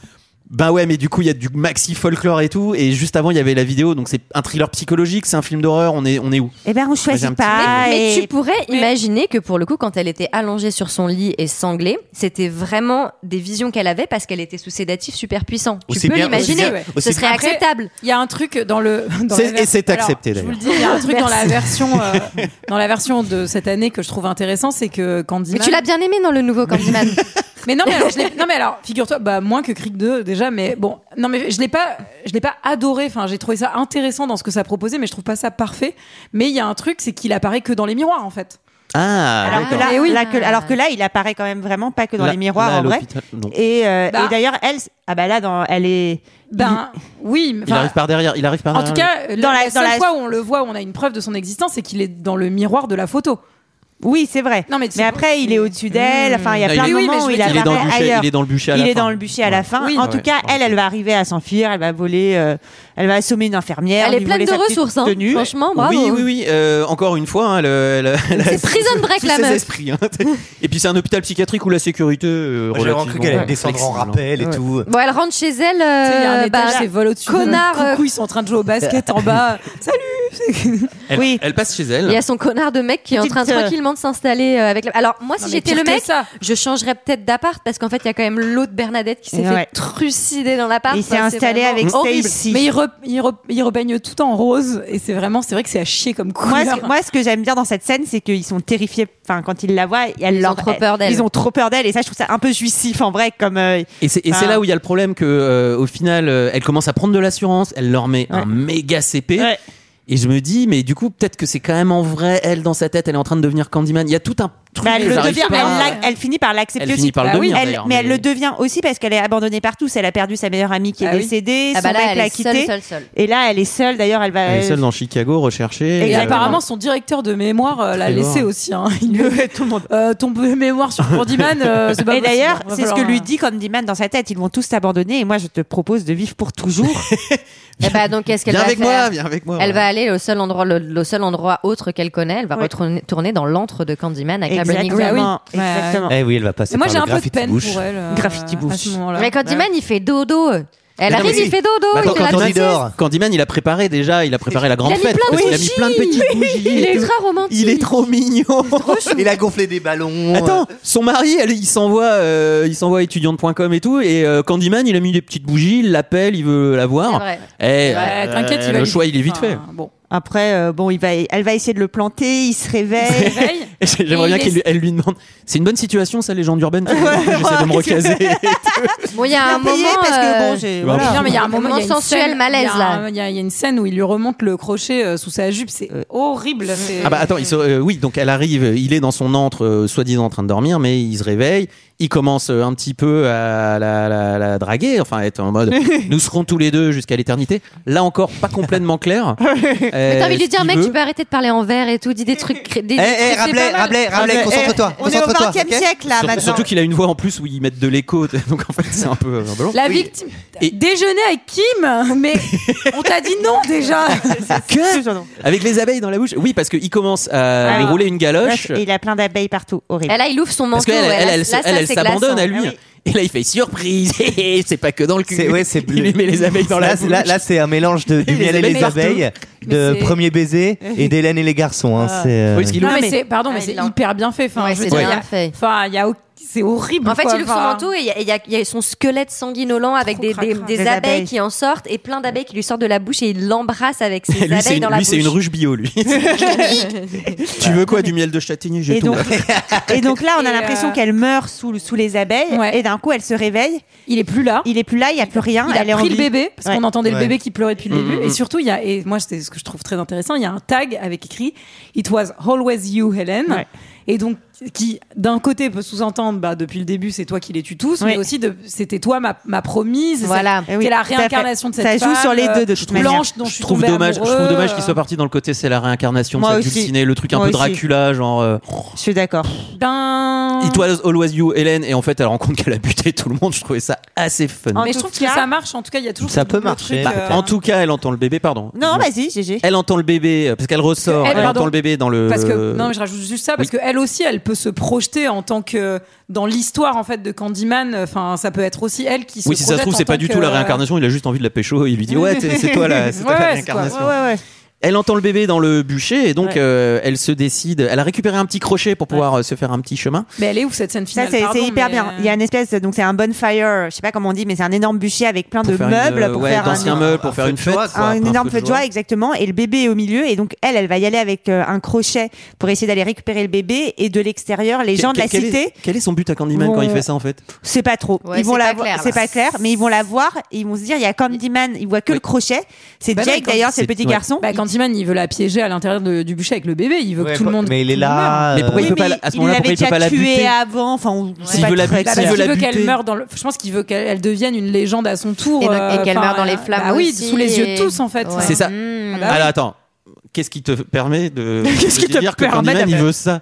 Speaker 1: Ben ouais, mais du coup, il y a du maxi folklore et tout. Et juste avant, il y avait la vidéo. Donc, c'est un thriller psychologique, c'est un film d'horreur. On est, on est où
Speaker 7: Eh ben, on
Speaker 1: j'ai un
Speaker 7: choisit
Speaker 1: petit-
Speaker 7: pas.
Speaker 5: Mais
Speaker 7: et-
Speaker 5: tu pourrais imaginer que pour le coup, quand elle était allongée sur son lit et sanglée, c'était vraiment des visions qu'elle avait parce qu'elle était sous sédatif super puissant. Tu
Speaker 11: Aussi
Speaker 5: peux
Speaker 11: bien-
Speaker 5: l'imaginer.
Speaker 11: aussi bien-
Speaker 5: Ce
Speaker 11: aussi
Speaker 5: serait
Speaker 11: bien.
Speaker 5: acceptable.
Speaker 11: Il y a un truc dans le. dans
Speaker 1: C'est-
Speaker 11: la ver-
Speaker 1: et c'est
Speaker 11: Alors,
Speaker 1: accepté,
Speaker 11: Je vous le dis,
Speaker 1: d'ailleurs.
Speaker 11: il y a un truc dans la
Speaker 5: Merci.
Speaker 11: version, euh, dans la version de cette année que je trouve intéressant, c'est que Candyman.
Speaker 5: Mais tu l'as bien aimé dans le nouveau Candyman.
Speaker 11: Mais non, mais alors, je l'ai- non, mais alors, figure-toi, bah, moins que Creek 2 déjà, mais bon, non, mais je l'ai pas, je l'ai pas adoré. Enfin, j'ai trouvé ça intéressant dans ce que ça proposait, mais je trouve pas ça parfait. Mais il y a un truc, c'est qu'il apparaît que dans les miroirs, en fait. Eh
Speaker 1: Ah,
Speaker 7: Alors que,
Speaker 1: d'accord.
Speaker 7: là, là que- alors que là, il apparaît quand même vraiment pas que dans
Speaker 1: Là-
Speaker 7: les miroirs
Speaker 1: là, à
Speaker 7: en vrai.
Speaker 1: l'hôpital, non.
Speaker 7: Et, euh,
Speaker 11: Bah.
Speaker 7: et d'ailleurs, elle, ah bah là, dans, elle est.
Speaker 11: Ben, oui, mais
Speaker 1: Il arrive par derrière. Il arrive par
Speaker 11: En tout
Speaker 1: derrière.
Speaker 11: cas,
Speaker 7: Dans
Speaker 11: dans la,
Speaker 7: la-
Speaker 11: la
Speaker 7: dans
Speaker 11: seule
Speaker 7: la-
Speaker 11: fois où on le voit, où on a une preuve de son existence, c'est qu'il est dans le miroir de la photo.
Speaker 7: Oui, c'est vrai.
Speaker 11: Non, mais,
Speaker 7: Mais après, il est au-dessus d'elle. Enfin, il y a
Speaker 1: Non,
Speaker 7: plein
Speaker 1: il-
Speaker 7: de
Speaker 1: oui,
Speaker 7: moments
Speaker 1: mais
Speaker 7: où
Speaker 1: je
Speaker 7: il
Speaker 1: veux dire, il est dans le
Speaker 7: apparaît
Speaker 1: bûcher-
Speaker 7: ailleurs.
Speaker 1: il est dans le bûcher à
Speaker 7: Il
Speaker 1: la
Speaker 7: est
Speaker 1: fin.
Speaker 7: dans le bûcher à la fin.
Speaker 1: Oui.
Speaker 7: en
Speaker 1: Ouais.
Speaker 7: tout cas, elle, elle va arriver à s'enfuir. Elle va voler. euh, elle va assommer une infirmière.
Speaker 5: Elle est
Speaker 7: lui
Speaker 5: pleine
Speaker 7: voler
Speaker 5: de
Speaker 7: sa petite
Speaker 5: ressources, hein.
Speaker 7: tenue.
Speaker 5: Franchement, bravo.
Speaker 1: Oui, oui, oui. euh, encore une fois, hein, le- le- la-
Speaker 5: C'est Prison Break,
Speaker 1: tous
Speaker 5: la
Speaker 1: ses
Speaker 5: meuf.
Speaker 1: esprits, hein. Et puis c'est un hôpital psychiatrique où la sécurité. Euh,
Speaker 12: Moi, j'ai vraiment
Speaker 1: relativement
Speaker 12: cru qu'elle allait descendre en
Speaker 1: flexible,
Speaker 12: rappel et
Speaker 1: hein.
Speaker 12: tout.
Speaker 5: Bon, elle rentre chez elle.
Speaker 11: Tu sais, il y a un
Speaker 5: Euh,
Speaker 11: étage,
Speaker 5: bah,
Speaker 11: c'est vol au-dessus.
Speaker 5: Connard. euh,
Speaker 11: Coucou, ils sont en train de jouer au basket en bas. Salut
Speaker 1: Elle, elle passe chez elle.
Speaker 5: Il y a son connard de mec qui est en
Speaker 11: Petite,
Speaker 5: train
Speaker 11: euh,
Speaker 5: tranquillement de s'installer euh, avec la... Alors,
Speaker 11: Non,
Speaker 5: moi, si
Speaker 11: mais
Speaker 5: j'étais
Speaker 11: pire
Speaker 5: le
Speaker 11: que
Speaker 5: mec,
Speaker 11: ça.
Speaker 5: je changerais peut-être d'appart parce qu'en fait, il y a quand même l'autre Bernadette qui s'est
Speaker 7: Ouais.
Speaker 5: fait trucider dans l'appart.
Speaker 7: Il s'est
Speaker 5: Enfin, c'est
Speaker 7: installé
Speaker 5: vraiment
Speaker 7: avec
Speaker 5: horrible.
Speaker 7: Stacy.
Speaker 11: Mais ils, re- ils re- ils repeignent tout en rose et c'est vraiment, c'est vrai que c'est à chier comme couleur.
Speaker 7: Moi, ce que, moi, ce que j'aime bien dans cette scène, c'est qu'ils sont terrifiés. Enfin, quand ils la voient, elle
Speaker 5: Ils
Speaker 7: leur-
Speaker 5: ont trop peur d'elle.
Speaker 7: Ils ont trop peur d'elle, et ça, je trouve ça un peu jouissif en vrai, comme. euh,
Speaker 1: Et c'est et c'est
Speaker 7: enfin,
Speaker 1: là où il y a le problème que euh, au final euh, elle commence à prendre de l'assurance, elle leur met un méga CP. Et je me dis mais du coup peut-être que c'est quand même en vrai elle dans sa tête, elle est en train de devenir Candyman. Il y a tout un truc.
Speaker 7: bah, elle, le
Speaker 1: ils arrivent
Speaker 7: devient-
Speaker 1: pas
Speaker 7: elle
Speaker 1: à-
Speaker 7: l'a- elle finit par l'accepter
Speaker 1: Elle
Speaker 7: aussi.
Speaker 1: finit par le
Speaker 7: Bah oui,
Speaker 1: devenir,
Speaker 7: elle-
Speaker 1: d'ailleurs,
Speaker 7: mais elle
Speaker 1: mais-
Speaker 7: le devient aussi parce qu'elle est abandonnée partout. Elle a perdu sa meilleure amie qui
Speaker 11: Ah
Speaker 7: est
Speaker 11: oui.
Speaker 7: décédée,
Speaker 11: Ah bah
Speaker 7: son
Speaker 11: là,
Speaker 7: mec
Speaker 11: elle
Speaker 7: l'a
Speaker 11: est seule,
Speaker 7: quittée.
Speaker 11: seule, seule.
Speaker 7: Et là, elle est seule. D'ailleurs, elle va.
Speaker 1: Elle est seule dans Chicago recherchée.
Speaker 11: Et
Speaker 1: euh,
Speaker 11: apparemment, son directeur de mémoire euh, l'a
Speaker 1: Trevor.
Speaker 11: laissé aussi. Hein. Il lui a fait, euh, ton mémoire sur Candyman, euh, c'est pas
Speaker 7: et
Speaker 11: possible.
Speaker 7: d'ailleurs,
Speaker 11: Va
Speaker 7: c'est ce
Speaker 11: falloir,
Speaker 7: que lui
Speaker 11: euh,
Speaker 7: dit Candyman dans sa tête. Ils vont tous t'abandonner et moi, je te propose de vivre pour toujours.
Speaker 5: Eh bah, donc, qu'est-ce qu'elle
Speaker 1: Viens
Speaker 5: va
Speaker 1: avec
Speaker 5: faire
Speaker 1: moi, viens avec moi.
Speaker 5: Elle
Speaker 1: ouais.
Speaker 5: va aller au seul endroit, le, le seul endroit autre qu'elle connaît. Elle va retourner tourner dans l'antre de Candyman à Cabernet
Speaker 7: Exactement, exactement.
Speaker 12: Eh oui, elle va passer
Speaker 11: Mais moi,
Speaker 12: par
Speaker 11: j'ai
Speaker 12: le
Speaker 11: un peu de
Speaker 12: graffiti
Speaker 11: peine
Speaker 12: bush.
Speaker 11: pour elle. euh,
Speaker 12: Graffiti
Speaker 11: à ce moment-là. Bah
Speaker 5: Mais Candyman, il fait dodo. Elle
Speaker 1: Mais non,
Speaker 5: arrive,
Speaker 1: mais
Speaker 5: il
Speaker 1: si.
Speaker 5: fait dodo.
Speaker 1: Bah,
Speaker 5: il
Speaker 1: attends,
Speaker 5: fait la
Speaker 1: Candyman,
Speaker 5: sieste.
Speaker 1: Candyman, il a préparé déjà, il a préparé la grande
Speaker 5: mis
Speaker 1: fête.
Speaker 5: plein
Speaker 1: parce
Speaker 5: de
Speaker 1: qu'il a mis plein de
Speaker 5: bougies.
Speaker 1: petites bougies.
Speaker 5: Il
Speaker 1: et
Speaker 5: est
Speaker 1: tout.
Speaker 5: ultra romantique.
Speaker 1: Il est trop mignon.
Speaker 6: Il a gonflé des ballons.
Speaker 1: Attends, son mari, elle, il s'envoie, euh, il s'envoie étudiante.com et tout, et euh, Candyman, il a mis des petites bougies, il l'appelle, il veut la voir.
Speaker 7: C'est vrai.
Speaker 1: Eh,
Speaker 7: Ouais,
Speaker 1: euh,
Speaker 7: t'inquiète, il va
Speaker 1: le
Speaker 7: lui-
Speaker 1: choix, il est vite fait.
Speaker 7: Après, euh, bon, il va, elle va essayer de le planter. Il se réveille.
Speaker 1: J'aimerais bien
Speaker 7: il
Speaker 1: qu'elle lui- elle lui demande. C'est une bonne situation, ça, les gens d'urbaine. J'essaie de me recaser.
Speaker 5: Bon, il y a un moment. euh,
Speaker 7: payé parce que, bon, j'ai-
Speaker 1: Bah, voilà. pff.
Speaker 11: Non, mais il y a un moment, il y a une
Speaker 5: sensuel
Speaker 11: scène-
Speaker 5: malaise,
Speaker 11: il y a
Speaker 5: là.
Speaker 11: un- Il y, a il y a une scène où il lui remonte le crochet euh, sous sa jupe. C'est horrible. c'est-
Speaker 1: Ah bah attends, il se- euh, oui, donc elle arrive, euh, il est dans son antre, euh, soi-disant en train de dormir, mais il se réveille, il commence euh, un petit peu à la, la- la draguer, enfin à être en mode nous serons tous les deux jusqu'à l'éternité. Là encore, pas complètement clair. Euh,
Speaker 5: Mais
Speaker 1: T'as
Speaker 5: t'as envie de lui dire, mec, tu peux arrêter de parler en verre et tout, dis des trucs. cré- Des,
Speaker 6: Eh, eh, Rabelais, Rabelais, Rabelais,
Speaker 1: Rabelais,
Speaker 6: concentre-toi.
Speaker 5: eh,
Speaker 7: On est au
Speaker 6: concentre-toi,
Speaker 7: 20e
Speaker 6: ok
Speaker 7: siècle là,
Speaker 1: Surtout,
Speaker 7: maintenant.
Speaker 1: surtout qu'il a une voix en plus où ils mettent de l'écho, donc en fait c'est un peu. euh, ballot.
Speaker 11: La victime. Déjeuner avec Kim, mais on t'a dit non déjà.
Speaker 1: Avec les abeilles dans la bouche Oui, parce qu'il commence à lui
Speaker 7: Ah.
Speaker 1: rouler une galoche.
Speaker 7: Et il a plein d'abeilles partout. Horrible.
Speaker 5: Et là, il ouvre son
Speaker 1: Parce
Speaker 5: manteau.
Speaker 1: qu'elle, elle,
Speaker 5: ouais,
Speaker 1: elle,
Speaker 5: là,
Speaker 1: elle,
Speaker 5: là, ça,
Speaker 1: elle
Speaker 5: c'est
Speaker 1: s'abandonne
Speaker 5: glaçant.
Speaker 1: à lui.
Speaker 5: Ah oui.
Speaker 1: Et là, il fait surprise. c'est pas que dans le cul.
Speaker 6: C'est- ouais, c'est
Speaker 1: il lui met les abeilles dans
Speaker 6: là,
Speaker 1: la
Speaker 6: c'est-
Speaker 1: bouche.
Speaker 6: Là, là, c'est un mélange de, du
Speaker 1: Il les
Speaker 6: miel et
Speaker 1: abeilles
Speaker 6: les
Speaker 1: partout.
Speaker 6: abeilles,
Speaker 1: Mais
Speaker 6: de
Speaker 1: c'est-
Speaker 6: premier baiser et d'Hélène et les garçons. Hein,
Speaker 12: Ah.
Speaker 6: c'est, euh,
Speaker 11: Non, mais c'est- pardon, mais c'est hyper bien fait. Enfin,
Speaker 5: Ah, Ouais,
Speaker 11: je
Speaker 5: c'est
Speaker 11: veux dire,
Speaker 5: bien
Speaker 11: il y a- Enfin, il y a au- c'est horrible.
Speaker 5: En fait,
Speaker 11: quoi.
Speaker 5: il ouvre son
Speaker 11: Enfin,
Speaker 5: manteau et il y a- il y, a- il y a son squelette sanguinolent avec des, des- des
Speaker 11: Des
Speaker 5: abeilles,
Speaker 11: abeilles.
Speaker 5: qui en sortent et plein d'abeilles qui lui sortent de la bouche et il l'embrasse avec ses
Speaker 1: lui, c'est
Speaker 5: abeilles
Speaker 1: une,
Speaker 5: dans la
Speaker 1: lui, c'est
Speaker 5: bouche.
Speaker 1: une ruche bio, lui. tu veux quoi Du miel de châtaignier J'ai
Speaker 7: Et
Speaker 1: tout.
Speaker 7: donc-
Speaker 5: Ah
Speaker 7: Et donc là, on a
Speaker 11: Et,
Speaker 7: l'impression
Speaker 11: euh,
Speaker 7: qu'elle meurt sous, le- sous les abeilles. Et d'un coup, elle se réveille.
Speaker 11: Il est plus là.
Speaker 7: Il est plus là, il n'y a plus rien.
Speaker 11: il a
Speaker 7: elle est
Speaker 11: pris le
Speaker 7: en vie.
Speaker 11: bébé parce
Speaker 7: Ouais.
Speaker 11: qu'on entendait le
Speaker 7: Ouais.
Speaker 11: bébé qui pleurait depuis le
Speaker 7: Mm,
Speaker 11: début
Speaker 7: mm,
Speaker 11: et
Speaker 7: mm.
Speaker 11: surtout il y a et moi c'est ce que je trouve très intéressant il y a un tag avec écrit it was always you Helen et donc qui d'un côté peut sous-entendre bah, depuis le début c'est toi qui les tue tous mais
Speaker 7: Ouais.
Speaker 11: aussi de- c'était toi ma, ma promise
Speaker 7: Voilà.
Speaker 11: c'est
Speaker 7: Eh oui,
Speaker 11: t'es la
Speaker 7: tout à fait.
Speaker 11: réincarnation de cette
Speaker 7: Ça joue
Speaker 11: femme,
Speaker 7: sur les
Speaker 11: euh,
Speaker 7: deux, de toute
Speaker 11: blanche
Speaker 7: manière.
Speaker 11: dont je,
Speaker 1: Je trouve dommage, je trouve dommage qu'il soit parti dans le côté c'est la réincarnation,
Speaker 11: Moi
Speaker 1: ça
Speaker 11: aussi.
Speaker 1: dulciné, le truc un
Speaker 11: Moi
Speaker 1: peu
Speaker 11: aussi.
Speaker 1: Dracula, genre. euh,
Speaker 7: Je suis d'accord.
Speaker 11: ben
Speaker 1: It was always you, Hélène, et en fait elle rend compte qu'elle a buté tout le monde. Je trouvais ça assez fun.
Speaker 11: mais je trouve que ça marche en tout cas il y a toujours
Speaker 1: ça
Speaker 11: ce
Speaker 1: peut
Speaker 11: double
Speaker 1: marcher.
Speaker 11: truc,
Speaker 7: Bah,
Speaker 11: euh,
Speaker 1: En tout cas, elle entend le bébé, pardon.
Speaker 11: Non,
Speaker 1: Je-
Speaker 11: vas-y, GG.
Speaker 1: Elle entend le bébé, euh, parce qu'elle ressort,
Speaker 11: Elle,
Speaker 1: elle,
Speaker 11: pardon.
Speaker 1: entend le bébé dans le.
Speaker 11: Parce que, non, mais je rajoute juste ça parce qu'elle aussi, elle peut se projeter en tant que dans l'histoire en fait de Candyman. Enfin, ça peut être aussi elle qui. Se
Speaker 1: oui, si ça se
Speaker 11: projette
Speaker 1: trouve,
Speaker 11: en
Speaker 1: c'est pas
Speaker 11: tant
Speaker 1: du
Speaker 11: que- euh,
Speaker 1: tout la réincarnation, il a juste envie de la pécho, il lui dit Ouais, t'es- c'est toi la, c'est toi
Speaker 11: Ouais,
Speaker 1: la
Speaker 11: ouais, c'est quoi.
Speaker 1: réincarnation.
Speaker 11: Ouais, ouais, ouais.
Speaker 1: Elle entend le bébé dans le bûcher et donc
Speaker 11: Ouais.
Speaker 1: euh, elle se décide. Elle a récupéré un petit crochet pour pouvoir euh, se faire un petit chemin.
Speaker 11: Mais elle est où cette scène
Speaker 7: Ça,
Speaker 11: finale
Speaker 7: c'est
Speaker 11: Pardon,
Speaker 7: c'est hyper
Speaker 11: mais- euh,
Speaker 7: bien. Il y a une espèce, donc c'est un bonfire, je sais pas comment on dit, mais c'est un énorme bûcher avec plein de
Speaker 1: faire une,
Speaker 7: meubles
Speaker 1: euh,
Speaker 7: pour
Speaker 1: ouais,
Speaker 7: faire
Speaker 1: d'anciens
Speaker 7: un,
Speaker 1: meubles pour faire une fête. quoi,
Speaker 7: un
Speaker 1: un
Speaker 7: énorme feu de joie,
Speaker 1: Et...
Speaker 7: exactement. Et le bébé est au milieu, et donc elle, elle va y aller avec euh, un crochet pour essayer d'aller récupérer le bébé. Et de l'extérieur, les gens de la
Speaker 1: quel
Speaker 7: cité,
Speaker 1: Est, quel est son but à Candyman
Speaker 7: vont-
Speaker 1: quand il fait ça en fait
Speaker 7: c'est pas trop.
Speaker 5: Ouais,
Speaker 7: ils vont
Speaker 5: c'est
Speaker 7: la
Speaker 5: pas
Speaker 7: voir-
Speaker 5: clair, là.
Speaker 7: c'est pas clair, mais ils vont la voir et ils vont se dire, il y a Candyman, ils voient que le crochet. C'est
Speaker 11: Bah non,
Speaker 7: Jake
Speaker 11: quand-
Speaker 7: d'ailleurs, c'est le petit garçon.
Speaker 11: Bah, Candyman, il veut la piéger à l'intérieur de- du bûcher avec le bébé. Il veut que tout
Speaker 1: bah,
Speaker 11: le monde.
Speaker 12: mais il est
Speaker 11: tout le
Speaker 12: là, euh,
Speaker 11: monde meure.
Speaker 12: Mais pourquoi il
Speaker 7: Oui,
Speaker 12: peut pas
Speaker 7: mais
Speaker 12: la- à ce
Speaker 7: il
Speaker 12: moment-là,
Speaker 7: l'avait
Speaker 12: pourquoi il peut
Speaker 7: déjà
Speaker 12: pas la
Speaker 7: tué
Speaker 12: buter
Speaker 7: avant. Enfin, on- c'est
Speaker 1: S'il
Speaker 7: pas
Speaker 1: veut la
Speaker 7: très
Speaker 1: buter,
Speaker 11: Bah,
Speaker 7: clair.
Speaker 11: parce qu'il veut qu'elle meure dans le. Je pense qu'il veut qu'elle elle devienne une légende à son tour.
Speaker 5: Et donc- et
Speaker 11: euh,
Speaker 5: qu'elle
Speaker 11: enfin,
Speaker 5: meure dans les
Speaker 11: bah
Speaker 5: flammes
Speaker 11: oui,
Speaker 5: aussi
Speaker 11: sous les yeux de
Speaker 5: et-
Speaker 11: tous en fait.
Speaker 5: Ouais.
Speaker 1: C'est ça.
Speaker 5: Mmh.
Speaker 1: Alors attends, qu'est-ce qui te permet de,
Speaker 11: Ah bah Qu'est-ce
Speaker 1: de
Speaker 11: qui te
Speaker 1: dire que
Speaker 11: permet
Speaker 1: Candyman il
Speaker 11: d'avoir-
Speaker 1: veut ça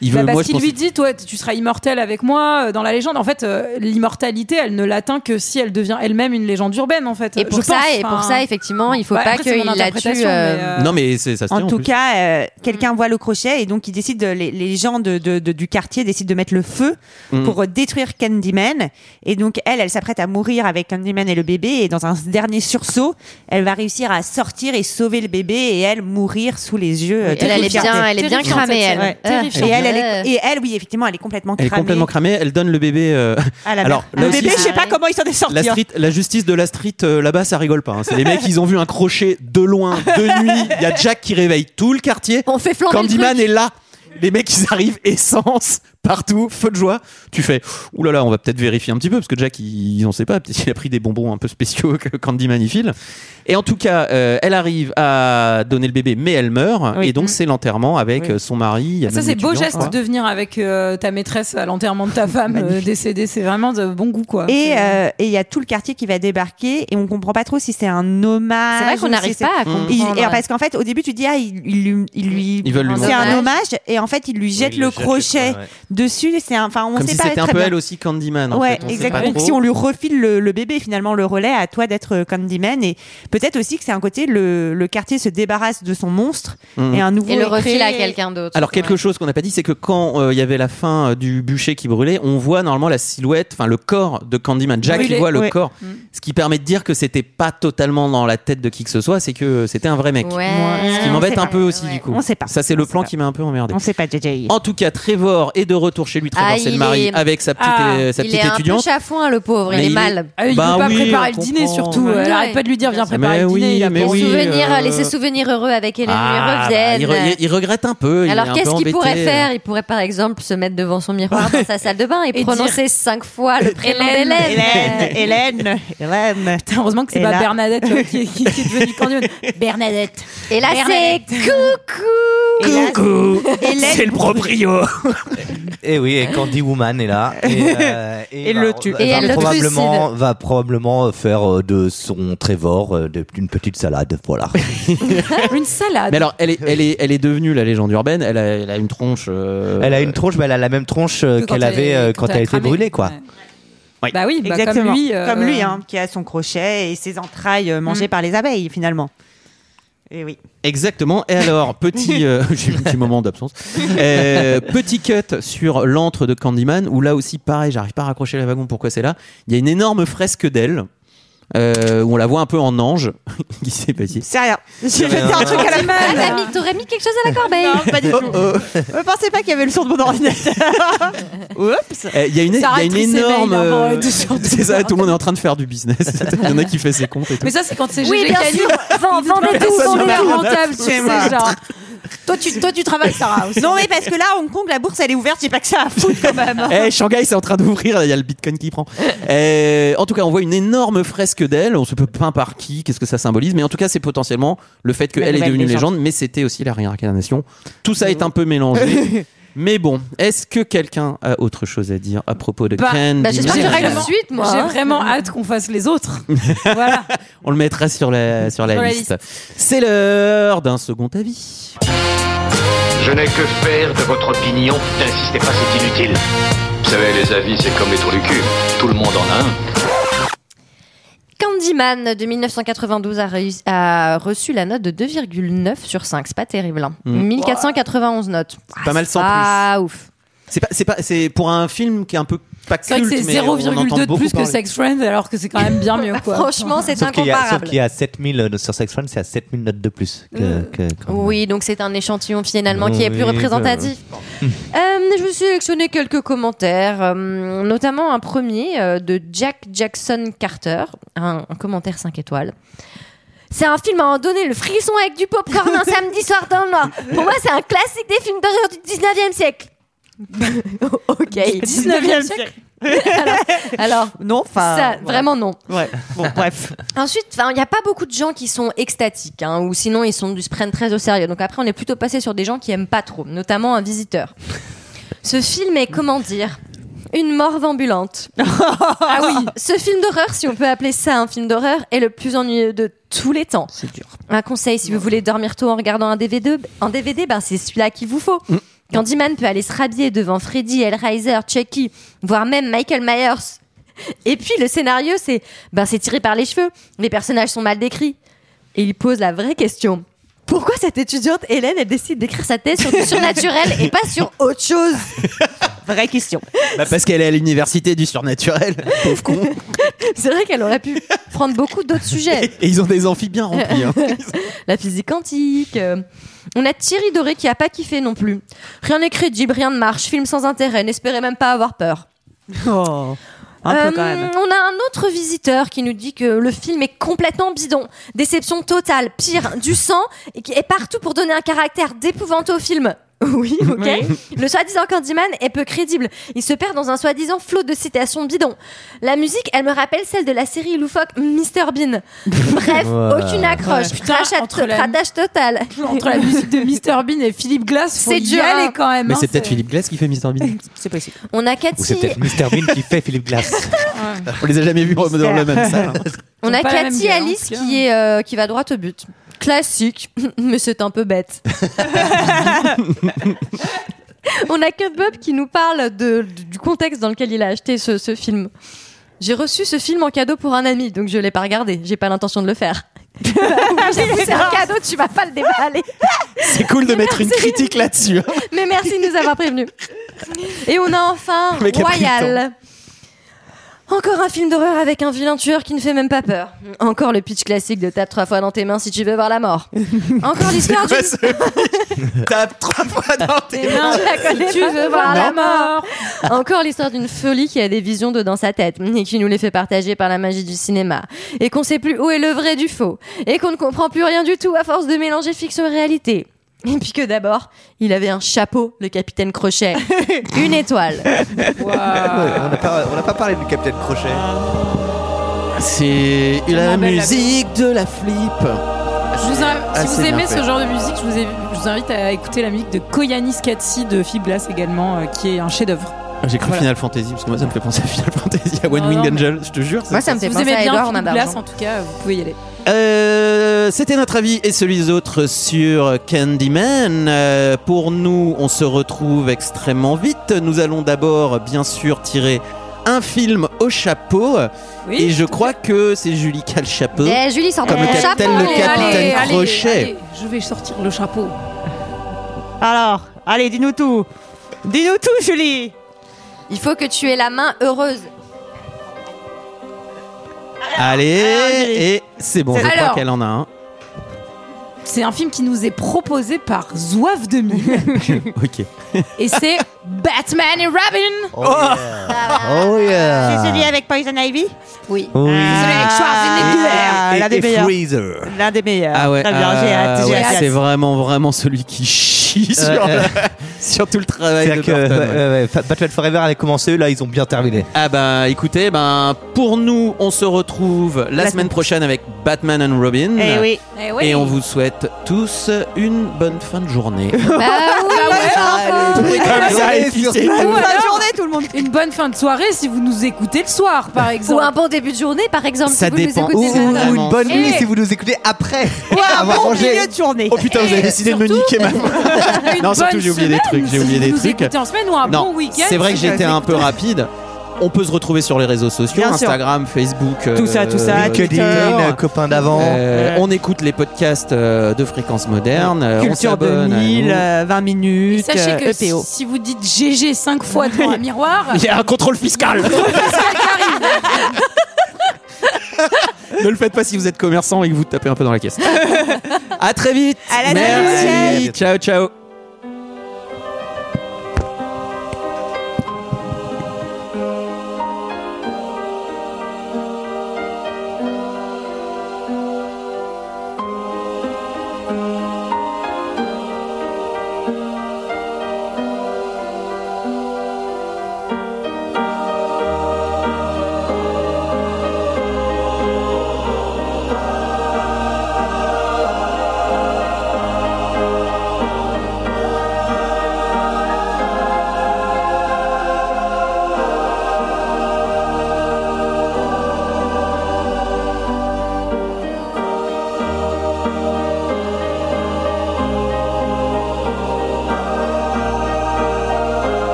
Speaker 1: Il
Speaker 11: Bah,
Speaker 1: veut. moi,
Speaker 11: parce
Speaker 1: je
Speaker 11: qu'il
Speaker 1: pense.
Speaker 11: lui dit, toi, tu seras immortel avec moi euh, dans la légende. En fait, euh, l'immortalité, elle ne l'atteint que si elle devient elle-même une légende urbaine, en fait.
Speaker 5: Et pour
Speaker 11: Je
Speaker 5: ça,
Speaker 11: pense,
Speaker 5: et
Speaker 11: enfin,
Speaker 5: pour ça, effectivement, il faut
Speaker 11: bah,
Speaker 5: pas
Speaker 11: après, c'est
Speaker 5: qu'il
Speaker 11: mon
Speaker 5: la tue.
Speaker 11: interprétation, mais, euh,
Speaker 1: Non mais c'est- ça se tient.
Speaker 7: En tout
Speaker 1: plus.
Speaker 7: cas, euh,
Speaker 5: Mm.
Speaker 7: quelqu'un voit le crochet et donc il décide, de- les, les gens de, de- de- du quartier décident de mettre le feu
Speaker 1: Mm.
Speaker 7: pour euh, détruire Candyman. Et donc elle, elle s'apprête à mourir avec Candyman et le bébé. Et dans un dernier sursaut, elle va réussir à sortir et sauver le bébé et elle mourir sous les yeux. euh,
Speaker 5: Oui,
Speaker 7: de
Speaker 5: elle, elle est
Speaker 7: Richard.
Speaker 5: bien- elle est bien
Speaker 7: Terrifiante,
Speaker 5: cramée,
Speaker 7: cette
Speaker 5: elle.
Speaker 7: scène.
Speaker 5: Ouais.
Speaker 7: Terrifiante. Et elle, elle est- et elle, oui, effectivement, elle est complètement
Speaker 1: Elle est
Speaker 7: cramée.
Speaker 1: complètement cramée. Elle donne le bébé. euh,
Speaker 7: à la
Speaker 1: Alors
Speaker 7: mère.
Speaker 1: là
Speaker 7: le
Speaker 1: aussi,
Speaker 7: bébé, je sais pas comment il s'en est sorti.
Speaker 1: La,
Speaker 7: hein.
Speaker 1: street, la justice de la street euh, là-bas, ça rigole pas. hein. C'est les mecs, ils ont vu un crochet de loin, de nuit. Il y a Jack qui réveille tout le quartier.
Speaker 5: On fait flamber le
Speaker 1: Candyman
Speaker 5: truc.
Speaker 1: est là. Les mecs, ils arrivent, essence, partout, feu de joie. Tu fais, oulala, on va peut-être vérifier un petit peu, parce que Jack, il, il en sait pas. Peut-être qu'il a pris des bonbons un peu spéciaux que Candyman y file. Et en tout cas, euh, elle arrive à donner le bébé, mais elle meurt. Et donc, c'est l'enterrement avec
Speaker 11: Oui.
Speaker 1: euh, son mari. Il y a
Speaker 11: Ça,
Speaker 1: même
Speaker 11: c'est beau
Speaker 1: l'étudiant,
Speaker 11: geste
Speaker 1: quoi.
Speaker 11: de venir avec euh, ta maîtresse à l'enterrement de ta femme euh, décédée. C'est vraiment de bon goût, quoi.
Speaker 7: Et euh, et il y a tout le quartier qui va débarquer et on comprend pas trop si c'est un hommage.
Speaker 11: C'est vrai qu'on
Speaker 7: ou si
Speaker 11: n'arrive
Speaker 7: c'est-
Speaker 11: pas à
Speaker 1: Mm.
Speaker 11: comprendre.
Speaker 7: Il- et alors, parce qu'en fait, au début, tu dis ah il, il lui, il lui-
Speaker 1: Ils veulent lui
Speaker 7: c'est
Speaker 1: montrer.
Speaker 7: un hommage et en fait il lui jette
Speaker 1: il
Speaker 7: le
Speaker 1: lui jette le
Speaker 7: crochet
Speaker 1: crochet, ouais.
Speaker 7: dessus. C'est un- enfin on
Speaker 1: Comme
Speaker 7: sait
Speaker 1: si
Speaker 7: pas
Speaker 1: c'était un
Speaker 7: très
Speaker 1: peu
Speaker 7: bien.
Speaker 1: elle aussi Candyman. en
Speaker 7: Ouais,
Speaker 1: fait, on sait
Speaker 7: exactement.
Speaker 1: pas
Speaker 7: Donc,
Speaker 1: trop.
Speaker 7: si on lui refile le, le bébé, finalement, le relais à toi d'être euh, Candyman. Et peut-être aussi que c'est un côté, le, le quartier se débarrasse de son monstre
Speaker 1: Mhm.
Speaker 7: et un nouveau.
Speaker 5: Et le
Speaker 7: est
Speaker 5: refile
Speaker 7: créé.
Speaker 5: à quelqu'un d'autre.
Speaker 1: Alors quelque chose qu'on n'a pas dit, c'est que quand euh, il y avait la fin euh, du bûcher qui brûlait, on voit normalement la silhouette, enfin le corps de Candyman. Jack
Speaker 5: Brûlé,
Speaker 1: il voit le
Speaker 5: ouais.
Speaker 1: corps, ce qui permet de dire que c'était pas totalement dans la tête de qui que ce soit, c'est que euh, c'était un vrai mec.
Speaker 5: Ouais.
Speaker 1: Ce qui
Speaker 5: On
Speaker 1: m'embête
Speaker 5: sait
Speaker 1: un
Speaker 5: pas.
Speaker 1: peu aussi du coup.
Speaker 5: On sait
Speaker 1: Ça c'est le plan qui m'a un peu emmerdé.
Speaker 7: On sait pas, JJ.
Speaker 1: En tout cas, Trevor est de retour chez lui. Trevor,
Speaker 5: Ah,
Speaker 1: c'est le
Speaker 5: il
Speaker 1: mari
Speaker 5: est-
Speaker 1: avec sa petite,
Speaker 5: Ah,
Speaker 1: euh, sa
Speaker 5: il
Speaker 1: petite
Speaker 5: est un peu
Speaker 1: étudiante.
Speaker 5: chafouin, le pauvre, il
Speaker 1: Mais
Speaker 5: est
Speaker 1: il est-
Speaker 5: mal.
Speaker 1: Ah, il Bah
Speaker 11: Pas
Speaker 1: oui,
Speaker 11: préparer
Speaker 1: on
Speaker 11: le dîner,
Speaker 1: comprend.
Speaker 11: surtout.
Speaker 5: Ouais.
Speaker 11: Elle arrête pas de lui dire, viens préparer
Speaker 1: Mais
Speaker 11: le dîner.
Speaker 1: oui,
Speaker 11: il a
Speaker 1: mais
Speaker 11: pas
Speaker 1: oui.
Speaker 11: envie.
Speaker 5: Souvenir,
Speaker 1: euh,
Speaker 5: laisser souvenir heureux avec Hélène
Speaker 1: Ah,
Speaker 5: lui
Speaker 1: bah, il,
Speaker 5: reviennent.
Speaker 1: re- il regrette un peu. il est
Speaker 5: Alors
Speaker 1: un
Speaker 5: qu'est-ce
Speaker 1: peu
Speaker 5: qu'il pourrait
Speaker 1: embêté. hein.
Speaker 5: faire Il pourrait par exemple se mettre devant son miroir dans sa salle de bain et,
Speaker 11: Et
Speaker 5: prononcer
Speaker 11: dire-
Speaker 5: cinq fois le prénom
Speaker 11: Hélène.
Speaker 5: d'Hélène.
Speaker 7: Hélène, Hélène.
Speaker 11: heureusement que c'est
Speaker 5: Et
Speaker 11: pas
Speaker 5: là-
Speaker 11: Bernadette euh, qui, qui- qui est devenue Candyman. Bernadette.
Speaker 5: Et là c'est
Speaker 11: Bernadette.
Speaker 1: Coucou,
Speaker 5: euh,
Speaker 7: Hélène-
Speaker 1: c'est le proprio.
Speaker 12: Et Eh oui, et Candy Woman est là. Et, euh,
Speaker 7: Et le tue. Et elle le
Speaker 12: probablement,
Speaker 7: trucide.
Speaker 12: va probablement faire euh, de son Trevor euh, de- une petite salade. Voilà.
Speaker 11: Une salade.
Speaker 1: Mais alors, elle est, elle est, elle est devenue la légende urbaine. Elle a, elle a une tronche. euh,
Speaker 12: Elle a une tronche, mais elle a la même tronche euh,
Speaker 11: Que quand
Speaker 12: qu'elle
Speaker 11: elle
Speaker 12: avait
Speaker 11: est-
Speaker 12: euh,
Speaker 11: quand
Speaker 12: quand,
Speaker 11: elle
Speaker 12: elle a été
Speaker 11: cramée.
Speaker 12: brûlée, quoi.
Speaker 11: Bah oui, bah,
Speaker 7: Exactement.
Speaker 11: comme lui. euh,
Speaker 5: Mm.
Speaker 7: hein, qui a son crochet et ses entrailles euh, mangées par les abeilles, finalement. Et oui.
Speaker 1: Exactement. Et alors, petit, euh, j'ai eu un petit moment d'absence. Euh, petit cut sur l'antre de Candyman, où là aussi, pareil, j'arrive pas à raccrocher la wagon. Pourquoi c'est là Il y a une énorme fresque d'elle. euh, où on la voit un peu en ange. qui s'est passé
Speaker 7: C'est rien. J'ai
Speaker 1: C'est
Speaker 7: jeté
Speaker 1: rien.
Speaker 7: un truc à la
Speaker 5: Ah, t'as
Speaker 7: main.
Speaker 5: mis- T'aurais mis quelque chose à la corbeille
Speaker 7: Non, pas du
Speaker 1: Oh,
Speaker 7: tout. Ne pensez pas qu'il y avait le son de mon ordinateur. Oups.
Speaker 1: Euh, Il y a une, il y a
Speaker 11: Sarah
Speaker 1: une
Speaker 11: Tricémé,
Speaker 1: énorme.
Speaker 11: il a vraiment
Speaker 1: euh,
Speaker 11: été sur
Speaker 1: C'est ça, tout le monde est en train de faire du business. Il y en a qui fait ses comptes et tout.
Speaker 11: Mais ça, c'est quand c'est
Speaker 14: Oui,
Speaker 11: GG
Speaker 14: bien
Speaker 11: qui a dit-
Speaker 14: sûr. Vend-
Speaker 11: il nous
Speaker 14: vendez
Speaker 11: prête
Speaker 14: tout,
Speaker 11: ça sur
Speaker 14: vendez
Speaker 11: la
Speaker 14: tout.
Speaker 11: route.
Speaker 14: Rentable,
Speaker 11: C'est
Speaker 14: tu sais,
Speaker 11: ça.
Speaker 14: genre.
Speaker 11: Toi, tu, toi, tu travailles, Sarah. aussi.
Speaker 7: Non, mais parce que là, à Hong Kong, la bourse, elle est ouverte. J'ai pas que ça à foutre quand même.
Speaker 1: Eh, Shanghai, c'est en train d'ouvrir. Il y a le bitcoin qui prend. Euh, en tout cas, on voit une énorme fresque d'elle. On se peut pas par qui, qu'est-ce que ça symbolise. Mais en tout cas, c'est potentiellement le fait
Speaker 3: La
Speaker 1: qu'elle est
Speaker 3: nouvelle
Speaker 1: devenue
Speaker 3: légende.
Speaker 1: légende. Mais c'était aussi la réincarnation. Tout ça est un peu mélangé. Mais bon, est-ce que quelqu'un a autre chose à dire à propos de
Speaker 11: Bah,
Speaker 1: Candyman
Speaker 11: bah, j'espère que j'aurai le suite, moi. J'ai
Speaker 5: hein.
Speaker 11: vraiment hâte qu'on fasse les autres.
Speaker 1: On le mettra sur la, sur la,
Speaker 11: Sur la
Speaker 1: liste. C'est l'heure d'un second avis.
Speaker 19: Je n'ai que faire de votre opinion. N'insistez pas, c'est inutile. Vous savez, les avis, c'est comme les trous du cul. Tout le monde en a un.
Speaker 5: Candyman de 1992 a, réussi- a reçu la note de 2,9 sur 5. C'est pas terrible. hein.
Speaker 1: Mm.
Speaker 5: 1491 notes.
Speaker 1: C'est pas mal sans
Speaker 5: Ah, ouf.
Speaker 1: C'est pas, c'est pas, c'est pour un film qui est un peu pas
Speaker 11: C'est vrai
Speaker 1: culte,
Speaker 11: que c'est
Speaker 1: mais on entend
Speaker 11: 0,2 de
Speaker 1: beaucoup
Speaker 11: plus que
Speaker 1: parler.
Speaker 11: Sex Friends, alors que c'est quand même bien mieux. Quoi.
Speaker 5: Franchement, c'est
Speaker 12: Sauf qu'il y a, sauf
Speaker 5: incomparable.
Speaker 12: qu'il y a 7000 euh, sur Sex Friends, c'est à 7000 notes de plus que, que- que-
Speaker 5: Oui, donc c'est un échantillon finalement qui est plus
Speaker 12: Oui,
Speaker 5: représentatif. Euh, je vous sélectionné quelques commentaires, euh, notamment un premier euh, de Jack Jackson Carter, un, un commentaire 5 étoiles. C'est un film à en donner le frisson avec du popcorn un samedi soir dans le noir. Pour moi, c'est un classique des films d'horreur du 19e siècle. ok.
Speaker 7: 19e siècle.
Speaker 5: Alors,
Speaker 7: non,
Speaker 5: ça,
Speaker 7: enfin. voilà.
Speaker 5: vraiment non.
Speaker 7: Ouais, bon, bref.
Speaker 5: Ensuite, enfin, il n'y a pas beaucoup de gens qui sont extatiques, hein, ou sinon ils sont du se prennent très au sérieux. Donc après, on est plutôt passé sur des gens qui aiment pas trop, notamment un visiteur. Ce film est, comment dire, une morve ambulante. ah oui, ce film d'horreur, si on peut appeler ça un film d'horreur, est le plus ennuyeux de tous les temps.
Speaker 7: C'est dur.
Speaker 5: Un conseil, si vous voulez dormir tôt en regardant un DVD, un DVD ben c'est celui-là qu'il vous faut. Candyman peut aller se rhabiller devant Freddy, Hellraiser, Chucky, voire même Michael Myers. Et puis le scénario, c'est ben c'est tiré par les cheveux. Les personnages sont mal décrits. Et il pose la vraie question. Pourquoi cette étudiante Hélène, elle décide d'écrire sa thèse sur du surnaturel et pas sur autre chose Vraie question.
Speaker 1: Bah, parce qu'elle est à l'université du surnaturel, pauvre con.
Speaker 5: C'est vrai qu'elle aurait pu prendre beaucoup d'autres sujets.
Speaker 1: Et ils ont des amphibiens remplis. hein.
Speaker 5: La physique quantique. euh. On a Thierry Doré qui a pas kiffé non plus. Rien n'est crédible, rien ne marche, film sans intérêt, n'espérez même pas avoir peur.
Speaker 7: Oh, un
Speaker 5: Euh,
Speaker 7: peu quand même.
Speaker 5: On a un autre visiteur qui nous dit que le film est complètement bidon. Déception totale, pire, du sang, et qui est partout pour donner un caractère d'épouvante au film. Oui, ok.
Speaker 14: Oui.
Speaker 5: Le soi-disant Candyman est peu crédible. Il se perd dans un soi-disant flot de citations bidons. La musique, elle me rappelle celle de la série loufoque Mr Bean. Bref,
Speaker 11: Ouais.
Speaker 5: aucune accroche.
Speaker 11: Ouais, putain,
Speaker 5: Crachat-
Speaker 11: entre la-
Speaker 5: cratage total.
Speaker 11: Entre la musique de Mr Bean et Philippe Glass, faut
Speaker 5: C'est
Speaker 11: y
Speaker 5: dur,
Speaker 11: aller
Speaker 5: hein.
Speaker 11: quand même.
Speaker 1: Mais
Speaker 11: hein,
Speaker 1: c'est peut-être Philippe Glass qui fait Mr. Bean.
Speaker 5: C'est possible. On a
Speaker 12: Ou c'est
Speaker 5: Cathy.
Speaker 12: peut-être Mr Bean qui fait Philippe Glass.
Speaker 1: On les a jamais vus dans la même salle. hein.
Speaker 5: On
Speaker 11: Ils
Speaker 5: a
Speaker 11: ont pas la même hein,
Speaker 5: Cathy
Speaker 11: gueule, en
Speaker 5: Alice qui, est, euh, qui va droit au but. Classique, mais c'est un peu bête. On a que Bob qui nous parle de, du contexte dans lequel il a acheté ce, ce film. J'ai reçu ce film en cadeau pour un ami, donc je l'ai pas regardé. J'ai pas l'intention de le faire. J'avoue, c'est un cadeau, tu vas pas le déballer.
Speaker 1: C'est cool de mettre une critique là-dessus. hein.
Speaker 5: Mais merci de nous avoir prévenus. Et on a enfin
Speaker 1: Le mec a pris le
Speaker 5: Royal. Encore un film d'horreur avec un vilain tueur qui ne fait même pas peur. Encore le pitch classique de tape trois fois dans tes mains si tu veux voir la mort. Encore l'histoire
Speaker 1: C'est quoi
Speaker 5: d'une...
Speaker 1: ce- Tape trois fois dans tes
Speaker 5: Tes mains,
Speaker 1: mains.
Speaker 5: tu la connais
Speaker 11: Tu
Speaker 5: pas,
Speaker 11: veux
Speaker 5: faut
Speaker 11: voir la
Speaker 5: Encore l'histoire d'une folie qui a des visions de dans sa tête et qui nous les fait partager par la magie du cinéma. Et qu'on sait plus où est le vrai du faux. Et qu'on ne comprend plus rien du tout à force de mélanger fiction et réalité. Et puis que d'abord, il avait un chapeau, le capitaine Crochet. Une étoile.
Speaker 6: On n'a pas, on n'a pas parlé du Capitaine Crochet.
Speaker 1: C'est la
Speaker 11: m'appelle la-
Speaker 1: musique de la flip.
Speaker 11: Je vous in-
Speaker 1: Ah,
Speaker 11: Si vous
Speaker 1: c'est
Speaker 11: aimez
Speaker 1: bien fait.
Speaker 11: ce genre de musique, je vous, ai- je vous invite à écouter la musique de Koyanis Katsi de Philippe Glass également, euh, qui est un chef-d'œuvre.
Speaker 1: J'ai cru
Speaker 11: Voilà.
Speaker 1: Final Fantasy parce que moi ça me fait penser à Final Fantasy, à One
Speaker 11: Non,
Speaker 1: Winged
Speaker 11: non, mais-
Speaker 1: Angel, je te jure.
Speaker 5: Moi, ça me
Speaker 11: Si
Speaker 5: fait
Speaker 11: vous
Speaker 5: penser
Speaker 11: aimez
Speaker 5: à
Speaker 11: bien
Speaker 5: Edouard
Speaker 11: Philippe
Speaker 5: Main
Speaker 11: Glass,
Speaker 5: d'Argent.
Speaker 11: en tout cas, vous pouvez y aller.
Speaker 1: Euh, c'était notre avis et celui des autres sur Candyman. Euh, pour nous, on se retrouve extrêmement vite. Nous allons d'abord, bien sûr, tirer un film au chapeau.
Speaker 5: Oui.
Speaker 1: Et je crois que c'est Julie qui a le chapeau.
Speaker 5: Eh, Julie, sors
Speaker 1: Comme
Speaker 5: ton
Speaker 1: le
Speaker 5: chapeau.
Speaker 1: capitaine le
Speaker 5: Allez,
Speaker 1: capitaine
Speaker 5: allez, allez,
Speaker 1: Crochet.
Speaker 11: je vais sortir le chapeau.
Speaker 7: Alors, allez, dis-nous tout. Dis-nous tout, Julie.
Speaker 5: Il faut que tu aies la main heureuse.
Speaker 1: Allez,
Speaker 5: Ah,
Speaker 1: et c'est bon, je
Speaker 11: Alors.
Speaker 1: crois qu'elle en a un.
Speaker 11: C'est un film qui nous est proposé par Zouave 2000
Speaker 1: ok.
Speaker 11: et c'est Batman et Robin.
Speaker 1: Oh yeah.
Speaker 12: Oh
Speaker 7: C'est
Speaker 12: yeah
Speaker 7: celui avec Poison Ivy
Speaker 5: Oui.
Speaker 12: Oui.
Speaker 7: Ah,
Speaker 12: Et-
Speaker 7: l'un des
Speaker 12: et
Speaker 7: meilleurs.
Speaker 12: Freezer.
Speaker 7: L'un des meilleurs.
Speaker 1: Ah ouais,
Speaker 7: Très bien,
Speaker 1: ah
Speaker 7: j'ai hâte, j'ai
Speaker 1: ouais,
Speaker 7: hâte.
Speaker 1: c'est vraiment vraiment celui qui chie sur,
Speaker 12: Ouais, ouais.
Speaker 1: sur tout le travail de
Speaker 12: C'est-à-dire que, euh,
Speaker 1: Burton, ouais.
Speaker 12: ouais, ouais, Fa- Batman Forever avait commencé, là ils ont bien terminé.
Speaker 1: Ah bah écoutez, ben pour nous, on se retrouve la,
Speaker 12: La
Speaker 1: semaine prochaine avec Batman and Robin.
Speaker 12: Eh oui.
Speaker 11: Eh oui.
Speaker 1: Et on vous souhaite tous une bonne fin de journée.
Speaker 11: Bah oui,
Speaker 1: Tout est comme ça,
Speaker 11: Allez,
Speaker 1: efficace.
Speaker 11: surtout,
Speaker 1: Ou
Speaker 11: alors,
Speaker 5: alors-
Speaker 11: Une bonne fin de soirée si vous nous écoutez le soir, par exemple.
Speaker 5: Ou un bon début de journée, par exemple.
Speaker 11: Ça
Speaker 5: si vous
Speaker 11: dépend.
Speaker 5: Nous
Speaker 11: Ou-
Speaker 5: écoutez le
Speaker 11: ou
Speaker 5: matin.
Speaker 11: une bonne
Speaker 5: Et-
Speaker 11: nuit si
Speaker 6: vous nous écoutez après
Speaker 5: un
Speaker 6: avoir
Speaker 5: bon
Speaker 6: mangé.
Speaker 5: milieu
Speaker 7: de journée. Eh.
Speaker 1: Oh putain, vous avez décidé de me niquer ma
Speaker 11: Une
Speaker 1: Non, surtout
Speaker 11: bonne
Speaker 1: j'ai oublié des
Speaker 11: semaine,
Speaker 1: trucs, j'ai oublié
Speaker 11: si
Speaker 1: des
Speaker 11: vous nous
Speaker 1: trucs.
Speaker 11: écoutez en semaine ou un
Speaker 1: non,
Speaker 11: bon week-end,
Speaker 1: C'est vrai que
Speaker 11: si vous
Speaker 1: j'étais
Speaker 11: nous
Speaker 1: un peu
Speaker 11: écoutez-
Speaker 1: rapide. On peut se retrouver sur les réseaux sociaux,
Speaker 11: Bien sûr.
Speaker 1: Instagram, Facebook,
Speaker 12: Tout ça, tout ça, LinkedIn, euh, copains d'avant.
Speaker 1: Euh,
Speaker 12: Ouais.
Speaker 1: On écoute les podcasts euh, de fréquence moderne. euh, on
Speaker 7: Culture
Speaker 1: s'abonne à
Speaker 7: 2000,
Speaker 1: nous.
Speaker 7: euh, 20 minutes,
Speaker 11: Sachez que
Speaker 7: euh, EPO.
Speaker 11: si vous dites GG 5 fois devant un miroir,
Speaker 1: E Il y a un contrôle fiscal. ne le faites pas si vous êtes commerçant et que vous tapez un peu dans la caisse. à très vite.
Speaker 7: À la
Speaker 1: Merci. Ciao, ciao.